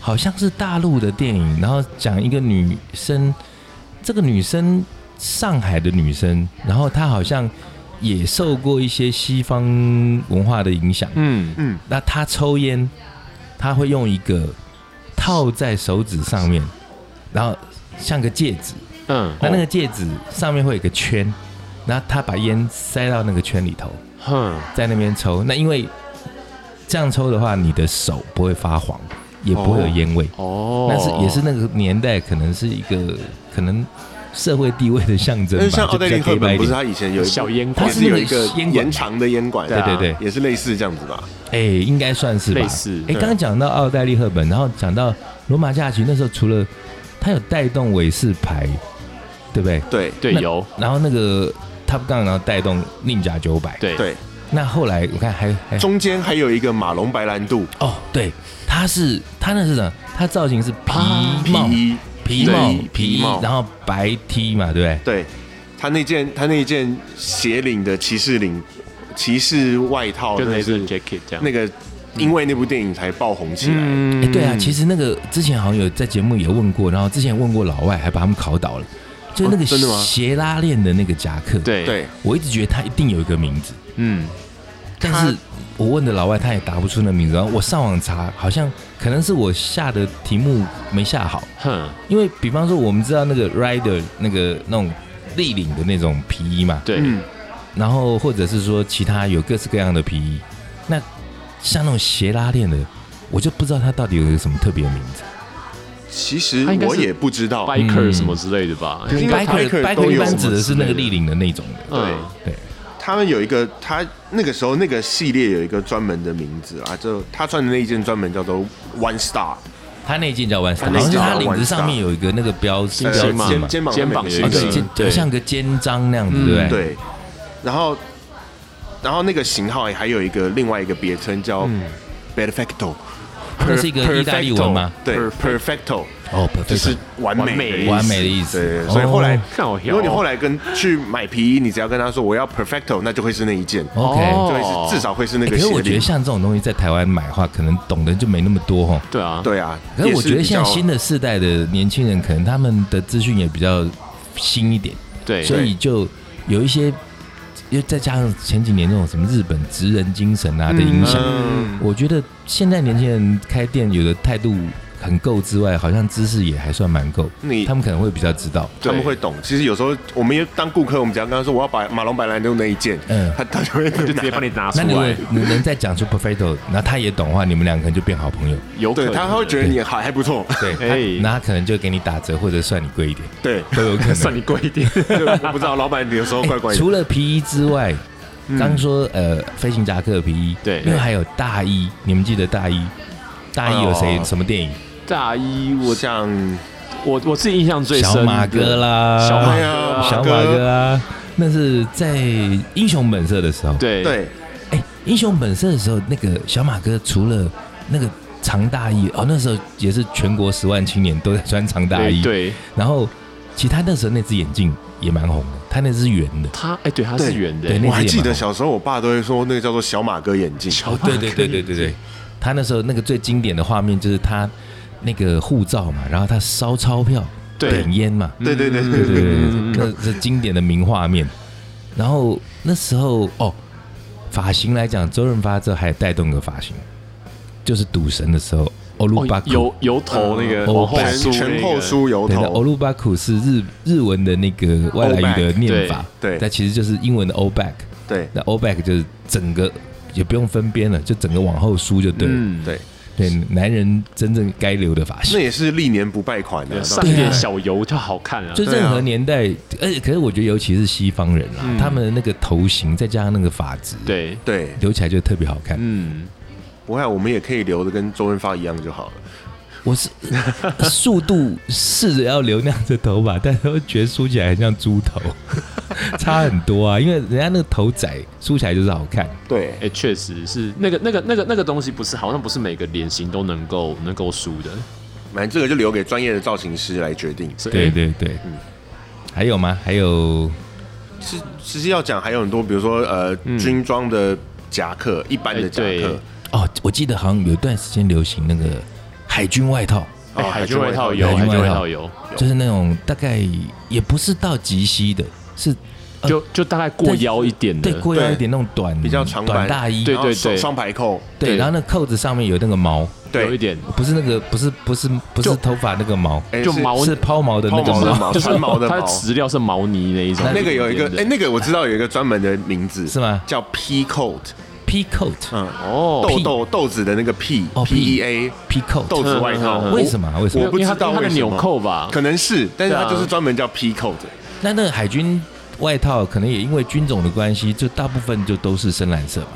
Speaker 3: 好像是大陆的电影，然后讲一个女生，这个女生上海的女生，然后她好像也受过一些西方文化的影响，
Speaker 2: 嗯，
Speaker 1: 嗯，
Speaker 3: 那他抽烟，他会用一个套在手指上面，然后像个戒指，
Speaker 1: 哦
Speaker 2: 嗯
Speaker 3: 那那个戒指上面会有一个圈，然后他把烟塞到那个圈里头，
Speaker 2: 哼，
Speaker 3: 在那边抽。那因为这样抽的话，你的手不会发黄，也不会有烟味。
Speaker 2: 哦，
Speaker 3: 但是也是那个年代，可能是一个可能社会地位的象征
Speaker 1: 嗯但
Speaker 3: 吧，
Speaker 1: 是像奥黛丽·赫
Speaker 3: 就比较 gay 白
Speaker 1: 本，
Speaker 3: 一
Speaker 1: 不
Speaker 3: 点
Speaker 1: 是他以前有一部
Speaker 2: 小烟
Speaker 1: 它
Speaker 2: 管
Speaker 1: 也是有一
Speaker 3: 那
Speaker 1: 个
Speaker 3: 个烟管
Speaker 1: 延长的烟管，
Speaker 2: 对
Speaker 1: 啊
Speaker 3: 对对
Speaker 1: 也是类似这样子吧。
Speaker 3: 哎、应该算是吧。
Speaker 2: 类似
Speaker 3: 哎、
Speaker 2: 对
Speaker 3: 刚刚讲到奥黛丽·赫本，然后讲到罗马假期，那时候除了他有带动韦氏牌，对不对？
Speaker 1: 对
Speaker 2: 对
Speaker 3: 那
Speaker 2: 有，
Speaker 3: 然后那个 Top Gun，然后带动令甲九百。，
Speaker 2: 对
Speaker 1: 对，
Speaker 3: 那后来我看还还
Speaker 1: 中间还有一个马龙白兰度
Speaker 3: 哦，对，他是他那是什么？他造型是
Speaker 2: 啊
Speaker 3: 皮
Speaker 1: 皮
Speaker 3: 帽、
Speaker 1: 衣，
Speaker 3: 皮帽
Speaker 1: 对、皮
Speaker 3: 皮
Speaker 1: 帽
Speaker 3: 衣，然后白 T 嘛，对哎不对？
Speaker 1: 对他那件他那件斜领的骑士领骑士外套，
Speaker 2: 就
Speaker 1: 真
Speaker 2: 那
Speaker 1: 的
Speaker 2: 是
Speaker 1: 是
Speaker 2: jacket 这
Speaker 1: 哦
Speaker 2: 样，
Speaker 1: 那个因为那部电影才爆红起来。
Speaker 2: 嗯
Speaker 3: 哎，对啊，其实那个之前好像有在节目也问过，然后之前问过老外，还把他们考倒了，就那个
Speaker 1: 哦真的吗
Speaker 3: 斜拉链的那个夹克，
Speaker 2: 对，
Speaker 1: 对，
Speaker 3: 我一直觉得他一定有一个名字，
Speaker 2: 嗯，
Speaker 3: 但是我问的老外他也答不出那名字，然后我上网查，好像可能是我下的题目没下好，
Speaker 2: 哼，
Speaker 3: 因为比方说我们知道那个 rider 那个那种立领的那种皮衣嘛，
Speaker 2: 对，
Speaker 1: 嗯，
Speaker 3: 然后或者是说其他有各式各样的皮衣，那像那种斜拉链的，我就不知道它到底有一个什么特别的名字。
Speaker 1: 其实
Speaker 2: 他应该是
Speaker 1: 我也不知道，
Speaker 3: 嗯
Speaker 2: biker 什么之类的吧，
Speaker 1: 嗯应该
Speaker 3: biker
Speaker 1: biker 都
Speaker 3: biker 一
Speaker 1: 有
Speaker 3: 般
Speaker 1: 什
Speaker 3: 指
Speaker 1: 么
Speaker 3: 的
Speaker 1: 之
Speaker 3: 是那
Speaker 1: 类
Speaker 3: 个
Speaker 1: 的
Speaker 3: 立领的那种的，
Speaker 2: 嗯，
Speaker 3: 对。
Speaker 1: 他们有一个他那个时候那个系列有一个专门的名字啊，就他穿的那一件专门叫做 One Star，
Speaker 3: 他那件叫 One
Speaker 1: 他
Speaker 3: Star，
Speaker 1: 那
Speaker 3: 好
Speaker 1: 件
Speaker 3: 像是
Speaker 1: 叫
Speaker 3: 他领
Speaker 1: One Star
Speaker 3: 子上面有一个那个标志
Speaker 2: 星
Speaker 3: 标
Speaker 2: 星
Speaker 3: 志
Speaker 2: 嘛
Speaker 3: 嘛，
Speaker 1: 呃肩肩膀
Speaker 2: 肩膀
Speaker 1: 上面有
Speaker 2: 有
Speaker 3: 哦
Speaker 2: 一
Speaker 1: 一个
Speaker 3: 对，肩
Speaker 2: 对
Speaker 3: 像个肩章那样子，
Speaker 2: 嗯
Speaker 3: 对不对？
Speaker 1: 对，然后然后那个型号还有一个另外一个别称叫 Perfecto，
Speaker 3: 那是一个意大利文吗？
Speaker 1: 对，Perfecto
Speaker 3: 哦
Speaker 1: 就
Speaker 3: ，perfect，
Speaker 1: 是完美的意思
Speaker 3: 完美的意思
Speaker 1: 对，
Speaker 3: 哦
Speaker 1: 所以后来
Speaker 2: 看我
Speaker 1: 如果你后
Speaker 2: 来
Speaker 1: 来跟去买皮衣，你只要跟他说我要 Perfecto，那就会是那一件，
Speaker 3: OK。
Speaker 2: 哦
Speaker 1: 就会是至少会是那
Speaker 3: 欸
Speaker 1: 个
Speaker 3: 可是
Speaker 1: 鞋
Speaker 3: 我觉得
Speaker 1: 底。
Speaker 3: 像这种东西在台湾买的话，可能懂的人就没那么多哈。
Speaker 2: 对啊，
Speaker 1: 对啊，
Speaker 3: 可是我觉得像新
Speaker 1: 的
Speaker 3: 的世代的年轻人，可能他们的资讯也比较新一点，
Speaker 2: 对
Speaker 3: 所以就有一些，又再加上前几年那种什么日本职人精神啊的影响，
Speaker 1: 嗯
Speaker 3: 我觉得现在年轻人开店有的态度很够之外，好像知识也还算蛮够。
Speaker 1: 你
Speaker 3: 他们可能会比较知道，
Speaker 1: 他们会懂。其实有时候我们也当顾客，我们只要跟他说我要把马龙白兰度那一件，
Speaker 3: 嗯
Speaker 1: 他他就会
Speaker 2: 就直
Speaker 1: 拿
Speaker 2: 接帮你拿出
Speaker 3: 那你如果
Speaker 2: 来，
Speaker 3: 你能再讲出 perfecto，然后他也懂的话，你们两个人就变好朋友。
Speaker 2: 有可
Speaker 1: 对，
Speaker 2: 能
Speaker 1: 他会觉得你还还不 <laughs> 错，
Speaker 3: 对，他
Speaker 2: 哎
Speaker 3: 那他可能就给你打折或者算你贵
Speaker 2: <laughs>
Speaker 3: 一点，
Speaker 1: 对，
Speaker 3: 都有可
Speaker 1: <laughs>
Speaker 3: 能。
Speaker 2: 算你贵一点。
Speaker 1: 就我不知道老板有时候怪怪
Speaker 3: 欸
Speaker 1: 的，
Speaker 3: 除了皮衣之外，刚说呃，飞行夹克皮衣，
Speaker 2: 嗯对
Speaker 3: 因为还有大衣，你们记得大衣？大衣有谁？
Speaker 1: 哦
Speaker 3: 什么电影？
Speaker 2: <laughs> 大一我
Speaker 1: 像
Speaker 2: 我我自己印象最深
Speaker 3: 小
Speaker 2: 的，
Speaker 3: 马哥啦，
Speaker 2: 小
Speaker 1: 对
Speaker 2: 马哥
Speaker 1: 啊
Speaker 2: 啊，
Speaker 3: 哎小马哥啊，那是在英雄本色的时候。，
Speaker 2: 对
Speaker 1: 对
Speaker 3: 哎，英雄本色的时候，那个小马哥除了那个长大衣，哦，那时候也是全国十万青年都在穿长大衣。
Speaker 2: 对，对
Speaker 3: 然后其他那时候那只眼镜也蛮红的，他那只圆的。
Speaker 2: 他哎，对他是
Speaker 1: 对
Speaker 2: 圆的，
Speaker 3: 对那
Speaker 1: 我还记
Speaker 3: 也蛮
Speaker 1: 得
Speaker 3: 好
Speaker 1: 小时候我爸都会说那个叫做小马哥眼镜，
Speaker 2: 小
Speaker 3: <laughs> 对对对对
Speaker 2: 哦
Speaker 3: 对对，他那时候那个最经典的画面就是他那个护照嘛，然后他烧钞票、
Speaker 2: 对
Speaker 3: 点烟嘛，
Speaker 1: 对对对
Speaker 2: 嗯
Speaker 1: 对
Speaker 3: 对对对
Speaker 2: 嗯嗯嗯
Speaker 3: 对，那是经典的名画面。然后那时候哦，发型来讲，周润发这还带动个发型，就是赌神的时候，欧鲁巴
Speaker 2: 哦
Speaker 3: 库
Speaker 2: 油油头那个
Speaker 3: 嗯
Speaker 2: 往后
Speaker 1: 呃全
Speaker 2: 梳那个，
Speaker 1: 全后梳油
Speaker 3: 对，那欧
Speaker 1: 头，
Speaker 3: 鲁巴库是日日文的那个外来语的
Speaker 1: Old back，
Speaker 3: 念法，
Speaker 1: 对对
Speaker 3: 那其实就是英文的 o back，
Speaker 1: 对
Speaker 3: 那 o back 就是整个也不用分边了，就整个往后梳就哦对了。
Speaker 2: 嗯，
Speaker 1: 对，
Speaker 3: 对，男人真正该留的发
Speaker 1: 那
Speaker 3: 型。
Speaker 1: 也是历年不败款啊的
Speaker 2: 对，上一点小油就好看啊，
Speaker 3: 就任
Speaker 1: 对啊
Speaker 3: 何年代，而且可是我觉得，尤其是西方人啦，啊
Speaker 2: 嗯
Speaker 3: 他们的那个头型再加上那个发质，，
Speaker 2: 对，
Speaker 1: 对，
Speaker 3: 留起来就特别好看。
Speaker 2: 嗯，
Speaker 1: 不过我们也可以留的跟周润发一样就好了。
Speaker 3: 我是速度试着要留那样子的头发， <laughs> 但是我觉得梳起来很像猪头， <laughs> 差很多啊。因为人家那个头窄，梳起来就是好看。
Speaker 1: 对，
Speaker 2: 哎，确实是那个那个那个那个东西，不是好像不是每个脸型都能够能够梳的，
Speaker 1: 反正这个就留给专业的造型师来决定。
Speaker 2: 所以
Speaker 3: 对，对对，
Speaker 1: 嗯
Speaker 3: 还有吗？还有
Speaker 1: 其其实要讲还有很多，比如说呃，
Speaker 3: 嗯
Speaker 1: 军装的夹克，一般的夹
Speaker 2: 哎
Speaker 1: 克
Speaker 2: 对，
Speaker 3: 哦，我记得好像有一段时间流行那个海军外套。
Speaker 2: 哎
Speaker 1: 哦
Speaker 2: 海军外套
Speaker 1: 有
Speaker 2: 有，
Speaker 3: 海
Speaker 2: 海
Speaker 3: 军
Speaker 2: 军
Speaker 3: 外
Speaker 2: 外
Speaker 3: 套
Speaker 2: 套有，
Speaker 3: 就是那种大概也不是到及膝的，是呃
Speaker 2: 就就大概过腰一点的
Speaker 3: 对，过腰一点那种短
Speaker 1: 比较长版
Speaker 3: 短大衣，
Speaker 2: 对
Speaker 1: 然后手双排扣，
Speaker 3: 对，
Speaker 2: 对
Speaker 3: 然后那扣子上面有那个毛，
Speaker 2: 有一
Speaker 1: 对，
Speaker 2: 点，
Speaker 3: 不是那个不是不是不是
Speaker 2: 就
Speaker 3: 头发那个毛，
Speaker 1: 哎
Speaker 2: 就是毛
Speaker 3: 是抛锚的那个
Speaker 1: 抛锚的毛
Speaker 3: 毛，
Speaker 2: 就是
Speaker 1: 船毛的
Speaker 2: 它
Speaker 1: 毛
Speaker 2: 的质料是毛呢那一种，
Speaker 1: 那个有一个，哎，那个我知道有一个专门的名字，
Speaker 3: 是吗
Speaker 1: 叫 P coat，
Speaker 3: ？P coat
Speaker 1: 嗯，
Speaker 2: 哦，
Speaker 1: 豆
Speaker 3: 屁
Speaker 1: 豆豆子的那个 P
Speaker 3: 哦
Speaker 1: P E A
Speaker 3: P
Speaker 1: 豆
Speaker 3: coat，
Speaker 1: 子外套
Speaker 2: 嗯嗯，嗯
Speaker 1: 我
Speaker 3: 为什么啊？为什
Speaker 1: 我
Speaker 3: 么？
Speaker 1: 不知道
Speaker 2: 因为它因为它
Speaker 1: 为
Speaker 2: 的
Speaker 1: 什么
Speaker 2: 纽扣吧，
Speaker 1: 可能是，但是
Speaker 2: 对啊
Speaker 1: 它就是专门叫 P coat，
Speaker 3: 那那个海军外套可能也因为军种的关系，就大部分就都是深蓝色嘛。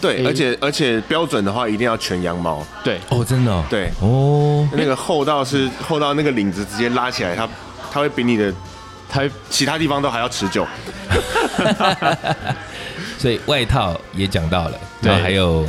Speaker 1: 对，
Speaker 2: 哎
Speaker 1: 而且而且标准的话一定要全羊毛，
Speaker 2: 对，
Speaker 3: 哦，真的哦，
Speaker 1: 对
Speaker 3: 哦，
Speaker 2: 哎
Speaker 1: 那个厚到是厚到那个领子直接拉起来，它它会比你的
Speaker 2: 它会
Speaker 1: 其他地方都还要持久。
Speaker 3: 所以外套也讲到了，
Speaker 2: 对
Speaker 3: 然后还有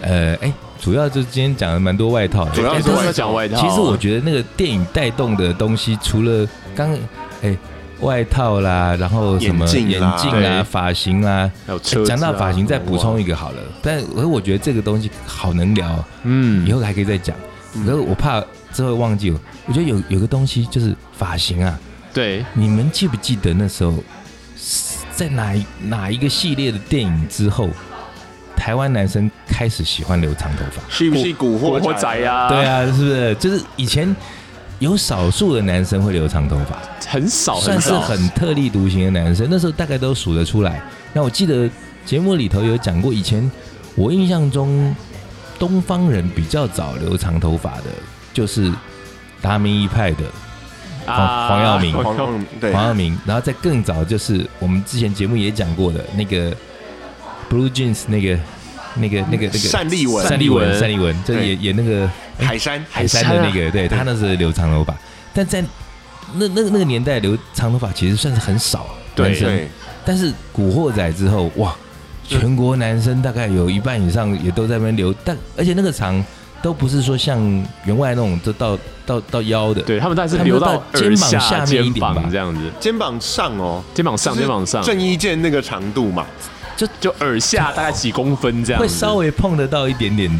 Speaker 3: 呃，哎，主要就是今天讲了蛮多外套的，
Speaker 1: 主要
Speaker 2: 哎
Speaker 1: 是
Speaker 2: 都
Speaker 1: 外
Speaker 2: 是
Speaker 1: 套
Speaker 2: 讲外套啊，
Speaker 3: 其实我觉得那个电影带动的东西，除了刚哎外套啦，然后什么
Speaker 1: 眼镜
Speaker 3: 眼
Speaker 1: 啦
Speaker 3: 镜啦、
Speaker 2: 对
Speaker 3: 发型啦，
Speaker 2: 还有
Speaker 3: 哎
Speaker 2: 车子啊
Speaker 3: 讲到发型再补充一个好了。但我我觉得这个东西好能聊，以
Speaker 2: 嗯，
Speaker 3: 后还可以再讲。可是我怕之后忘记了。我觉得有有个东西就是发型啊，
Speaker 2: 对，
Speaker 3: 你们记不记得那时候在哪一哪一个系列的电影之后，台湾男生开始喜欢留长头发？
Speaker 1: 是不是古惑
Speaker 2: 古惑仔
Speaker 1: 呀？
Speaker 2: 啊，
Speaker 3: 对，啊，是不是？就是以前有少数的男生会留长头发，
Speaker 2: 很少，
Speaker 3: 算是
Speaker 2: 少
Speaker 3: 哦很特立独行的男生。那时候大概都数得出来。那我记得节目里头有讲过，以前我印象中东方人比较早留长头发的，就是达明一派的黄黄耀明
Speaker 1: 黄黄对
Speaker 2: 啊
Speaker 3: 黄耀明，然后再更早就是我们之前节目也讲过的那个 Blue Jeans 那个那个那个那个
Speaker 1: 单立文
Speaker 3: 单立文，单立文，就是
Speaker 1: 对
Speaker 3: 演演那个
Speaker 1: 海山啊
Speaker 3: 海山的那个，对他那时候留长头发，但在那那那个年代留长头发其实算是很少
Speaker 2: 对
Speaker 3: 男生，
Speaker 1: 对
Speaker 3: 但是《古惑仔》之后，哇，
Speaker 1: 对
Speaker 3: 全国男生大概有一半以上也都在那边留，但而且那个长都不是说像员外那种都到到到腰的，
Speaker 2: 对他们大概是
Speaker 3: 他们
Speaker 2: 留
Speaker 3: 到
Speaker 2: 到
Speaker 3: 肩
Speaker 2: 耳
Speaker 3: 膀下面一
Speaker 2: 肩
Speaker 3: 点吧
Speaker 2: 膀这样子，
Speaker 1: 肩膀上哦，
Speaker 2: 肩膀上，
Speaker 1: 就是
Speaker 2: 肩膀上，
Speaker 1: 正一件那个长度嘛，
Speaker 2: 就耳下大概几公分这样
Speaker 3: 会
Speaker 2: 子，
Speaker 3: 稍微碰得到一点点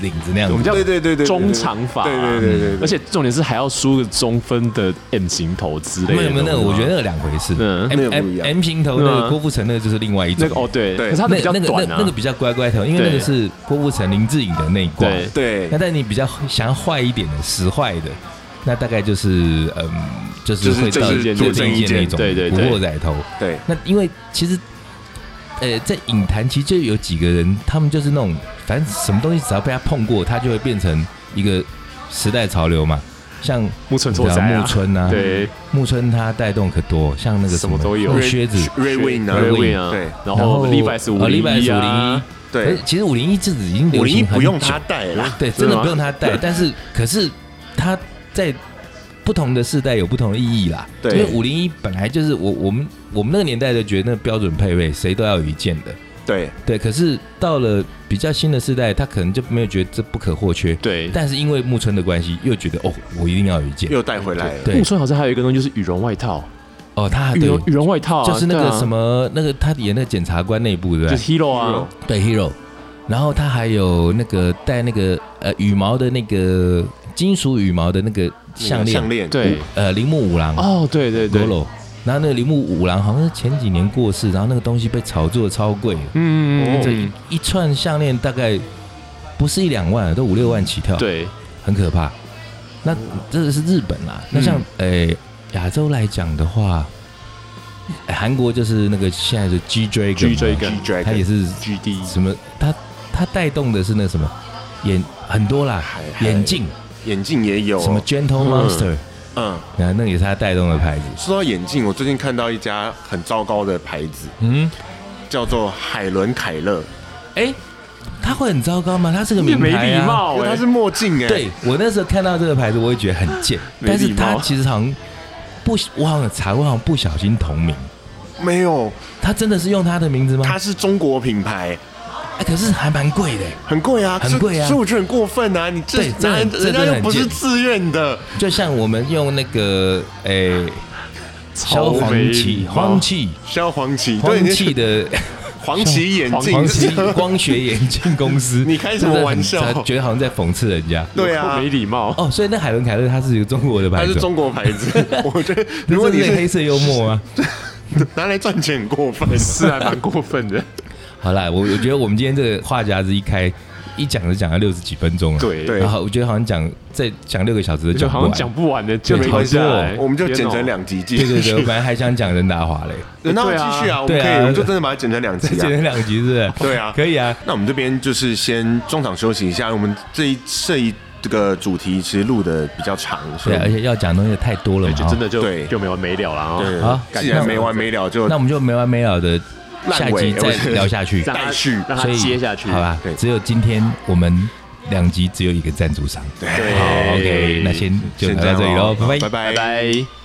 Speaker 3: 领子那样
Speaker 2: 我们
Speaker 3: 子，
Speaker 2: 叫
Speaker 1: 对对对对，
Speaker 2: 中长发，
Speaker 1: 对对对对，
Speaker 2: 而且重点是还要梳个中分的 M 型头之类的
Speaker 3: 没
Speaker 2: 东
Speaker 3: 有
Speaker 2: 西。
Speaker 3: 没有，那个我觉得那个两回事
Speaker 2: 嗯
Speaker 1: 那个
Speaker 3: ，M
Speaker 1: 不一
Speaker 3: M
Speaker 1: 样
Speaker 3: M 型头那
Speaker 2: 对
Speaker 3: 个
Speaker 2: 啊
Speaker 3: 郭富城那个就是另外一种
Speaker 2: 那，个哦对，
Speaker 1: 对
Speaker 2: 可是它的
Speaker 3: 那
Speaker 2: 比较
Speaker 3: 那个
Speaker 2: 短
Speaker 3: 那
Speaker 2: 啊，
Speaker 3: 那个比较乖乖头，因为
Speaker 2: 对
Speaker 3: 那个是郭富城、林志颖的那一挂。
Speaker 2: 对
Speaker 1: 对
Speaker 3: 那但你比较想要坏一点的、使坏的，那大概就是嗯，就是
Speaker 1: 就是
Speaker 3: 会到
Speaker 1: 就是
Speaker 2: 做
Speaker 3: 正
Speaker 1: 正义
Speaker 3: 义
Speaker 1: 剑
Speaker 3: 那种，
Speaker 2: 对对
Speaker 3: 古
Speaker 2: 对
Speaker 3: 惑仔头。
Speaker 1: 对
Speaker 3: 那因为其实，呃，在影坛其实就有几个人，他们就是那种，反正什么东西只要被他碰过，他就会变成一个时代潮流嘛。像
Speaker 2: 木村拓
Speaker 3: 你知
Speaker 2: 哉
Speaker 3: 道
Speaker 2: 啊
Speaker 3: 木村啊，
Speaker 2: 对
Speaker 3: 木村他带动可多，像那个
Speaker 2: 什么都有
Speaker 3: 那个靴子，
Speaker 1: ，Ray Win 啊
Speaker 2: r a
Speaker 3: Ray
Speaker 2: w i
Speaker 3: Wing，
Speaker 2: n 啊，
Speaker 1: 对
Speaker 2: 然
Speaker 3: 然
Speaker 2: 后
Speaker 3: 后
Speaker 2: Levi's 五
Speaker 3: 哦
Speaker 2: 零一啊，
Speaker 3: 可
Speaker 1: 对
Speaker 3: 是，其实五零一这只已经
Speaker 1: 五
Speaker 3: 流
Speaker 1: 零一
Speaker 3: 行很
Speaker 1: 不用
Speaker 3: 久
Speaker 1: 他带啦，
Speaker 3: 对，真
Speaker 2: 真的
Speaker 3: 的
Speaker 2: 吗
Speaker 3: 不用他带
Speaker 2: <laughs> 对，
Speaker 3: 但是可是他在不同的世代有不同的意义啦。
Speaker 1: 对
Speaker 3: 因为五零一本来就是我我们我们那个年代就觉得那标准配备谁都要有一件的，
Speaker 1: 对
Speaker 3: 对。可是到了比较新的世代，他可能就没有觉得这不可或缺，
Speaker 2: 对。
Speaker 3: 但是因为木村的关系，又觉得哦，我一定要有一件。
Speaker 1: 又带回来了，
Speaker 3: 对
Speaker 2: 木村好像还有一个东西就是羽绒外套，
Speaker 3: 哦，他
Speaker 2: 羽
Speaker 3: 对
Speaker 2: 绒，羽绒外套啊
Speaker 3: 就是那
Speaker 2: 对
Speaker 3: 个
Speaker 2: 啊
Speaker 3: 什么那个他演那个检察官那一部对不
Speaker 2: 就
Speaker 3: 对？
Speaker 2: 是 Hero 啊，
Speaker 3: 对 Hero，然后他还有那个戴那个呃羽毛的那个金属羽毛的那个项链
Speaker 1: 项，链，嗯
Speaker 2: 对，
Speaker 3: 呃，铃木五郎
Speaker 2: 哦对对对，
Speaker 3: ，Goro，然后那个铃木五郎好像是前几年过世，然后那个东西被炒作超贵，
Speaker 2: 嗯，
Speaker 1: 哦
Speaker 3: 这一一串项链大概不是一两万，都五六万起跳，，
Speaker 2: 对，
Speaker 3: 很可怕。那这个是日本啦，那像诶亚洲来讲的话，诶韩国就是那个现在的 G
Speaker 2: G
Speaker 1: G
Speaker 3: Dragon，
Speaker 2: Dragon
Speaker 1: Dragon，
Speaker 3: 它也是
Speaker 2: GD
Speaker 3: 什么，它它带动的是那什么眼很多啦，眼镜
Speaker 1: 眼镜也有，
Speaker 3: 什么 Gentle
Speaker 2: 嗯
Speaker 3: Monster，
Speaker 1: 嗯，
Speaker 3: 然后那个也是它带动的牌子，
Speaker 1: 说到眼镜，我最近看到一家很糟糕的牌子，
Speaker 3: 嗯。
Speaker 1: 叫做海伦凯勒，
Speaker 3: 哎，他会很糟糕吗？他是个
Speaker 2: 也
Speaker 3: 名
Speaker 2: 没
Speaker 3: 牌、啊、
Speaker 2: 礼。貌
Speaker 1: 因为
Speaker 2: 哎
Speaker 1: 它是，墨镜哎，
Speaker 3: 对我那时候看到这个牌子，我会觉得很贱，
Speaker 2: <laughs> 没
Speaker 3: 但是
Speaker 2: 礼貌
Speaker 3: 他其实好像不，我好像有查过，好像不小心同名。
Speaker 1: 没有，
Speaker 3: 他真的是用他的名字吗？
Speaker 1: 嗯它是中国品牌，
Speaker 3: 哎，可是还蛮贵的。
Speaker 1: 很贵啊，
Speaker 3: 很
Speaker 1: 所以
Speaker 3: 贵啊
Speaker 1: 所以我觉得很过分啊！你这
Speaker 3: 对这
Speaker 1: 拿
Speaker 3: 很这
Speaker 1: 人家
Speaker 3: 真的
Speaker 1: 又
Speaker 3: 很
Speaker 1: 不是
Speaker 3: 贱
Speaker 1: 自愿的，
Speaker 3: 就像我们用那个哎，消
Speaker 2: 超
Speaker 3: 黄
Speaker 2: 没礼
Speaker 3: 旗、
Speaker 2: 貌
Speaker 3: 黄旗、
Speaker 1: 萧煌奇，
Speaker 2: 哦
Speaker 1: 对
Speaker 3: 黄
Speaker 1: 你
Speaker 3: 旗的
Speaker 1: 黄旗眼镜，
Speaker 3: 黄旗光学眼镜公司，
Speaker 1: <laughs> 你开什么
Speaker 3: 真的很
Speaker 1: 玩笑
Speaker 3: 觉得好像在讽刺人家。
Speaker 1: <laughs> 对啊
Speaker 2: 没，礼貌，
Speaker 3: 哦，所以那海伦凯勒他是一个中国的
Speaker 1: 它
Speaker 3: 牌
Speaker 1: 是
Speaker 3: 子哦，
Speaker 1: 中国牌
Speaker 3: <laughs>
Speaker 1: 子，我觉得
Speaker 3: 这
Speaker 1: 如果
Speaker 3: 真
Speaker 1: 你
Speaker 3: 的黑
Speaker 1: 是
Speaker 3: 色幽默啊。
Speaker 1: 拿来赚钱，很过分。
Speaker 2: 是还蛮过分的，
Speaker 3: 好啦，我我觉得我们今天这个话匣子一开，一讲就讲了六十几分钟了。，
Speaker 2: <laughs> 对
Speaker 1: 对
Speaker 3: 然后我觉得好像讲再讲六个小时都
Speaker 2: 就
Speaker 3: 讲不
Speaker 2: 好像
Speaker 3: 完。
Speaker 2: 讲不完的，就
Speaker 3: 对
Speaker 2: 没关系
Speaker 3: 好多哦
Speaker 2: 啊，
Speaker 1: 我们就剪成
Speaker 2: 天哦，
Speaker 1: 两集继
Speaker 3: 对对对，我
Speaker 1: 续
Speaker 3: 本，来还想讲任达华
Speaker 1: <laughs>
Speaker 3: 嘞，
Speaker 1: 那我
Speaker 2: 对啊
Speaker 1: 继续啊，我们
Speaker 3: 对
Speaker 1: 可以，
Speaker 3: 啊
Speaker 1: 我们就真的把它剪成两
Speaker 3: 再
Speaker 1: 集
Speaker 3: 剪
Speaker 1: 啊。
Speaker 3: 成两集是不是？
Speaker 1: 对啊
Speaker 3: 可以啊。
Speaker 1: 那我们这边就是先中场休息一下，我们这一这一这个主题其实录的比较长，所
Speaker 3: 对
Speaker 1: 以
Speaker 3: 啊，而且要讲的东西太多了
Speaker 2: 对
Speaker 3: 嘛，
Speaker 2: 就真的
Speaker 1: 对
Speaker 2: 就就没完没了了啊，
Speaker 1: 对
Speaker 3: 好，
Speaker 1: 既
Speaker 3: 那
Speaker 1: 然
Speaker 3: 我
Speaker 1: 没完没了，就
Speaker 3: 哦。那我们就没完没了的下
Speaker 1: 烂尾
Speaker 3: 集再
Speaker 1: 我觉得
Speaker 3: 聊下去，
Speaker 2: 让他
Speaker 1: 待续
Speaker 2: 让他
Speaker 3: 所以
Speaker 2: 接下去，
Speaker 3: 好吧
Speaker 1: 对？
Speaker 3: 只有今天我们两集只有一个赞助商。
Speaker 1: 对
Speaker 3: 好，OK，那先就
Speaker 1: 先
Speaker 3: 聊
Speaker 1: 这
Speaker 3: 到
Speaker 1: 样
Speaker 3: 这里喽，
Speaker 1: 咯
Speaker 3: 拜拜
Speaker 1: 拜。拜
Speaker 2: 拜。